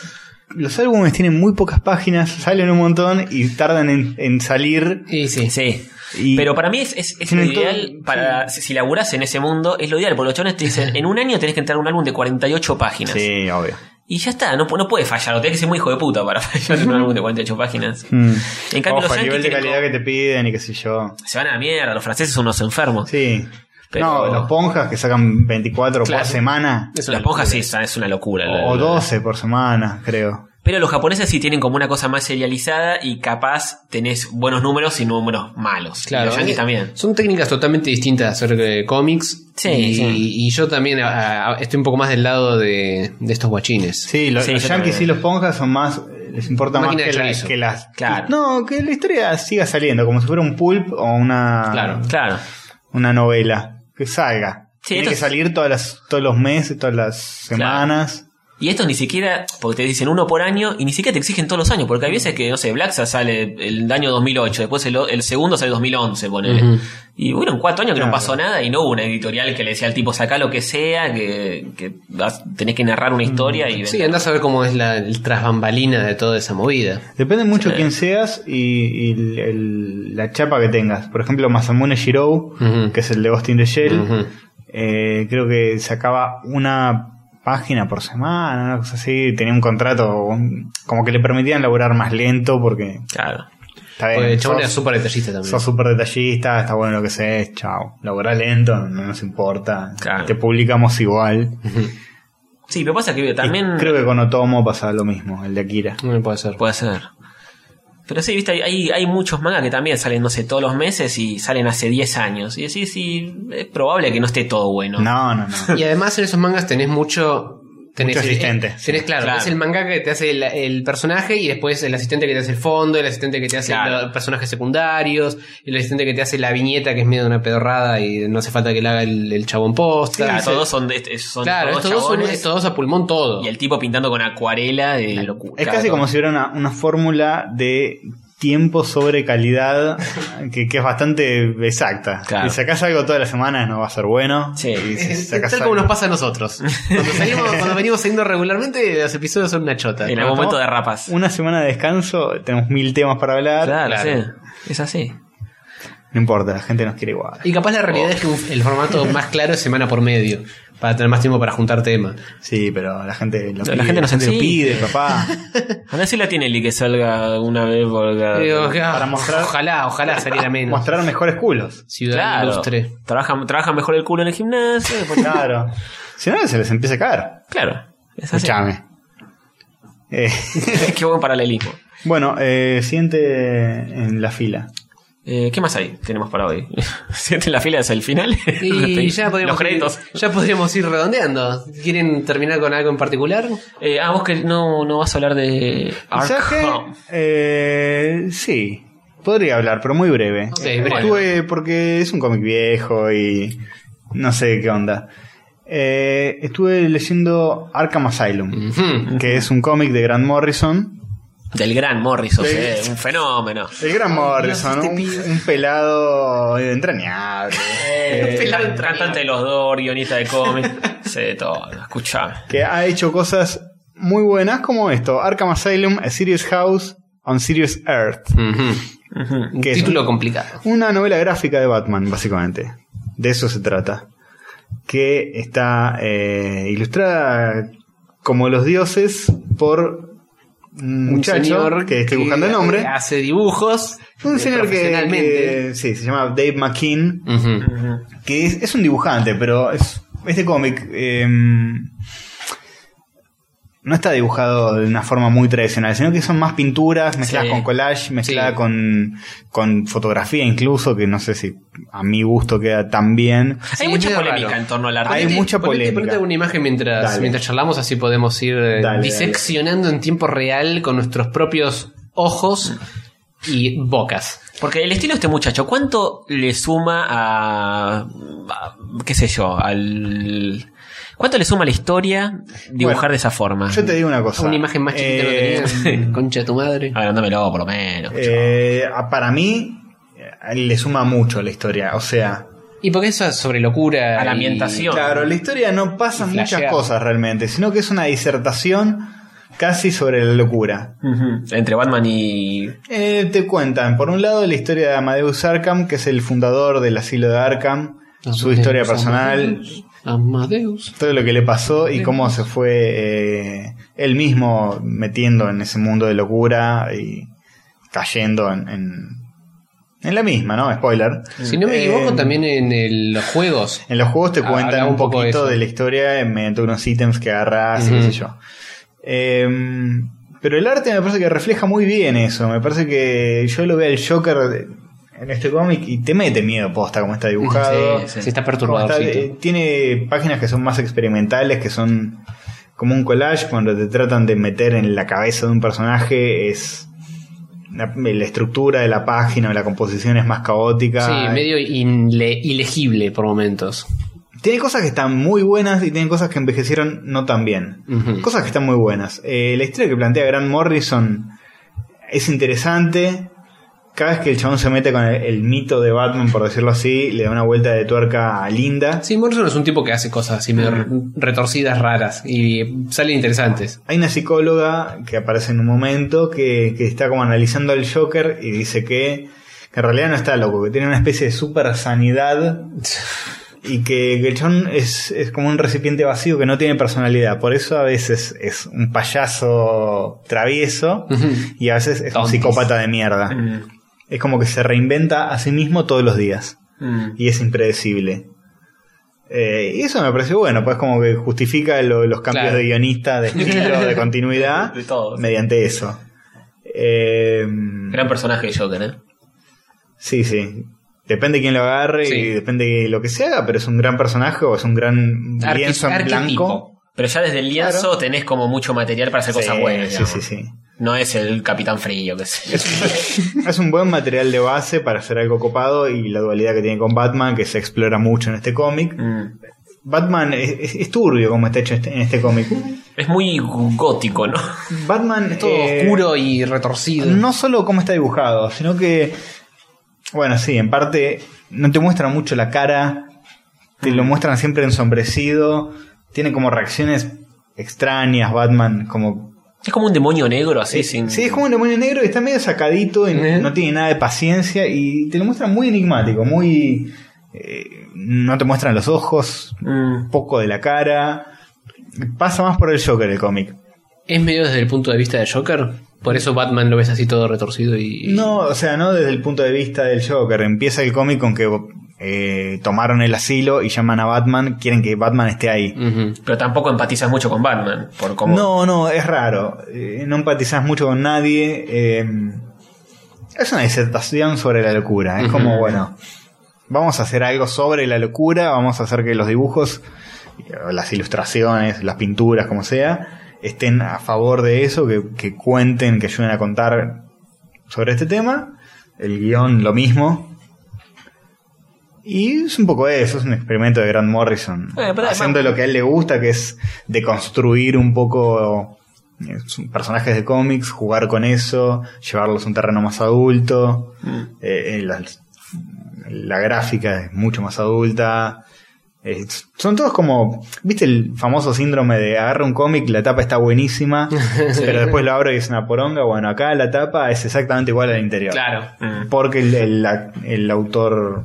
Speaker 2: los álbumes tienen muy pocas páginas, salen un montón y tardan en, en salir.
Speaker 3: Y sí.
Speaker 4: Sí.
Speaker 2: Y-
Speaker 4: Pero para mí es, es- es lo
Speaker 2: Tienen todo-
Speaker 4: ideal para. Si, si laburás en ese mundo, es lo ideal, porque los chones te dicen, en un año tenés que entrar a un álbum de 48 páginas.
Speaker 2: Sí, obvio.
Speaker 4: Y ya está, no, pu- no puede fallar, o tenés que ser muy hijo de puta para fallar en un álbum de 48 páginas.
Speaker 2: Mm.
Speaker 4: En cambio,
Speaker 2: Ojo,
Speaker 4: los
Speaker 2: el nivel
Speaker 4: yankees
Speaker 2: de calidad
Speaker 4: tienen
Speaker 2: que te piden y qué sé yo.
Speaker 4: como- se van a la mierda, los franceses son unos enfermos.
Speaker 2: Sí.
Speaker 4: Pero-
Speaker 2: No, los ponjas que sacan 24
Speaker 3: Claro.
Speaker 2: por semana.
Speaker 3: Es una
Speaker 4: Las ponjas sí,
Speaker 3: locura.
Speaker 4: son- es una locura. la-
Speaker 2: O
Speaker 4: la-
Speaker 2: 12 por semana, creo.
Speaker 4: Pero los japoneses sí tienen como una cosa más serializada y capaz tenés buenos números y números malos. Y
Speaker 3: Claro,
Speaker 4: los yankees
Speaker 3: eh,
Speaker 4: también.
Speaker 3: Son técnicas totalmente distintas de hacer eh, cómics.
Speaker 4: Sí,
Speaker 3: y,
Speaker 4: sí.
Speaker 3: y yo también a- a- estoy un poco más del lado de, de estos guachines.
Speaker 2: Sí, los,
Speaker 4: Sí,
Speaker 2: los
Speaker 4: yo
Speaker 2: yankees
Speaker 4: también.
Speaker 2: y los ponjas son más. eh, Les importa
Speaker 3: Máquina
Speaker 2: más que,
Speaker 3: de
Speaker 2: la-
Speaker 3: chorizo.
Speaker 2: que las.
Speaker 4: Claro.
Speaker 2: No, que la historia siga saliendo, como si fuera un pulp o una.
Speaker 3: Claro.
Speaker 4: Claro.
Speaker 2: Una novela. Que salga.
Speaker 4: Sí,
Speaker 2: Tiene
Speaker 4: esto
Speaker 2: que
Speaker 4: es-
Speaker 2: salir todas las, todos los meses, todas las semanas.
Speaker 4: Y esto ni siquiera, porque te dicen uno por año y ni siquiera te exigen todos los años, porque hay veces que, no sé, Blaxa sale el año 2008, después el, o- el segundo sale 2011, ponele.
Speaker 3: Ujú.
Speaker 4: Y hubieron cuatro años que no
Speaker 2: Claro.
Speaker 4: pasó nada y no hubo una editorial que le decía al tipo, saca lo que sea, que, que vas- tenés que narrar una historia
Speaker 2: Mm,
Speaker 4: y...
Speaker 3: Sí, andás a ver cómo es la el tras bambalina de toda esa movida.
Speaker 2: Depende mucho quién seas y, y el- el- la chapa que tengas. Por ejemplo, Masamune Shirou,
Speaker 3: Ujú.
Speaker 2: que es el de Austin the Shell,
Speaker 3: Ujú.
Speaker 2: eh, creo que sacaba una página por semana, una cosa así. Tenía un contrato un- como que le permitían laburar más lento porque
Speaker 4: Claro.
Speaker 2: está bien.
Speaker 3: Porque el chabón
Speaker 2: sos-
Speaker 3: era súper detallista también.
Speaker 2: Sos súper detallista, está bueno lo que sé, chao. Laburá lento, no nos importa.
Speaker 4: Claro.
Speaker 2: Te publicamos igual.
Speaker 4: Sí, pero pasa que también...
Speaker 2: Y creo que con Otomo pasaba lo mismo, el de Akira.
Speaker 3: No me puede ser.
Speaker 4: Puede ser. Pero sí, viste, hay, hay, hay muchos mangas que también salen, no sé, todos los meses y salen hace 10 años. Y decís, sí, es probable que no esté todo bueno.
Speaker 2: No, no, no.
Speaker 3: Y además en esos mangas tenés mucho. Tenés
Speaker 2: Mucho asistente.
Speaker 3: eh, tenés, claro,
Speaker 4: Claro.
Speaker 3: es el manga que te hace el, el personaje y después el asistente que te hace el fondo, el asistente que te hace
Speaker 4: Claro.
Speaker 3: los personajes secundarios, el asistente que te hace la viñeta que es medio una pedorrada y no hace falta que la haga el, el chabón posta.
Speaker 4: Claro,
Speaker 3: Sí,
Speaker 4: todos son, de, est- son
Speaker 3: claro,
Speaker 4: todos
Speaker 3: estos dos son
Speaker 4: chabones.
Speaker 3: estos dos a pulmón todo.
Speaker 4: Y el tipo pintando con acuarela de locura.
Speaker 2: Es casi como si fuera una, una fórmula de tiempo sobre calidad que, que es bastante exacta.
Speaker 4: Claro.
Speaker 2: Si sacás algo todas las semanas no va a ser bueno.
Speaker 4: Sí.
Speaker 2: Y si
Speaker 3: Eh, Es
Speaker 2: sacás
Speaker 3: tal como
Speaker 2: algo-
Speaker 3: nos pasa a nosotros. Cuando, salimos- cuando venimos saliendo regularmente, los episodios son una chota.
Speaker 4: En algún
Speaker 2: Cuando
Speaker 4: momento
Speaker 2: estamos-
Speaker 4: de rapas.
Speaker 2: Una semana de descanso, tenemos mil temas para hablar.
Speaker 4: Claro,
Speaker 3: claro.
Speaker 4: sí. Es así.
Speaker 2: No importa, la gente nos quiere igual.
Speaker 3: Y capaz la
Speaker 4: Oh.
Speaker 3: realidad es que un- el formato más claro es semana por medio, para tener más tiempo para juntar temas.
Speaker 2: Sí, pero la gente lo
Speaker 4: La
Speaker 2: pide.
Speaker 4: gente nos
Speaker 2: lo
Speaker 4: exige.
Speaker 2: pide, papá.
Speaker 4: Andá si la tiene Eli que salga una vez por la-
Speaker 3: Digo, ah,
Speaker 2: para mostrar-
Speaker 3: Ojalá, ojalá saliera menos.
Speaker 2: Mostrar mejores culos.
Speaker 3: Ciudad
Speaker 4: Claro.
Speaker 3: ilustre.
Speaker 4: Trabaja, trabaja mejor el culo en el gimnasio. después-
Speaker 2: Claro. si no, se les empieza a caer.
Speaker 4: claro. Es así.
Speaker 2: Escuchame. Eh,
Speaker 4: Qué buen paralelismo.
Speaker 2: bueno, eh, siguiente en la fila.
Speaker 4: Eh, ¿Qué más hay? Tenemos para hoy. Siente la fila es el final.
Speaker 3: Y ya podríamos,
Speaker 4: Los créditos.
Speaker 3: Ir, ya podríamos ir redondeando. ¿Quieren terminar con algo en particular?
Speaker 4: Eh, ah, vos que no, no vas a hablar de
Speaker 2: ¿Mensaje?
Speaker 4: Arkham.
Speaker 2: Eh, sí. Podría hablar, pero muy breve.
Speaker 3: Ok, breve.
Speaker 2: Estuve- porque es un cómic viejo y no sé qué onda. Eh, estuve leyendo Arkham Asylum,
Speaker 3: Ujú.
Speaker 2: que es un cómic de Grant Morrison.
Speaker 4: Del gran Morrison,
Speaker 2: Sí.
Speaker 4: eh, un fenómeno.
Speaker 2: El gran Morrison,
Speaker 3: Dios, este
Speaker 2: un,
Speaker 3: pibe.
Speaker 2: un pelado entrañable.
Speaker 4: Eh,
Speaker 3: pelado
Speaker 4: gran
Speaker 3: entrañable.
Speaker 4: cantante de los dos, guionista de cómic. sé de todo, escuchame.
Speaker 2: que ha hecho cosas muy buenas como esto: Arkham Asylum, A Serious House on Serious Earth.
Speaker 3: Ujú. Un
Speaker 2: ¿Qué es?
Speaker 3: título complicado.
Speaker 2: Una novela gráfica de Batman, básicamente. De eso se trata. Que está eh, ilustrada como los dioses por un muchacho que estoy buscando el nombre.
Speaker 3: Hace dibujos.
Speaker 2: Un
Speaker 3: eh,
Speaker 2: señor que,
Speaker 3: profesionalmente.
Speaker 2: que- sí, se llama Dave McKean.
Speaker 3: Ujú.
Speaker 2: que es, es un dibujante, pero es, este cómic eh, no está dibujado de una forma muy tradicional, sino que son más pinturas mezcladas
Speaker 4: Sí.
Speaker 2: con collage, mezcladas
Speaker 3: Sí.
Speaker 2: con, con fotografía incluso, que no sé si a mi gusto queda tan bien.
Speaker 3: Sí,
Speaker 4: hay mucha
Speaker 3: medio
Speaker 4: polémica
Speaker 3: raro.
Speaker 4: en torno al arte.
Speaker 2: Hay
Speaker 3: Ponete-
Speaker 2: mucha
Speaker 3: ponete-
Speaker 2: polémica.
Speaker 3: Ponete alguna imagen mientras,
Speaker 2: Dale.
Speaker 3: mientras charlamos, así podemos ir eh,
Speaker 2: Dale,
Speaker 3: diseccionando en tiempo real con nuestros propios ojos y bocas.
Speaker 4: Porque el estilo de este muchacho, ¿cuánto le suma a, a- qué sé yo, al cuánto le suma a la historia dibujar
Speaker 2: Bueno,
Speaker 4: de esa forma?
Speaker 2: Yo te digo una cosa.
Speaker 3: Ah. Una imagen más chiquita
Speaker 2: Eh,
Speaker 3: no tenías. mm, Concha de tu madre.
Speaker 4: Agrandámelo, por lo menos.
Speaker 2: eh, a- para mí eh, le suma mucho la historia, o sea...
Speaker 3: Y porque eso es sobre locura.
Speaker 4: A la
Speaker 3: y-
Speaker 4: ambientación.
Speaker 2: Claro, la historia no pasa
Speaker 3: Y
Speaker 2: muchas
Speaker 3: flashear.
Speaker 2: cosas realmente, sino que es una disertación casi sobre la locura.
Speaker 4: Ujú. Entre Batman y
Speaker 2: Eh, te cuentan, por un lado, la historia de Amadeus Arkham, que es el fundador del asilo de Arkham, su
Speaker 3: Amadeus,
Speaker 2: historia personal,
Speaker 3: Amadeus, Amadeus.
Speaker 2: todo lo que le pasó y cómo se fue eh, él mismo metiendo en ese mundo de locura y cayendo en, en, en la misma, ¿no? Spoiler.
Speaker 3: Si no me
Speaker 2: Eh,
Speaker 3: equivoco, también en el- los juegos.
Speaker 2: En los juegos te
Speaker 3: Ah,
Speaker 2: cuentan
Speaker 3: hablaba
Speaker 2: un
Speaker 3: un poco de
Speaker 2: poquito
Speaker 3: eso.
Speaker 2: de la historia eh, mediante unos ítems que agarras y qué
Speaker 3: Ujú.
Speaker 2: sé yo. Em, pero el arte me parece que refleja muy bien eso. Me parece que yo lo veo al Joker de- en este cómic y te mete miedo posta como está dibujado.
Speaker 3: Sí, sí, está
Speaker 2: Como
Speaker 3: perturbador.
Speaker 2: está- eh, tiene páginas que son más experimentales, que son como un collage cuando te tratan de meter en la cabeza de un personaje es la, la estructura de la página o la composición es más caótica.
Speaker 3: Sí, medio inle- ilegible por momentos.
Speaker 2: Tiene cosas que están muy buenas y tiene cosas que envejecieron no tan bien.
Speaker 3: Ujú.
Speaker 2: Cosas que están muy buenas. Eh, la historia que plantea Grant Morrison es interesante. Cada vez que el chabón se mete con el, el mito de Batman, por decirlo así, le da una vuelta de tuerca linda.
Speaker 3: Sí, Morrison es un tipo que hace cosas así medio retorcidas, raras y salen interesantes.
Speaker 2: Hay una psicóloga que aparece en un momento que, que está como analizando al Joker y dice que, que en realidad no está loco, que tiene una especie de super sanidad y que, que el chabón es, es como un recipiente vacío que no tiene personalidad. Por eso a veces es un payaso travieso
Speaker 3: Ujú.
Speaker 2: y a veces es un
Speaker 3: Tontis.
Speaker 2: psicópata de mierda.
Speaker 4: Mm,
Speaker 2: Es como que se reinventa a sí mismo todos los días
Speaker 4: mm.
Speaker 2: y es impredecible. Eh, y eso me pareció bueno, pues como que justifica lo- los cambios
Speaker 3: Claro.
Speaker 2: de guionista, de estilo, de continuidad,
Speaker 4: De todos.
Speaker 2: mediante eso. Eh,
Speaker 4: Gran personaje de Joker, ¿eh?
Speaker 2: sí, sí. Depende quién lo agarre
Speaker 3: Sí.
Speaker 2: y depende de lo que se haga, pero es un gran personaje o es un gran
Speaker 3: Arqui-
Speaker 2: lienzo en
Speaker 3: arquetipo.
Speaker 2: blanco.
Speaker 4: Pero ya desde el lienzo
Speaker 2: Claro.
Speaker 4: tenés como mucho material para hacer cosas
Speaker 2: Sí,
Speaker 4: buenas.
Speaker 2: sí,
Speaker 4: digamos.
Speaker 2: sí, sí.
Speaker 4: No es el Capitán Frío, que sé.
Speaker 2: Es un buen material de base para hacer algo copado y la dualidad que tiene con Batman, que se explora mucho en este cómic.
Speaker 4: Mm.
Speaker 2: Batman es, es- es turbio como está hecho este- en este cómic.
Speaker 4: Es muy gótico, ¿no?
Speaker 2: Batman es
Speaker 3: Todo oscuro y retorcido.
Speaker 2: Eh, No solo cómo está dibujado, sino que. Bueno, sí, en parte no te muestran mucho la cara. Te lo muestran siempre ensombrecido. Tiene como reacciones extrañas, Batman, como
Speaker 4: Es como un demonio negro así, sin.
Speaker 2: Sí, es como un demonio negro que está medio sacadito, y
Speaker 3: Ujú.
Speaker 2: no tiene nada de paciencia y te lo muestran muy enigmático, muy... eh, no te muestran los ojos,
Speaker 4: Mm.
Speaker 2: poco de la cara. Pasa más por el Joker el cómic.
Speaker 3: ¿Es medio desde el punto de vista de Joker? Por eso Batman lo ves así todo retorcido y.
Speaker 2: No, o sea, no desde el punto de vista del Joker. Empieza el cómic con que eh, tomaron el asilo y llaman a Batman, quieren que Batman esté ahí.
Speaker 3: Ujú.
Speaker 4: Pero tampoco empatizas mucho con Batman. Por cómo.
Speaker 2: No, no, es raro. Eh, no empatizás mucho con nadie. eh, es una disertación sobre la locura. Es como, bueno, vamos a hacer algo sobre la locura, vamos a hacer que los dibujos, eh, las ilustraciones, las pinturas, como sea, estén a favor de eso, que, que cuenten, que ayuden a contar sobre este tema. El guión, lo mismo. Y es un poco eso, es un experimento de Grant Morrison.
Speaker 4: Eh, pero
Speaker 2: haciendo lo que a él le gusta, que es deconstruir un poco eh, sus personajes de cómics, jugar con eso, llevarlos a un terreno más adulto. Eh, eh, la, la gráfica es mucho más adulta. Eh, son todos como, ¿viste el famoso síndrome de agarro un cómic, la tapa está buenísima, pero después lo abro y es una poronga? Bueno, acá la tapa es exactamente igual al interior.
Speaker 3: Claro.
Speaker 4: Mm.
Speaker 2: Porque el, el- la- el autor,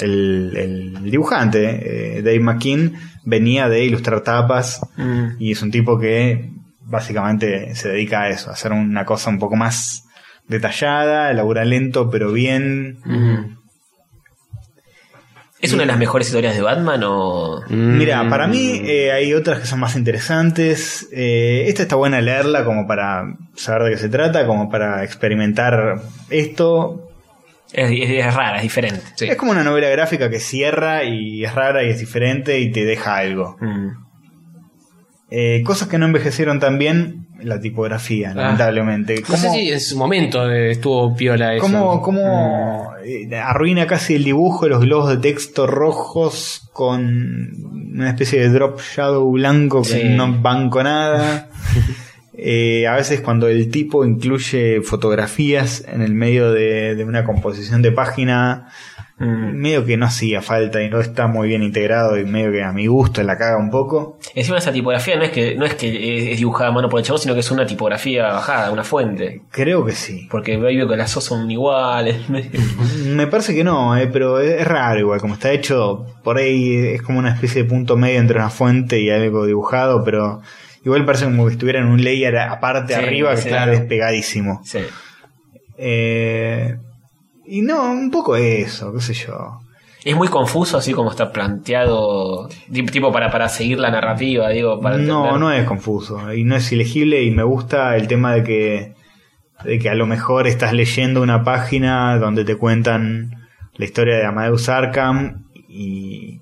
Speaker 2: el, el dibujante, eh, Dave McKean, venía de ilustrar tapas
Speaker 4: Mm.
Speaker 2: y es un tipo que básicamente se dedica a eso, a hacer una cosa un poco más detallada, labura lento pero bien.
Speaker 4: Mm. ¿Es una de las mejores historias de Batman o.?
Speaker 3: Mm.
Speaker 2: Mira, para mí eh, hay otras que son más interesantes. Eh, esta está buena leerla como para saber de qué se trata, como para experimentar esto,
Speaker 4: Es, es- es rara, es diferente.
Speaker 3: Sí.
Speaker 2: Es como una novela gráfica que cierra y es rara y es diferente y te deja algo.
Speaker 4: Mm.
Speaker 2: Eh, cosas que no envejecieron tan bien, la tipografía, lamentablemente.
Speaker 3: Ah. No
Speaker 2: ¿Cómo,
Speaker 3: sé si en su momento eh, estuvo piola eso. Mm.
Speaker 2: cómo- cómo, eh, arruina casi el dibujo de los globos de texto rojos con una especie de drop shadow blanco que
Speaker 3: Sí.
Speaker 2: no banco nada? Eh, a veces cuando el tipo incluye fotografías en el medio de, de una composición de página,
Speaker 4: Mm.
Speaker 2: medio que no hacía falta y no está muy bien integrado y medio que a mi gusto la caga un poco.
Speaker 4: Encima esa tipografía no es que no es que es- es dibujada a mano por el chabón, sino que es una tipografía bajada, una fuente.
Speaker 2: Creo que sí.
Speaker 4: Porque veo que las O son iguales.
Speaker 2: Me parece que no, eh, pero es es raro igual, como está hecho por ahí es como una especie de punto medio entre una fuente y algo dibujado, pero igual parece como que estuviera en un layer aparte
Speaker 4: Sí,
Speaker 2: arriba que
Speaker 4: sí,
Speaker 2: está
Speaker 4: claro.
Speaker 2: despegadísimo.
Speaker 4: sí.
Speaker 2: Eh, y no, un poco eso, qué sé yo.
Speaker 4: Es muy confuso así como está planteado, di- tipo para, para seguir la narrativa, digo, para
Speaker 2: No,
Speaker 4: entender.
Speaker 2: no es confuso y no es ilegible y me gusta el tema de que, de que a lo mejor estás leyendo una página donde te cuentan la historia de Amadeus Arkham y,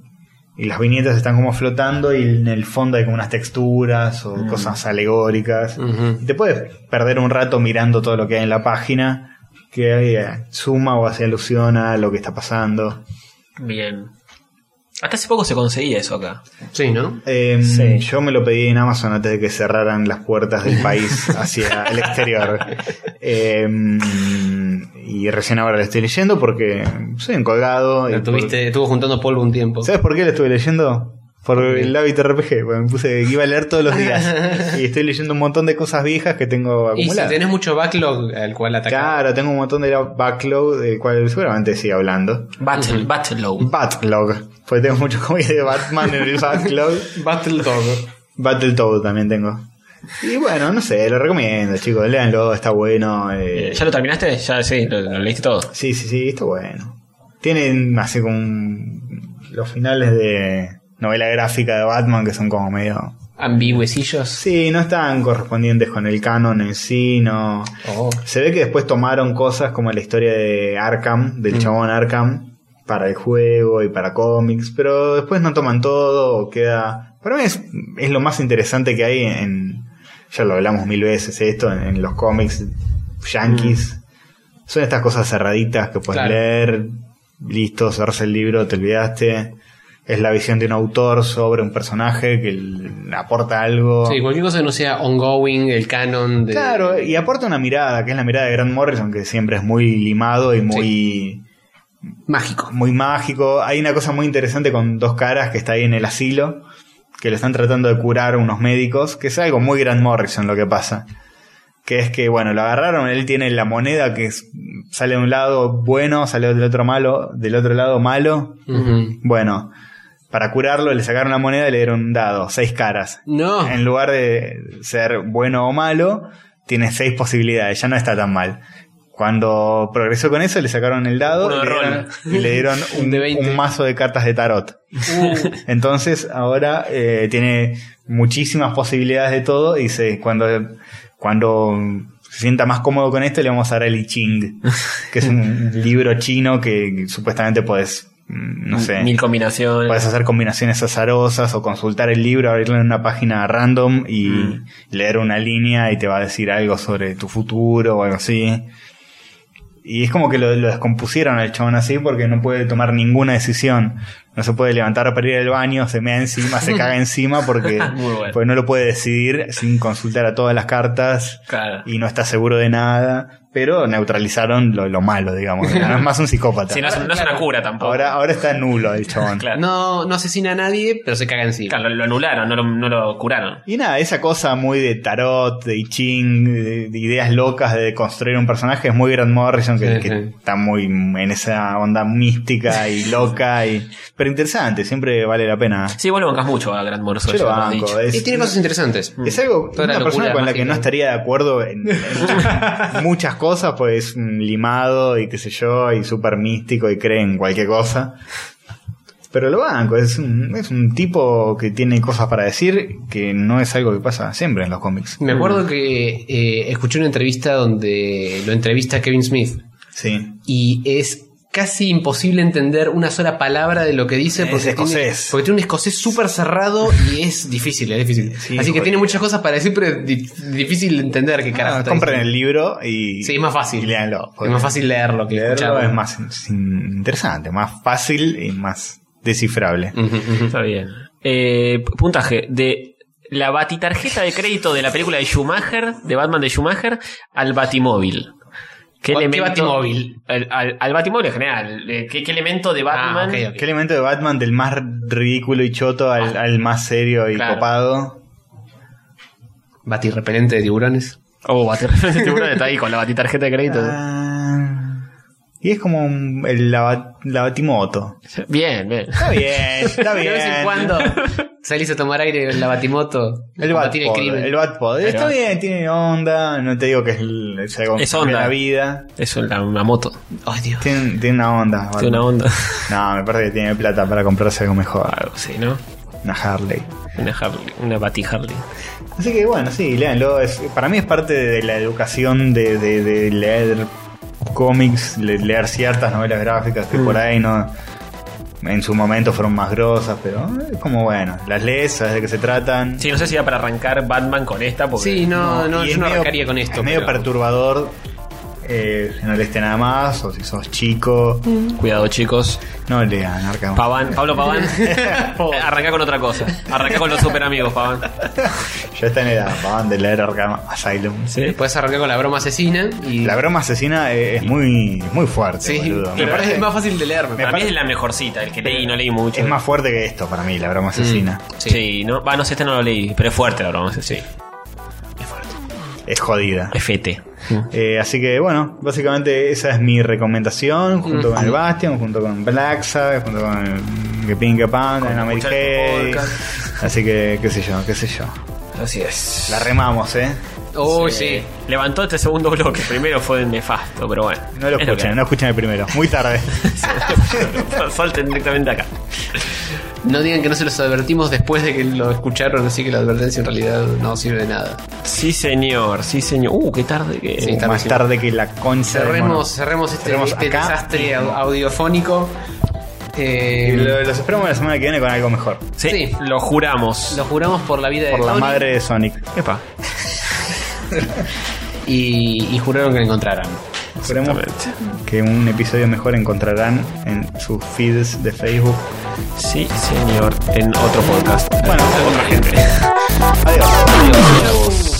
Speaker 2: y las viñetas están como flotando y en el fondo hay como unas texturas o
Speaker 4: Mm.
Speaker 2: cosas alegóricas.
Speaker 3: Ujú.
Speaker 2: Y te puedes perder un rato mirando todo lo que hay en la página que eh, suma o hace alusión a lo que está pasando.
Speaker 4: Bien. Hasta hace poco se conseguía eso acá.
Speaker 3: Sí, ¿no?
Speaker 2: Em,
Speaker 4: Sí.
Speaker 2: Yo me lo pedí en Amazon antes de que cerraran las puertas del país hacia el exterior. Em, y recién ahora lo estoy leyendo porque soy encolgado. y
Speaker 3: La
Speaker 2: por-
Speaker 3: tuviste, estuvo juntando polvo un tiempo.
Speaker 2: ¿Sabes por qué lo estuve leyendo? Por el hábito RPG, porque me puse que iba a leer todos los días. y estoy leyendo un montón de cosas viejas que tengo
Speaker 3: Y si
Speaker 2: acumuladas.
Speaker 3: tenés mucho backlog al cual atacar.
Speaker 2: Claro, tengo un montón de backlog del cual seguramente siga hablando.
Speaker 4: Battle, Battle
Speaker 2: Backlog, porque tengo mucho comida de Batman en el backlog.
Speaker 3: Battle Dog.
Speaker 2: Battletoad también tengo. Y bueno, no sé, lo recomiendo, chicos. Léanlo, está bueno. eh,
Speaker 4: ¿Ya lo terminaste? Ya sí, lo, lo leíste todo.
Speaker 2: Sí, sí, sí, está bueno. Tienen así como un- los finales de novela gráfica de Batman que son como medio.
Speaker 3: Ambigüecillos.
Speaker 2: Sí, no están correspondientes con el canon en sí, no.
Speaker 3: Oh.
Speaker 2: Se ve que después tomaron cosas como la historia de Arkham,
Speaker 3: Mm.
Speaker 2: del chabón Arkham, para el juego y para cómics, pero después no toman todo o queda... Para mí es, es lo más interesante que hay en... Ya lo hablamos mil veces esto, en, en los cómics yankees. Son estas cosas cerraditas que puedes
Speaker 3: Mm. Claro.
Speaker 2: leer, listo, cerrarse el libro, te olvidaste. Es la visión de un autor sobre un personaje que le aporta algo.
Speaker 3: Sí, cualquier cosa que no sea ongoing, el canon de.
Speaker 2: Claro, y aporta una mirada, que es la mirada de Grant Morrison, que siempre es muy limado y muy,
Speaker 3: Mágico.
Speaker 2: muy mágico. Hay una cosa muy interesante con dos caras que está ahí en el asilo, que lo están tratando de curar unos médicos, que es algo muy Grant Morrison lo que pasa. Que es que, bueno, lo agarraron, él tiene la moneda que es- sale de un lado bueno, sale del otro malo, del otro lado malo.
Speaker 3: Ujú.
Speaker 2: Bueno, para curarlo le sacaron la moneda y le dieron un dado, seis caras.
Speaker 4: Ah.
Speaker 3: No.
Speaker 2: En lugar de ser bueno o malo, tiene seis posibilidades, ya no está tan mal. Cuando progresó con eso, le sacaron el dado
Speaker 4: Uno
Speaker 2: y
Speaker 4: de
Speaker 2: le dieron,
Speaker 4: rol.
Speaker 2: y le dieron un,
Speaker 3: De 20.
Speaker 2: un mazo de cartas de tarot.
Speaker 3: Uh,
Speaker 2: Entonces ahora eh, tiene muchísimas posibilidades de todo y dice, cuando, cuando se sienta más cómodo con esto le vamos a dar el I Ching, que es un libro chino que supuestamente puedes, mm, no sé,
Speaker 4: Mil combinaciones.
Speaker 2: Puedes hacer combinaciones azarosas o consultar el libro, abrirlo en una página random y
Speaker 4: Mm.
Speaker 2: leer una línea y te va a decir algo sobre tu futuro o algo así. Y es como que lo, lo descompusieron al chabón así porque no puede tomar ninguna decisión. No se puede levantar para ir al baño, se mea encima, se caga encima porque,
Speaker 4: Muy bueno.
Speaker 2: porque no lo puede decidir sin consultar a todas las cartas
Speaker 4: Claro.
Speaker 2: y no está seguro de nada. Pero neutralizaron lo, lo malo, digamos. No es más un psicópata.
Speaker 4: Sí, no, es, no es una cura tampoco.
Speaker 2: ahora, ahora está nulo el chabón.
Speaker 4: Claro.
Speaker 3: no, no asesina a nadie, pero se caga encima.
Speaker 4: Claro, lo, lo anularon, no lo, no lo curaron.
Speaker 2: Y nada, esa cosa muy de tarot, de I Ching, de, de ideas locas de construir un personaje, es muy Grant Morrison, que,
Speaker 3: Sí,
Speaker 2: que
Speaker 3: sí.
Speaker 2: está muy en esa onda mística y loca, y, pero interesante, siempre vale la pena.
Speaker 4: Sí, vos lo bancas mucho a Grand Morso.
Speaker 2: Yo lo
Speaker 4: ya has
Speaker 2: banco.
Speaker 4: dicho.
Speaker 2: Es,
Speaker 3: Y tiene cosas interesantes.
Speaker 2: es algo,
Speaker 3: Mm. Toda la
Speaker 2: una
Speaker 3: locura
Speaker 2: persona con la que
Speaker 3: mágica.
Speaker 2: no estaría de acuerdo en, en muchas, muchas cosas, pues es un limado y qué sé yo, y súper místico y cree en cualquier cosa. Pero lo banco, es un, es un tipo que tiene cosas para decir que no es algo que pasa siempre en los cómics.
Speaker 3: Me acuerdo que eh, escuché una entrevista donde lo entrevista Kevin Smith
Speaker 2: Sí.
Speaker 3: y es casi imposible entender una sola palabra de lo que dice
Speaker 2: Es
Speaker 3: porque tiene,
Speaker 2: escocés.
Speaker 3: porque tiene un escocés súper cerrado y es difícil, es difícil.
Speaker 2: Sí,
Speaker 3: Así que
Speaker 2: porque-
Speaker 3: tiene muchas cosas para decir, pero es di- difícil entender qué carajo.
Speaker 2: Ah,
Speaker 3: está
Speaker 2: compren
Speaker 3: diciendo.
Speaker 2: el libro y.
Speaker 3: Sí, es más fácil.
Speaker 2: y léanlo.
Speaker 3: Es más fácil leerlo que
Speaker 2: Leerlo
Speaker 3: escucharlo.
Speaker 2: es más in- interesante, más fácil y más descifrable.
Speaker 3: Ujú, ujú.
Speaker 4: Está bien. Eh, puntaje de la batitarjeta de crédito de la película de Schumacher, de Batman de Schumacher, al batimóvil.
Speaker 3: ¿Qué
Speaker 4: ¿Qué elemento?
Speaker 3: Batimóvil?
Speaker 4: Al, al- al batimóvil en general. Eh, ¿Qué, qué elemento de Batman?
Speaker 3: Ah, ok, ok.
Speaker 2: ¿Qué elemento de Batman del más ridículo y choto
Speaker 3: Ah.
Speaker 2: al, al más serio y
Speaker 4: Claro.
Speaker 2: copado?
Speaker 3: Batirrepelente de tiburones.
Speaker 4: Oh, batirreferencia tiburón está ahí con la batitarjeta de crédito.
Speaker 2: Ah, y es como un- el- la, bat- la Batimoto.
Speaker 4: Bien, bien.
Speaker 2: Está bien, está bien.
Speaker 3: De vez en cuando salís a tomar aire en la batimoto.
Speaker 2: El
Speaker 3: combatir el
Speaker 2: Batpod.
Speaker 3: crimen.
Speaker 2: El Batpod. Está
Speaker 4: Batpod.
Speaker 2: bien, tiene onda. No te digo que es, el- es algo que
Speaker 4: Es
Speaker 2: cambia
Speaker 4: onda.
Speaker 2: la vida.
Speaker 4: Eso es la- una moto.
Speaker 3: Ay, Dios.
Speaker 2: Tiene, tiene una onda.
Speaker 4: Tiene
Speaker 2: Batman.
Speaker 4: una onda.
Speaker 2: No, me parece que tiene plata para comprarse algo mejor.
Speaker 4: Claro, sí, ¿no?
Speaker 2: Una Harley.
Speaker 4: Una Harley, una Bati Harley.
Speaker 2: Así que bueno, sí, léanlo. Es- para mí es parte de la educación de, de- de leer cómics, le- leer ciertas novelas gráficas
Speaker 3: Mm.
Speaker 2: que por ahí no. En su momento fueron más grosas, pero es como bueno, las lees, sabes de qué se tratan.
Speaker 4: Sí, no sé si iba para arrancar Batman con esta porque
Speaker 3: Sí, no, no,
Speaker 2: y
Speaker 3: yo
Speaker 2: es
Speaker 3: no
Speaker 2: medio-
Speaker 3: arrancaría con esto.
Speaker 2: Es medio
Speaker 3: pero-
Speaker 2: perturbador eh, si no leíste nada más, o si sos chico,
Speaker 3: Mm.
Speaker 4: Cuidado, chicos.
Speaker 2: no lean Arkham.
Speaker 4: Paván, Pablo Paván, arranca con otra cosa. Arranca con los super amigos, Paván.
Speaker 2: Ya está en edad, van de leer Arkham Asylum.
Speaker 4: Sí.
Speaker 3: Puedes arrancar con la broma asesina y.
Speaker 2: La broma asesina es muy, es muy fuerte,
Speaker 3: Sí,
Speaker 2: boludo. Me
Speaker 3: pero
Speaker 2: parece-
Speaker 3: es más fácil de leer. me
Speaker 4: Para mí
Speaker 2: parece-
Speaker 4: es la mejorcita, el que leí, no leí mucho. Mm.
Speaker 2: Es más fuerte que esto para mí, la broma asesina.
Speaker 4: Sí, no, va, no sé, este no lo leí, pero es fuerte la broma. Sí.
Speaker 2: Es jodida.
Speaker 4: Es fete.
Speaker 2: Eh, así que bueno, básicamente esa es mi
Speaker 4: Mm.
Speaker 2: recomendación, junto con el Bastion, junto con Black Sabbath, junto con el que Pink que Pan, con Mary
Speaker 4: escuchar
Speaker 2: Kay.
Speaker 4: tu
Speaker 2: Así que qué sé yo, qué sé yo.
Speaker 4: Así es.
Speaker 2: La remamos, eh.
Speaker 3: parece- Uy, sí.
Speaker 4: Levantó este segundo bloque. Primero fue nefasto, pero bueno.
Speaker 2: No lo
Speaker 4: es
Speaker 2: escuchen,
Speaker 4: que
Speaker 2: no escuchen el primero. Muy tarde.
Speaker 4: hay. Salten directamente acá.
Speaker 3: No digan que no se los advertimos después de que lo escucharon, así que la advertencia en realidad no sirve de nada.
Speaker 4: Sí, señor, sí, señor. Uh, qué tarde que.
Speaker 3: Sí.
Speaker 2: Más
Speaker 3: tardísimo.
Speaker 2: tarde que la concha. del mono.
Speaker 3: Cerremos, cerremos este,
Speaker 2: Cerremos
Speaker 3: este
Speaker 2: acá.
Speaker 3: desastre au- audiofónico. Eh,
Speaker 2: Y lo- los esperamos la semana que viene con algo mejor.
Speaker 4: Sí,
Speaker 3: Sí.
Speaker 4: lo juramos.
Speaker 3: lo juramos por la vida
Speaker 2: Por
Speaker 3: de
Speaker 2: la
Speaker 3: Tony
Speaker 2: madre de Sonic.
Speaker 4: Epa.
Speaker 3: y, y juraron que lo encontraran.
Speaker 2: Esperemos
Speaker 4: Exactamente.
Speaker 2: que un episodio mejor encontrarán en sus feeds de Facebook.
Speaker 4: Sí, señor. En otro podcast.
Speaker 2: Bueno, 哎
Speaker 4: otra gente.
Speaker 2: Adiós.
Speaker 4: Adiós.